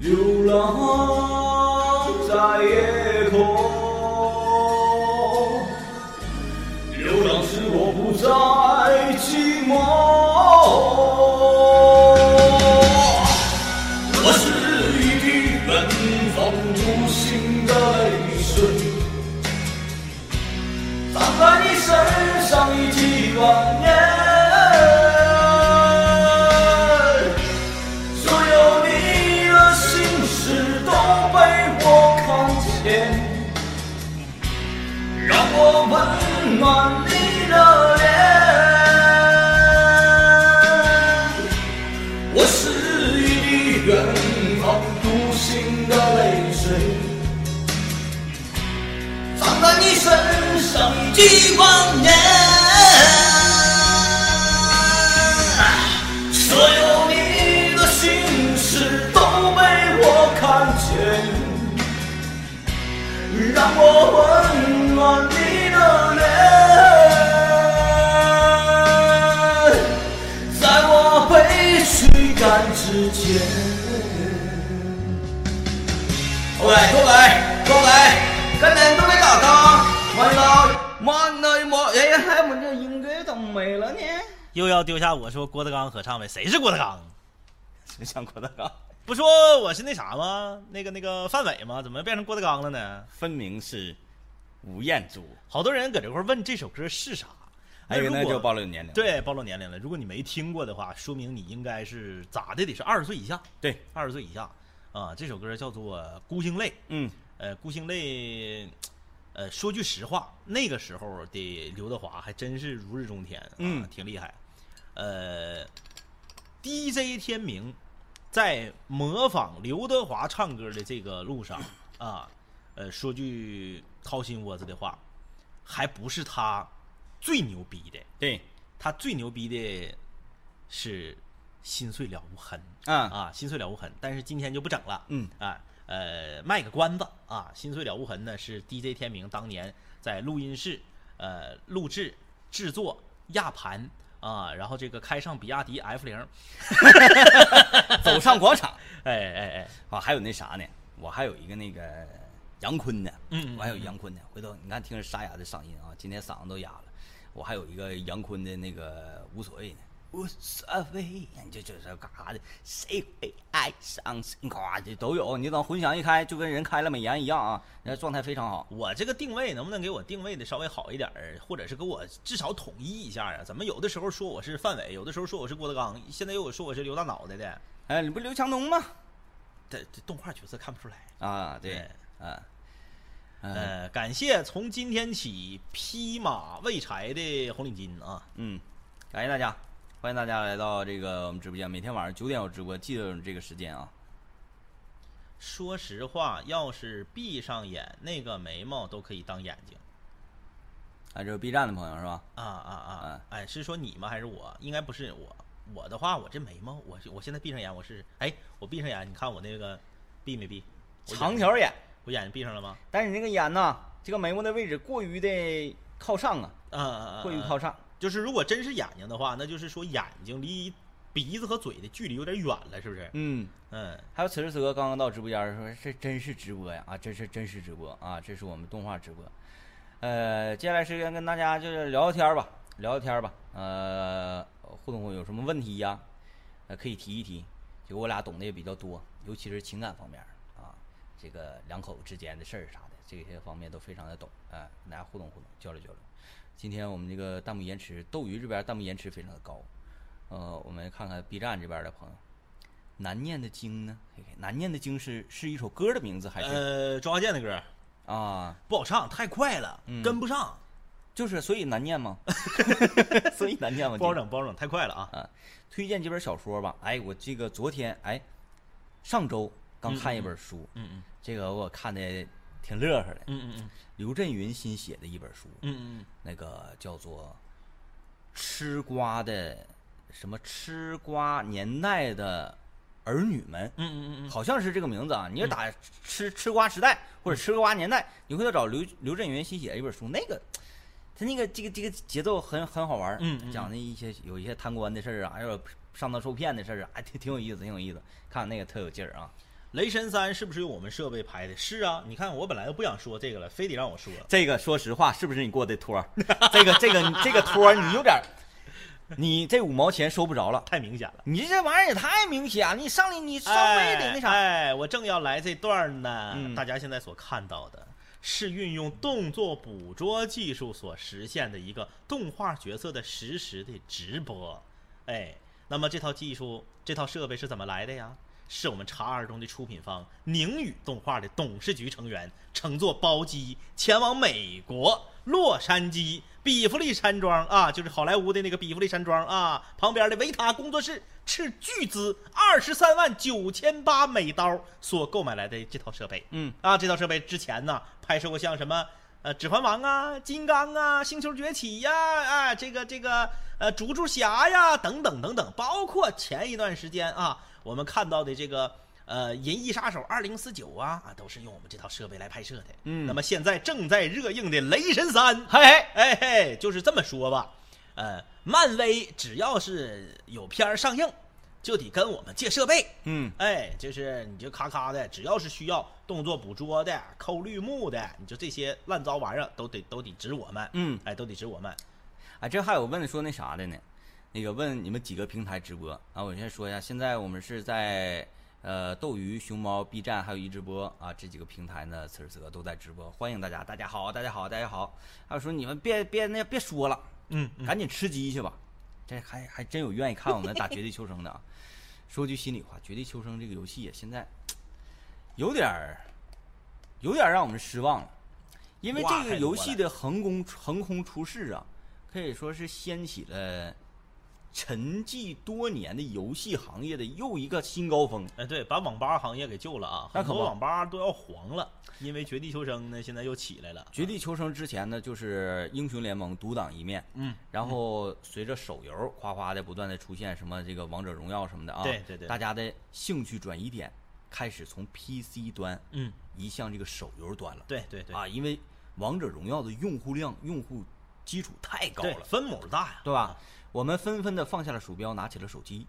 [SPEAKER 4] 流浪在夜空。流浪使我不再寂寞。我是一滴远方独行的泪水，洒在你身上已几万年。所有你的心事都被我看见。让我温暖你的脸。我是一滴远方独行的泪水，藏在你身上已经万年。所有你的心事都被我看见。让我温暖你的脸，在我被驱赶之前。各位，各位，各位，跟您都得打卡，欢迎到
[SPEAKER 7] 妈的，我哎，还我这音乐怎么没了呢？
[SPEAKER 1] 又要丢下我说郭德纲合唱呗？谁是郭德纲？
[SPEAKER 2] 谁像郭德纲？
[SPEAKER 1] 不说我是那啥吗？那个那个范伟吗？怎么变成郭德纲了呢？
[SPEAKER 6] 分明是吴彦祖。
[SPEAKER 1] 好多人搁这块儿问这首歌是啥。
[SPEAKER 6] 哎
[SPEAKER 1] 如
[SPEAKER 6] 呦，
[SPEAKER 1] 果
[SPEAKER 6] 那就暴露年龄。
[SPEAKER 1] 对暴露年龄了。如果你没听过的话，说明你应该是咋的得是二十岁以下，
[SPEAKER 6] 对，
[SPEAKER 1] 二十岁以下啊。这首歌叫做《孤星泪》。
[SPEAKER 6] 嗯，
[SPEAKER 1] 呃，孤星泪，呃，说句实话，那个时候的刘德华还真是如日中天，啊、
[SPEAKER 6] 嗯
[SPEAKER 1] 挺厉害。呃，DJ 天明在模仿刘德华唱歌的这个路上啊，呃，说句掏心窝子的话，还不是他最牛逼的， (laughs)
[SPEAKER 6] 对，
[SPEAKER 1] 他最牛逼的是心碎了无痕
[SPEAKER 2] 嗯
[SPEAKER 1] 啊，心碎了无痕。但是今天就不整了，
[SPEAKER 6] 嗯
[SPEAKER 1] 啊，呃，卖个关子啊，心碎了无痕呢是 DJ 天明当年在录音室呃录制、制作、压盘啊，然后这个开上比亚迪 F 零，
[SPEAKER 2] 走上广场
[SPEAKER 1] 哎哎哎，
[SPEAKER 6] 啊，还有那啥呢？我还有一个那个杨坤的，
[SPEAKER 1] 嗯嗯
[SPEAKER 6] 我还有杨坤的。回头你看，听着沙哑的嗓音啊，今天嗓子都哑了。我还有一个杨坤的那个无所谓呢，无所谓，你这这这干啥的？谁会爱上谁？呱，这都有。你等混响一开，就跟人开了美颜一样啊，人家状态非常好。
[SPEAKER 1] 我这个定位能不能给我定位的稍微好一点儿，或者是给我至少统一一下啊？怎么有的时候说我是范伟，有的时候说我是郭德纲，现在又有说我是刘大脑袋的，
[SPEAKER 6] 哎，你不刘强东吗？
[SPEAKER 1] 这这动画角色看不出来。哎
[SPEAKER 6] 啊，对，啊，嗯
[SPEAKER 1] 呃，感谢从今天起披马喂柴的红领巾啊！
[SPEAKER 6] 嗯，感谢大家，欢迎大家来到这个我们直播间，每天晚上九点有直播，记得这个时间啊。
[SPEAKER 1] 说实话，要是闭上眼，那个眉毛都可以当眼睛。
[SPEAKER 6] 啊，这是 B 站的朋友是吧？
[SPEAKER 1] 啊啊啊
[SPEAKER 2] 嗯
[SPEAKER 6] 啊！
[SPEAKER 1] 哎，是说你吗？还是我？应该不是我。我的话，我这眉毛，我我现在闭上眼，我试试。哎，我闭上眼，你看我那个闭没闭？我眼
[SPEAKER 2] 长，条眼，
[SPEAKER 1] 我眼睛闭上了吗？
[SPEAKER 2] 但是你这个眼呐，这个眉毛的位置过于的靠上啊，
[SPEAKER 1] 啊啊啊！
[SPEAKER 2] 过于
[SPEAKER 1] 啊
[SPEAKER 2] 靠。上。
[SPEAKER 1] 就是如果真是眼睛的话，那就是说眼睛离鼻子和嘴的距离有点远了，是不是？
[SPEAKER 2] 嗯，
[SPEAKER 1] 嗯，
[SPEAKER 2] 还有此时此刻刚刚到直播间说这真是直播呀啊，这是真是直播啊，这是我们动画直播。呃，接下来时间跟大家就是聊聊天儿吧，聊聊天儿吧。呃，互动互动有什么问题呀、呃，可以提一提。就我俩懂得也比较多，尤其是情感方面儿啊，这个两口之间的事儿啥的，这些方面都非常的懂啊，跟大家互动互动，交流交流。今天我们这个弹幕延迟，斗鱼这边弹幕延迟非常的高，呃，我们看看 B 站这边的朋友，难念的经呢？嘿嘿难念的经是是一首歌的名字还是、
[SPEAKER 1] 呃，周华健的歌
[SPEAKER 2] 啊？
[SPEAKER 1] 不好唱，太快了，
[SPEAKER 2] 嗯
[SPEAKER 1] 跟不上，
[SPEAKER 2] 就是所以难
[SPEAKER 1] (laughs)
[SPEAKER 2] 念吗？所以难念吗？
[SPEAKER 1] 不好整，不好整，太快了啊！
[SPEAKER 2] 啊，推荐几本小说吧。哎，我这个昨天哎，上周刚看一本书，
[SPEAKER 1] 嗯嗯
[SPEAKER 2] 这个我看的挺乐呵的。
[SPEAKER 1] 嗯嗯
[SPEAKER 2] 刘震云新写的一本书，
[SPEAKER 1] 嗯嗯
[SPEAKER 2] 那个叫做《吃瓜的什么吃瓜年代的儿女们》。
[SPEAKER 1] 嗯嗯嗯嗯
[SPEAKER 2] 好像是这个名字啊。你要打吃吃瓜时代或者吃瓜年代，你会找刘刘震云新写的一本书，那个他那个这个这个节奏很很好玩儿，
[SPEAKER 1] 嗯嗯嗯
[SPEAKER 2] 讲的一些有一些贪官的事儿啊，还有上当受骗的事儿啊，哎，挺挺有意思，挺有意思，看那个特有劲儿啊。
[SPEAKER 1] 雷神三是不是用我们设备拍的？是啊，你看我本来都不想说这个了，非得让我说。
[SPEAKER 2] 这个说实话，是不是你给我的托儿？这个这个这个托儿，你有点儿，你这五毛钱收不着了。
[SPEAKER 1] 太明显了。
[SPEAKER 2] 你这玩意儿也太明显了，你上来你稍微得那啥，
[SPEAKER 1] 哎，哎我正要来这段呢。
[SPEAKER 2] 嗯
[SPEAKER 1] 大家现在所看到的是运用动作捕捉技术所实现的一个动画角色的实时的直播。哎，那么这套技术、这套设备是怎么来的呀？是我们茶二中的出品方宁宇动画的董事局成员乘坐包机前往美国洛杉矶比弗利山庄啊，就是好莱坞的那个比弗利山庄啊旁边的维塔工作室，斥巨资二十三万九千八美刀所购买来的这套设备。
[SPEAKER 2] 嗯
[SPEAKER 1] 啊，这套设备之前呢拍摄过像什么呃《指环王》啊、《金刚》啊、《星球崛起》呀、啊，这个这个呃《竹竹侠》呀等等等等，包括前一段时间啊我们看到的这个呃《银翼杀手二零四九》啊啊，都是用我们这套设备来拍摄的。
[SPEAKER 2] 嗯
[SPEAKER 1] 那么现在正在热映的《雷神三》，
[SPEAKER 2] 嘿嘿，
[SPEAKER 1] 哎嘿，就是这么说吧。呃，漫威只要是有片儿上映，就得跟我们借设备。
[SPEAKER 2] 嗯，
[SPEAKER 1] 哎，就是你就咔咔的，只要是需要动作捕捉的、抠绿幕的，你就这些烂糟玩意儿都得都得指我们。
[SPEAKER 2] 嗯
[SPEAKER 1] 哎，都得指我们。
[SPEAKER 2] 啊，这还有问说那啥的呢，那个问你们几个平台直播啊？我先说一下，现在我们是在呃斗鱼、熊猫、B 站还有一直播啊这几个平台呢，此时此刻都在直播，欢迎大家，大家好，大家好，大家好。还有说你们别别那别说了，
[SPEAKER 1] 嗯，
[SPEAKER 2] 赶紧吃鸡去吧，这还还真有愿意看我们打绝地求生的啊。说句心里话，绝地求生这个游戏也现在有点儿有点儿让我们失望了，因为
[SPEAKER 1] 哇
[SPEAKER 2] 这
[SPEAKER 1] 太
[SPEAKER 2] 个
[SPEAKER 1] 多
[SPEAKER 2] 游
[SPEAKER 1] 了
[SPEAKER 2] 戏的横空横空出世啊，可以说是掀起了沉寂多年的游戏行业的又一个新高峰。
[SPEAKER 1] 哎，对，把网吧行业给救了啊，
[SPEAKER 2] 那
[SPEAKER 1] 很
[SPEAKER 2] 可不
[SPEAKER 1] 多网吧都要黄了，因为《绝地求生》呢，现在又起来了。
[SPEAKER 2] 绝地求生之前呢，就是英雄联盟独当一面，
[SPEAKER 1] 嗯，
[SPEAKER 2] 然后随着手游夸夸的不断的出现什么这个王者荣耀什么的啊，
[SPEAKER 1] 对对对
[SPEAKER 2] 大家的兴趣转移点开始从 PC 端
[SPEAKER 1] 嗯，
[SPEAKER 2] 移向这个手游端了，
[SPEAKER 1] 对对对，
[SPEAKER 2] 啊，因为王者荣耀的用户量、用户基础太高
[SPEAKER 1] 对嗯
[SPEAKER 2] 了，
[SPEAKER 1] 分母大呀。
[SPEAKER 2] 对吧？我们纷纷的放下了鼠标，拿起了手机。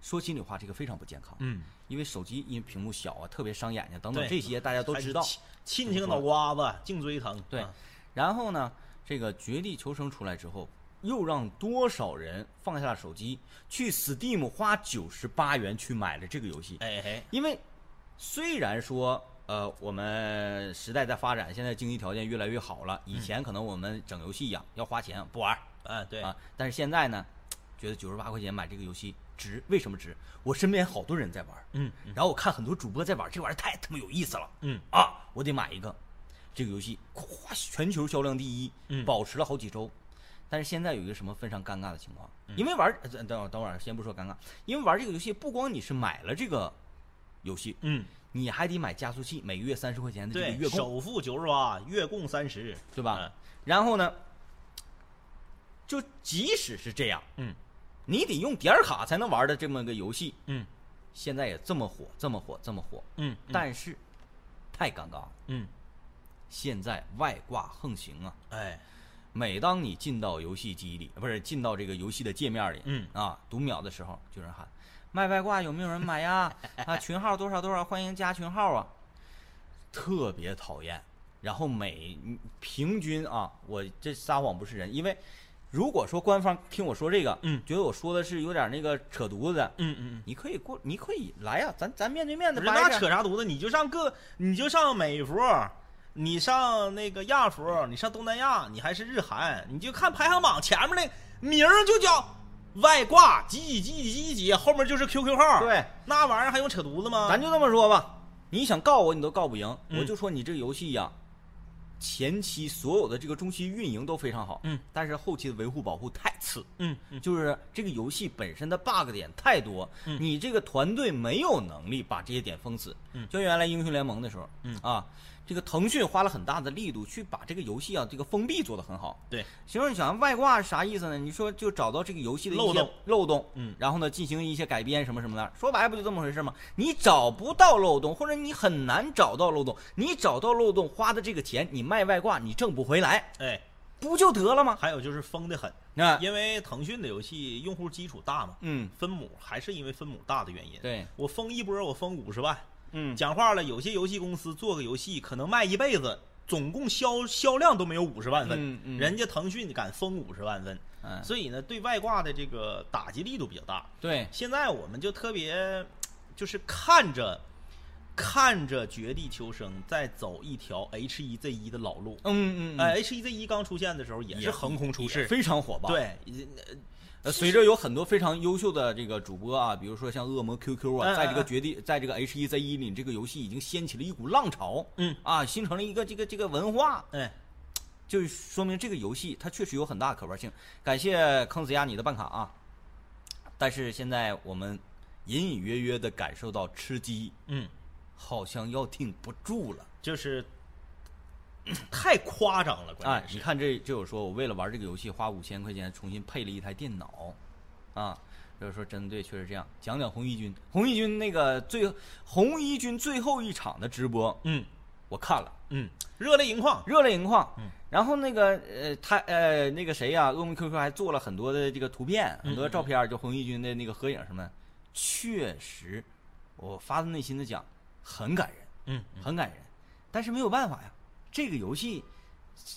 [SPEAKER 2] 说心里话，这个非常不健康，
[SPEAKER 1] 嗯，
[SPEAKER 2] 因为手机因为屏幕小啊，特别伤眼睛等等
[SPEAKER 1] 对
[SPEAKER 2] 这些大家都
[SPEAKER 1] 还是
[SPEAKER 2] 知道。
[SPEAKER 1] 亲亲情脑瓜子，颈椎疼。
[SPEAKER 2] 对
[SPEAKER 1] 啊，
[SPEAKER 2] 然后呢，这个《绝地求生》出来之后，又让多少人放下了手机，去 Steam 花九十八元去买了这个游戏？
[SPEAKER 1] 哎嘿，
[SPEAKER 2] 因为虽然说。呃，我们时代在发展，现在经济条件越来越好了。以前可能我们整游戏呀、要花钱，不玩儿
[SPEAKER 1] 啊对，
[SPEAKER 2] 啊。但是现在呢，觉得九十八块钱买这个游戏值，为什么值？我身边好多人在玩儿，
[SPEAKER 1] 嗯
[SPEAKER 2] 然后我看很多主播在玩儿，这玩意儿太他妈有意思了。
[SPEAKER 1] 嗯，
[SPEAKER 2] 啊，我得买一个。这个游戏咵全球销量第一，
[SPEAKER 1] 嗯
[SPEAKER 2] 保持了好几周。但是现在有一个什么非常尴尬的情况，
[SPEAKER 1] 嗯
[SPEAKER 2] 因为玩儿呃等等会儿等会儿先不说尴尬，因为玩这个游戏不光你是买了这个游戏，
[SPEAKER 1] 嗯，
[SPEAKER 2] 你还得买加速器，每个月三十块钱的这个
[SPEAKER 1] 对，
[SPEAKER 2] 月供，
[SPEAKER 1] 首付九十八，月供三十，
[SPEAKER 2] 对吧？
[SPEAKER 1] 嗯
[SPEAKER 2] 然后呢，就即使是这样，
[SPEAKER 1] 嗯，
[SPEAKER 2] 你得用点儿卡才能玩的这么个游戏，
[SPEAKER 1] 嗯，
[SPEAKER 2] 现在也这么火，这么火，这么火，
[SPEAKER 1] 嗯，嗯
[SPEAKER 2] 但是太尴尬了。
[SPEAKER 1] 嗯，
[SPEAKER 2] 现在外挂横行啊！
[SPEAKER 1] 哎，
[SPEAKER 2] 每当你进到游戏机里，呃不是进到这个游戏的界面里，
[SPEAKER 1] 嗯
[SPEAKER 2] 啊，读秒的时候，就有人喊：“卖外挂有没有人
[SPEAKER 1] (laughs)
[SPEAKER 2] 买呀？啊，群号多少多少，欢迎加群号啊！”特别嗯讨厌。然后每平均啊，我这撒谎不是人，因为如果说官方听我说这个，
[SPEAKER 1] 嗯
[SPEAKER 2] 觉得我说的是有点那个扯犊子的，
[SPEAKER 1] 嗯嗯
[SPEAKER 2] 你可以过，你可以来呀、啊咱咱面对面的
[SPEAKER 1] 嗯，
[SPEAKER 2] 掰
[SPEAKER 1] 那
[SPEAKER 2] 扯
[SPEAKER 1] 扯啥犊子？你就上各，你就上美服，你上那个亚服，你上东南亚，你还是日韩，你就看排行榜前面那名儿就叫外挂几几几几几几，后面就是 QQ 号，，
[SPEAKER 2] 对，
[SPEAKER 1] 那玩意儿还用扯犊子吗？
[SPEAKER 2] 咱就这么说吧，你想告我，你都告不赢。
[SPEAKER 1] 嗯
[SPEAKER 2] 我就说你这个游戏呀、前期所有的这个中期运营都非常好，
[SPEAKER 1] 嗯，
[SPEAKER 2] 但是后期的维护保护太次，
[SPEAKER 1] 嗯嗯
[SPEAKER 2] 就是这个游戏本身的 bug 点太多，
[SPEAKER 1] 嗯
[SPEAKER 2] 你这个团队没有能力把这些点封死。
[SPEAKER 1] 嗯
[SPEAKER 2] 就原来英雄联盟的时候，
[SPEAKER 1] 嗯
[SPEAKER 2] 啊，这个腾讯花了很大的力度去把这个游戏啊这个封闭做得很好。
[SPEAKER 1] 对，
[SPEAKER 2] 其实你想外挂是啥意思呢？你说就找到这个游戏的一些
[SPEAKER 1] 漏洞，
[SPEAKER 2] 漏洞，
[SPEAKER 1] 嗯
[SPEAKER 2] 然后呢进行一些改编什么什么的，说白了不就这么回事吗？你找不到漏洞，或者你很难找到漏洞，你找到漏洞花的这个钱，你卖外挂你挣不回来，
[SPEAKER 1] 哎，
[SPEAKER 2] 不就得了吗？
[SPEAKER 1] 还有就是疯的很，
[SPEAKER 2] 那
[SPEAKER 1] 因为腾讯的游戏用户基础大嘛，
[SPEAKER 2] 嗯，
[SPEAKER 1] 分母还是因为分母大的原因。
[SPEAKER 2] 对，
[SPEAKER 1] 我封一波，我封五十万。
[SPEAKER 2] 嗯
[SPEAKER 1] 讲话了，有些游戏公司做个游戏可能卖一辈子，总共销销量都没有五十万份，
[SPEAKER 2] 嗯嗯
[SPEAKER 1] 人家腾讯敢封五十万份，
[SPEAKER 2] 嗯
[SPEAKER 1] 所以呢，对外挂的这个打击力度比较大。
[SPEAKER 2] 对，
[SPEAKER 1] 现在我们就特别，就是看着看着《绝地求生》在走一条 H 1 Z 1的老路。
[SPEAKER 2] 嗯嗯，
[SPEAKER 1] 哎、，h 1 Z 1刚出现的时候也是横空出世，
[SPEAKER 2] 非常火爆。，
[SPEAKER 1] 对，
[SPEAKER 2] 呃，随着有很多非常优秀的这个主播啊，比如说像恶魔 QQ
[SPEAKER 1] 嗯
[SPEAKER 2] 啊，
[SPEAKER 1] 嗯
[SPEAKER 2] 在这个
[SPEAKER 1] 嗯
[SPEAKER 2] 绝地，在这个 H 1 Z 1里，这个游戏已经掀起了一股浪潮，
[SPEAKER 1] 嗯
[SPEAKER 2] 啊，形成了一个这个这个文化，
[SPEAKER 1] 哎，
[SPEAKER 2] 就是说明这个游戏它确实有很大的可玩性。感谢康子亚你的办卡啊，但是现在我们隐隐约约的感受到吃鸡
[SPEAKER 1] 嗯，
[SPEAKER 2] 好像要挺不住了。
[SPEAKER 1] 就是 (coughs) 太夸张了，关
[SPEAKER 2] 啊
[SPEAKER 1] 键！哎是。
[SPEAKER 2] 你看这这有说，我为了玩这个游戏花五千块钱重新配了一台电脑，啊，就是说针对确实这样。讲讲红衣军，红衣军那个最红衣军最后一场的直播，
[SPEAKER 1] 嗯
[SPEAKER 2] 我看了，
[SPEAKER 1] 嗯，热泪盈眶。
[SPEAKER 2] 热泪盈眶。
[SPEAKER 1] 嗯
[SPEAKER 2] 然后那个呃，他呃那个谁呀、恶魔 QQ 还做了很多的这个图片，很
[SPEAKER 1] 嗯
[SPEAKER 2] 多照片儿，就红衣军的那个合影什么的，确实，我发自内心的讲，很感人。
[SPEAKER 1] 嗯
[SPEAKER 2] 很感人，但是没有办法呀，这个游戏，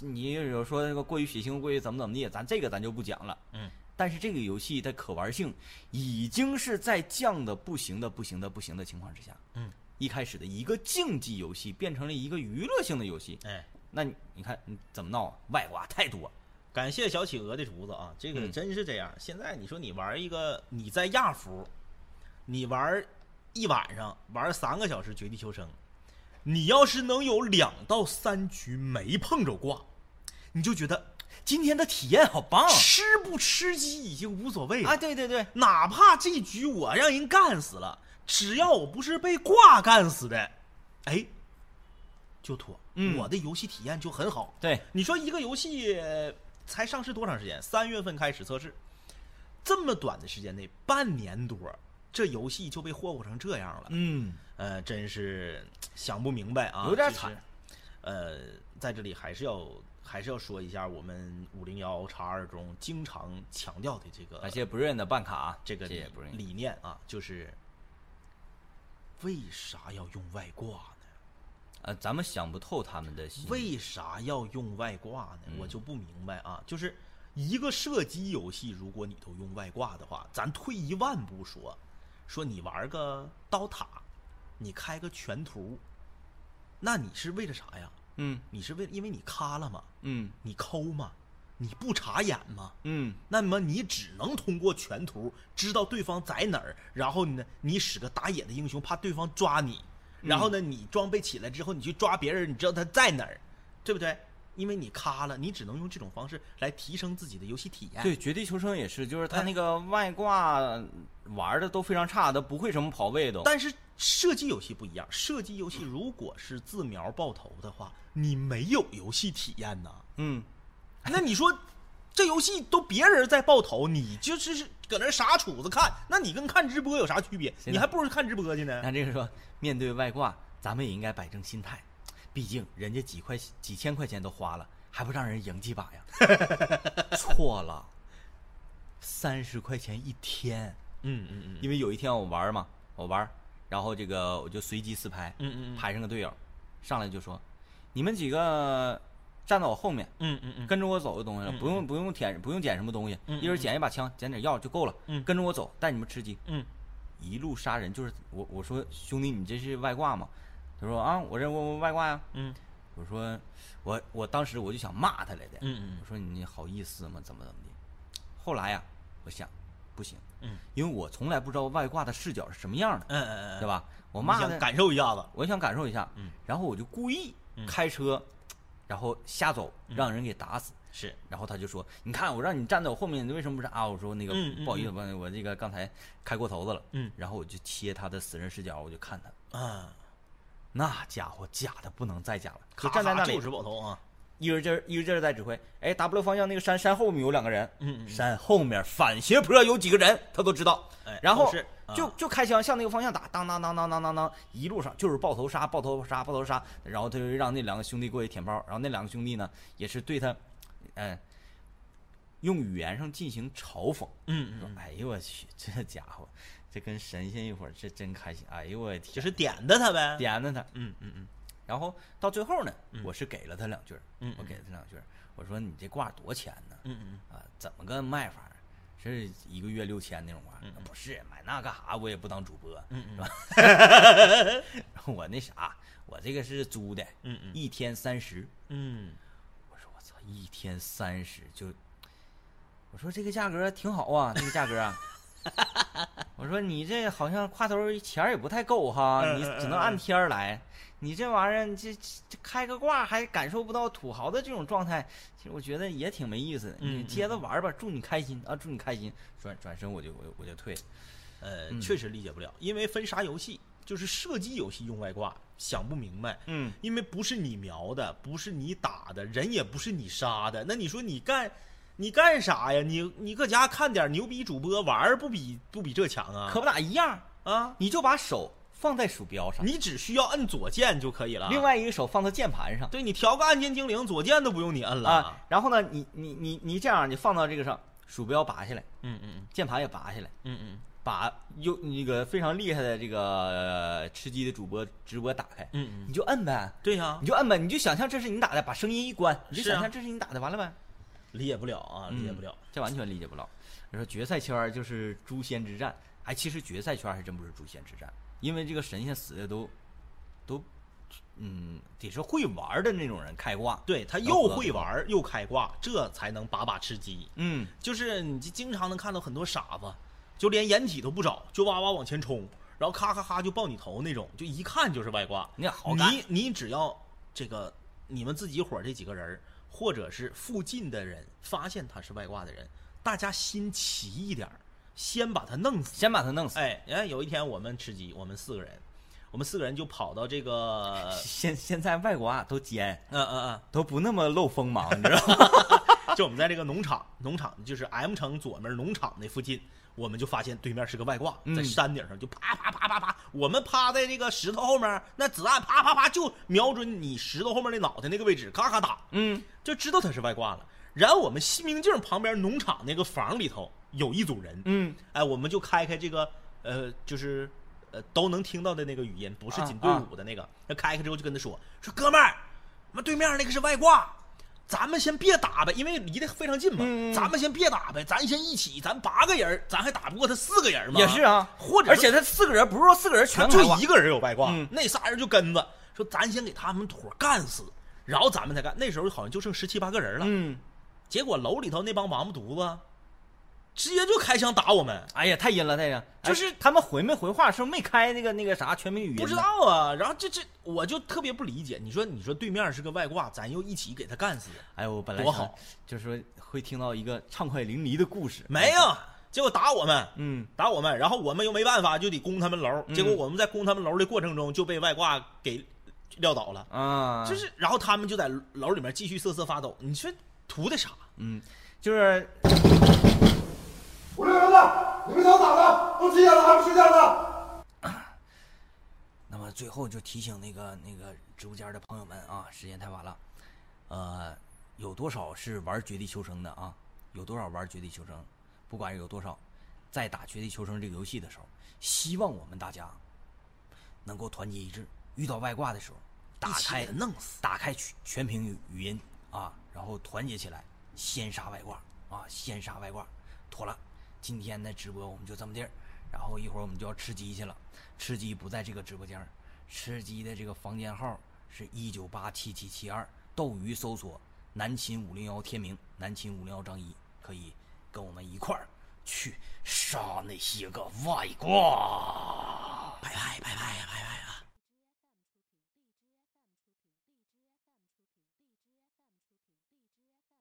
[SPEAKER 2] 你有说那个过于血腥，过于怎么怎么地，咱这个咱就不讲了。
[SPEAKER 1] 嗯，
[SPEAKER 2] 但是这个游戏的可玩性已经是在降的不行的不行的不行的情况之下，
[SPEAKER 1] 嗯，
[SPEAKER 2] 一开始的一个竞技游戏变成了一个娱乐性的游戏，
[SPEAKER 1] 哎，
[SPEAKER 2] 那你你看你怎么闹啊？外挂太多，
[SPEAKER 1] 感谢小企鹅的竹子啊，这个
[SPEAKER 2] 嗯
[SPEAKER 1] 真是这样。现在你说你玩一个，你在亚服，你玩一晚上，玩三个小时《绝地求生》，你要是能有两到三局没碰着挂，你就觉得
[SPEAKER 2] 今天的体验好棒
[SPEAKER 1] 吃不吃鸡已经无所谓了。
[SPEAKER 2] 啊！对对对，
[SPEAKER 1] 哪怕这局我让人干死了，只要我不是被挂干死的，哎，就妥。
[SPEAKER 2] 嗯
[SPEAKER 1] 我的游戏体验就很好。
[SPEAKER 2] 对，
[SPEAKER 1] 你说一个游戏呃才上市多长时间？三月份开始测试，这么短的时间内，半年多，这游戏就被霍霍成这样了。
[SPEAKER 2] 嗯，
[SPEAKER 1] 呃，真是想不明白啊，
[SPEAKER 2] 有点
[SPEAKER 1] 其实
[SPEAKER 2] 惨。
[SPEAKER 1] 呃，在这里还是要还是要说一下我们五零幺叉二中经常强调的这个
[SPEAKER 2] 感谢不认的办卡啊，
[SPEAKER 1] 这个
[SPEAKER 2] 谢谢
[SPEAKER 1] 理
[SPEAKER 2] 不认。
[SPEAKER 1] 理念啊，就是为啥要用外挂呢？
[SPEAKER 2] 呃，咱们想不透他们的心。
[SPEAKER 1] 为啥要用外挂呢？我就不明白啊，就是一个射击游戏，如果你都用外挂的话，咱退一万步说，说你玩个刀塔，你开个全图，那你是为了啥呀？
[SPEAKER 2] 嗯
[SPEAKER 1] 你是为因为你卡了吗？
[SPEAKER 2] 嗯
[SPEAKER 1] 你抠吗？你不查眼吗？
[SPEAKER 2] 嗯，
[SPEAKER 1] 那么你只能通过全图知道对方在哪儿，然后呢，你使个打野的英雄，怕对方抓你，然后呢，你装备起来之后，你去抓别人，你知道他在哪儿，对不对？因为你卡了，你只能用这种方式来提升自己的游戏体验。
[SPEAKER 2] 对，《绝地求生》也是，就是他那个外挂玩的都非常差，他不会什么跑位都。
[SPEAKER 1] 但是射击游戏不一样，射击游戏如果是自瞄爆头的话，你没有游戏体验呐。
[SPEAKER 2] 嗯，
[SPEAKER 1] 那你说，这游戏都别人在爆头，你就是搁那儿傻杵子看，那你跟看直播有啥区别？
[SPEAKER 2] 在
[SPEAKER 1] 你还不如看直播去呢。
[SPEAKER 2] 那这个说，面对外挂，咱们也应该摆正心态，毕竟人家几块几千块钱都花了，还不让人赢几把呀？ (laughs) 错了，三十块钱一天。
[SPEAKER 1] 嗯嗯嗯
[SPEAKER 2] 因为有一天我玩嘛，我玩，然后这个我就随机四排，
[SPEAKER 1] 嗯嗯嗯
[SPEAKER 2] 排上个队友，上来就说，你们几个站到我后面，
[SPEAKER 1] 嗯嗯嗯，
[SPEAKER 2] 跟着我走就东西了，
[SPEAKER 1] 嗯
[SPEAKER 2] 不用不用捡不用捡什么东西，
[SPEAKER 1] 嗯
[SPEAKER 2] 一人捡一把枪，捡点药就够了。
[SPEAKER 1] 嗯
[SPEAKER 2] 跟着我走，带你们吃鸡。
[SPEAKER 1] 嗯
[SPEAKER 2] 一路杀人就是我我说兄弟你这是外挂吗？他说啊我这我我外挂呀、
[SPEAKER 1] 嗯
[SPEAKER 2] 我说我我当时我就想骂他来的，
[SPEAKER 1] 嗯
[SPEAKER 2] 我说你好意思吗？怎么怎么的？后来呀、我想不行，
[SPEAKER 1] 嗯，
[SPEAKER 2] 因为我从来不知道外挂的视角是什么样的，
[SPEAKER 1] 嗯嗯嗯，
[SPEAKER 2] 对吧？我
[SPEAKER 1] 我
[SPEAKER 2] 骂
[SPEAKER 1] 想
[SPEAKER 2] 他，
[SPEAKER 1] 感受一下子，
[SPEAKER 2] 我想感受一下，
[SPEAKER 1] 嗯，
[SPEAKER 2] 然后我就故意
[SPEAKER 1] 嗯
[SPEAKER 2] 开车，然后瞎走，
[SPEAKER 1] 嗯
[SPEAKER 2] 让人给打死。
[SPEAKER 1] 是，
[SPEAKER 2] 然后他就说：“你看，我让你站在我后面，你为什么不是啊？”我说：“那个
[SPEAKER 1] 嗯嗯
[SPEAKER 2] 不好意思，我我这个刚才开过头子了。”
[SPEAKER 1] 嗯
[SPEAKER 2] 然后我就切他的死人视角，我就看他，
[SPEAKER 1] 啊，
[SPEAKER 2] 那家伙假的不能再假了，就
[SPEAKER 1] 咔
[SPEAKER 2] 站在
[SPEAKER 1] 咔
[SPEAKER 2] 那里
[SPEAKER 1] 就是爆头啊，
[SPEAKER 2] 一个劲儿一个劲儿在指挥。哎，W 方向那个山山后面有两个人，
[SPEAKER 1] 嗯嗯嗯
[SPEAKER 2] 山后面反斜坡有几个人，他都知道。
[SPEAKER 1] 哎
[SPEAKER 2] 然后
[SPEAKER 1] 都是啊
[SPEAKER 2] 就就开枪向那个方向打，当当当当当当当，一路上就是爆头杀，爆头杀，爆头杀。然后他就让那两个兄弟过去舔包，然后那两个兄弟呢也是对他，嗯，用语言上进行嘲讽，
[SPEAKER 1] 嗯
[SPEAKER 2] 说
[SPEAKER 1] 嗯，：“
[SPEAKER 2] 哎呦我去，这家伙，这跟神仙一伙儿，这真开心。哎呦我的天，
[SPEAKER 1] 就是点的他呗，，
[SPEAKER 2] 点着他。”
[SPEAKER 1] 嗯嗯嗯
[SPEAKER 2] 然后到最后呢，
[SPEAKER 1] 嗯
[SPEAKER 2] 我是给了他两句儿，
[SPEAKER 1] 嗯嗯
[SPEAKER 2] 我给了他两句儿，我说你这挂多钱呢？
[SPEAKER 1] 嗯嗯
[SPEAKER 2] 啊，怎么个卖法儿？是一个月六千那种挂？
[SPEAKER 1] 嗯嗯
[SPEAKER 2] 不是，买那干啥？我也不当主播，
[SPEAKER 1] 嗯
[SPEAKER 2] 是吧？然后 (laughs) 我那啥，我这个是租的，
[SPEAKER 1] 嗯嗯
[SPEAKER 2] 一天三十。
[SPEAKER 1] 嗯
[SPEAKER 2] 我说我操，一天三十就，我说这个价格挺好啊，这个价
[SPEAKER 1] (laughs)
[SPEAKER 2] 格啊。我说你这好像挎兜儿钱儿也不太够哈，
[SPEAKER 1] 嗯
[SPEAKER 2] 你
[SPEAKER 1] 嗯
[SPEAKER 2] 只能按天儿来。你这玩意儿，你这这开个挂还感受不到土豪的这种状态，其实我觉得也挺没意思的。
[SPEAKER 1] 嗯
[SPEAKER 2] 你接着玩儿吧，祝你开心啊，祝你开心。转转身我就我就我就退了。
[SPEAKER 1] 呃，
[SPEAKER 2] 嗯
[SPEAKER 1] 确实理解不了，因为分啥游戏，就是射击游戏用外挂，想不明白。
[SPEAKER 2] 嗯，
[SPEAKER 1] 因为不是你瞄的，不是你打的，人也不是你杀的，那你说你干，你干啥呀？你你搁家看点牛逼主播玩儿，不比不比这强啊？
[SPEAKER 2] 可不咋一样儿，
[SPEAKER 1] 啊，
[SPEAKER 2] 你就把手放在鼠标上，
[SPEAKER 1] 你只需要摁左键就可以了。
[SPEAKER 2] 另，外一个手放到键盘上。
[SPEAKER 1] 对你调个按键精灵，左键都不用你摁了。
[SPEAKER 2] 啊，然后呢，你你你你这样，你放到这个上，鼠标拔下来，
[SPEAKER 1] 嗯嗯
[SPEAKER 2] 键盘也拔下来，
[SPEAKER 1] 嗯嗯
[SPEAKER 2] 把有那个非常厉害的这个、呃吃鸡的主播直播打开，
[SPEAKER 1] 嗯嗯嗯，
[SPEAKER 2] 你就摁呗，
[SPEAKER 1] 对呀、
[SPEAKER 2] 你就摁呗，你就想象这是你打的，把声音一关，你就是
[SPEAKER 1] 啊
[SPEAKER 2] 想象这是你打的，完了呗，
[SPEAKER 1] 理解不了啊，理解不了。
[SPEAKER 2] 嗯，这完全理解不了。你说决赛圈儿就是诛仙之战，哎，其实决赛圈儿还真不是诛仙之战，因为这个神仙死的都都，嗯，得是会玩儿的那种人开挂，
[SPEAKER 1] 对他又会玩儿又开挂，这才能把把吃鸡。
[SPEAKER 2] 嗯，
[SPEAKER 1] 就是你就经常能看到很多傻子，就连掩体都不找，就哇哇往前冲，然后咔咔咔就爆你头那种，就一看就是外挂。
[SPEAKER 2] 你俩好干
[SPEAKER 1] 你你只要这个你们自己伙儿这几个人儿，或者是附近的人发现他是外挂的人，大家心齐一点儿，先把他弄死。
[SPEAKER 2] 先把他弄死，
[SPEAKER 1] 哎哎，有一天我们吃鸡，我们四个人，我们四个人就跑到这个，
[SPEAKER 2] (laughs) 现现在外国啊都奸。
[SPEAKER 1] 嗯嗯嗯，
[SPEAKER 2] 都不那么露锋芒，你知道吗？
[SPEAKER 1] (laughs) 就我们在这个农场，农场就是 M 城左面农场那附近，我们就发现对面是个外挂，在
[SPEAKER 2] 嗯
[SPEAKER 1] 山顶上就啪啪啪啪啪，我们趴在这个石头后面，那子弹啪啪啪就瞄准你石头后面那脑袋那个位置，咔咔打，
[SPEAKER 2] 嗯，
[SPEAKER 1] 就知道他是外挂了。然后我们西明镜旁边农场那个房里头有一组人，
[SPEAKER 2] 嗯，
[SPEAKER 1] 哎，我们就开开这个呃，就是呃都能听到的那个语音，不
[SPEAKER 2] 啊
[SPEAKER 1] 是仅队伍的那个。那、开开之后就跟他说说哥们儿，妈对面那个是外挂，咱们先别打呗，因为离得非常近嘛，
[SPEAKER 2] 嗯嗯嗯
[SPEAKER 1] 咱们先别打呗，咱先一起，咱八个人儿，咱还打不过他四个人儿嘛，
[SPEAKER 2] 也是啊，
[SPEAKER 1] 或者
[SPEAKER 2] 而且他四个人不是说四个人
[SPEAKER 1] 他
[SPEAKER 2] 全
[SPEAKER 1] 就
[SPEAKER 2] 开挂
[SPEAKER 1] 一个人有外挂，
[SPEAKER 2] 嗯
[SPEAKER 1] 那仨人就跟着说咱先给他们坨干死，然后咱们才干。那时候好像就剩十七八个人了，
[SPEAKER 2] 嗯，
[SPEAKER 1] 结果楼里头那帮王八犊子直接就开枪打我们，
[SPEAKER 2] 哎呀，太阴了，太阴了，哎
[SPEAKER 1] 就是
[SPEAKER 2] 他们回没回话，是不是没开那个那个啥全民语音呢，
[SPEAKER 1] 不知道啊。然后这这我就特别不理解，你说你说对面是个外挂，咱又一起给他干死，
[SPEAKER 2] 哎呦，我本来
[SPEAKER 1] 多
[SPEAKER 2] 想
[SPEAKER 1] 好，
[SPEAKER 2] 就是说会听到一个畅快淋漓的故事，
[SPEAKER 1] 没有，结果打我们。
[SPEAKER 2] 嗯，
[SPEAKER 1] 打我们，然后我们又没办法，就得攻他们楼。结果我们在攻他们楼的过程中就被外挂给撂倒了，
[SPEAKER 2] 啊，
[SPEAKER 1] 就是，然后他们就在楼里面继续瑟瑟发抖。你说图的啥？
[SPEAKER 2] 嗯，就是
[SPEAKER 8] 五六零的，你们想咋的？都几点了还不睡觉呢？
[SPEAKER 2] 那么最后就提醒那个那个直播间的朋友们啊，时间太晚了，呃，有多少是玩绝地求生的啊？有多少玩绝地求生？不管有多少，在打绝地求生这个游戏的时候，希望我们大家能够团结一致，遇到外挂的时候，打
[SPEAKER 1] 一起
[SPEAKER 2] 开
[SPEAKER 1] 给弄死
[SPEAKER 2] 打开全全屏语语音啊、啊，然后团结起来，先杀外挂啊，先杀外挂，妥了。今天的直播我们就这么地儿，然后一会儿我们就要吃鸡去了。吃鸡不在这个直播间儿，吃鸡的这个房间号是一九八七七七二，斗鱼搜索南秦五零幺天明，南秦五零幺张一，可以跟我们一块儿去杀那些个外挂。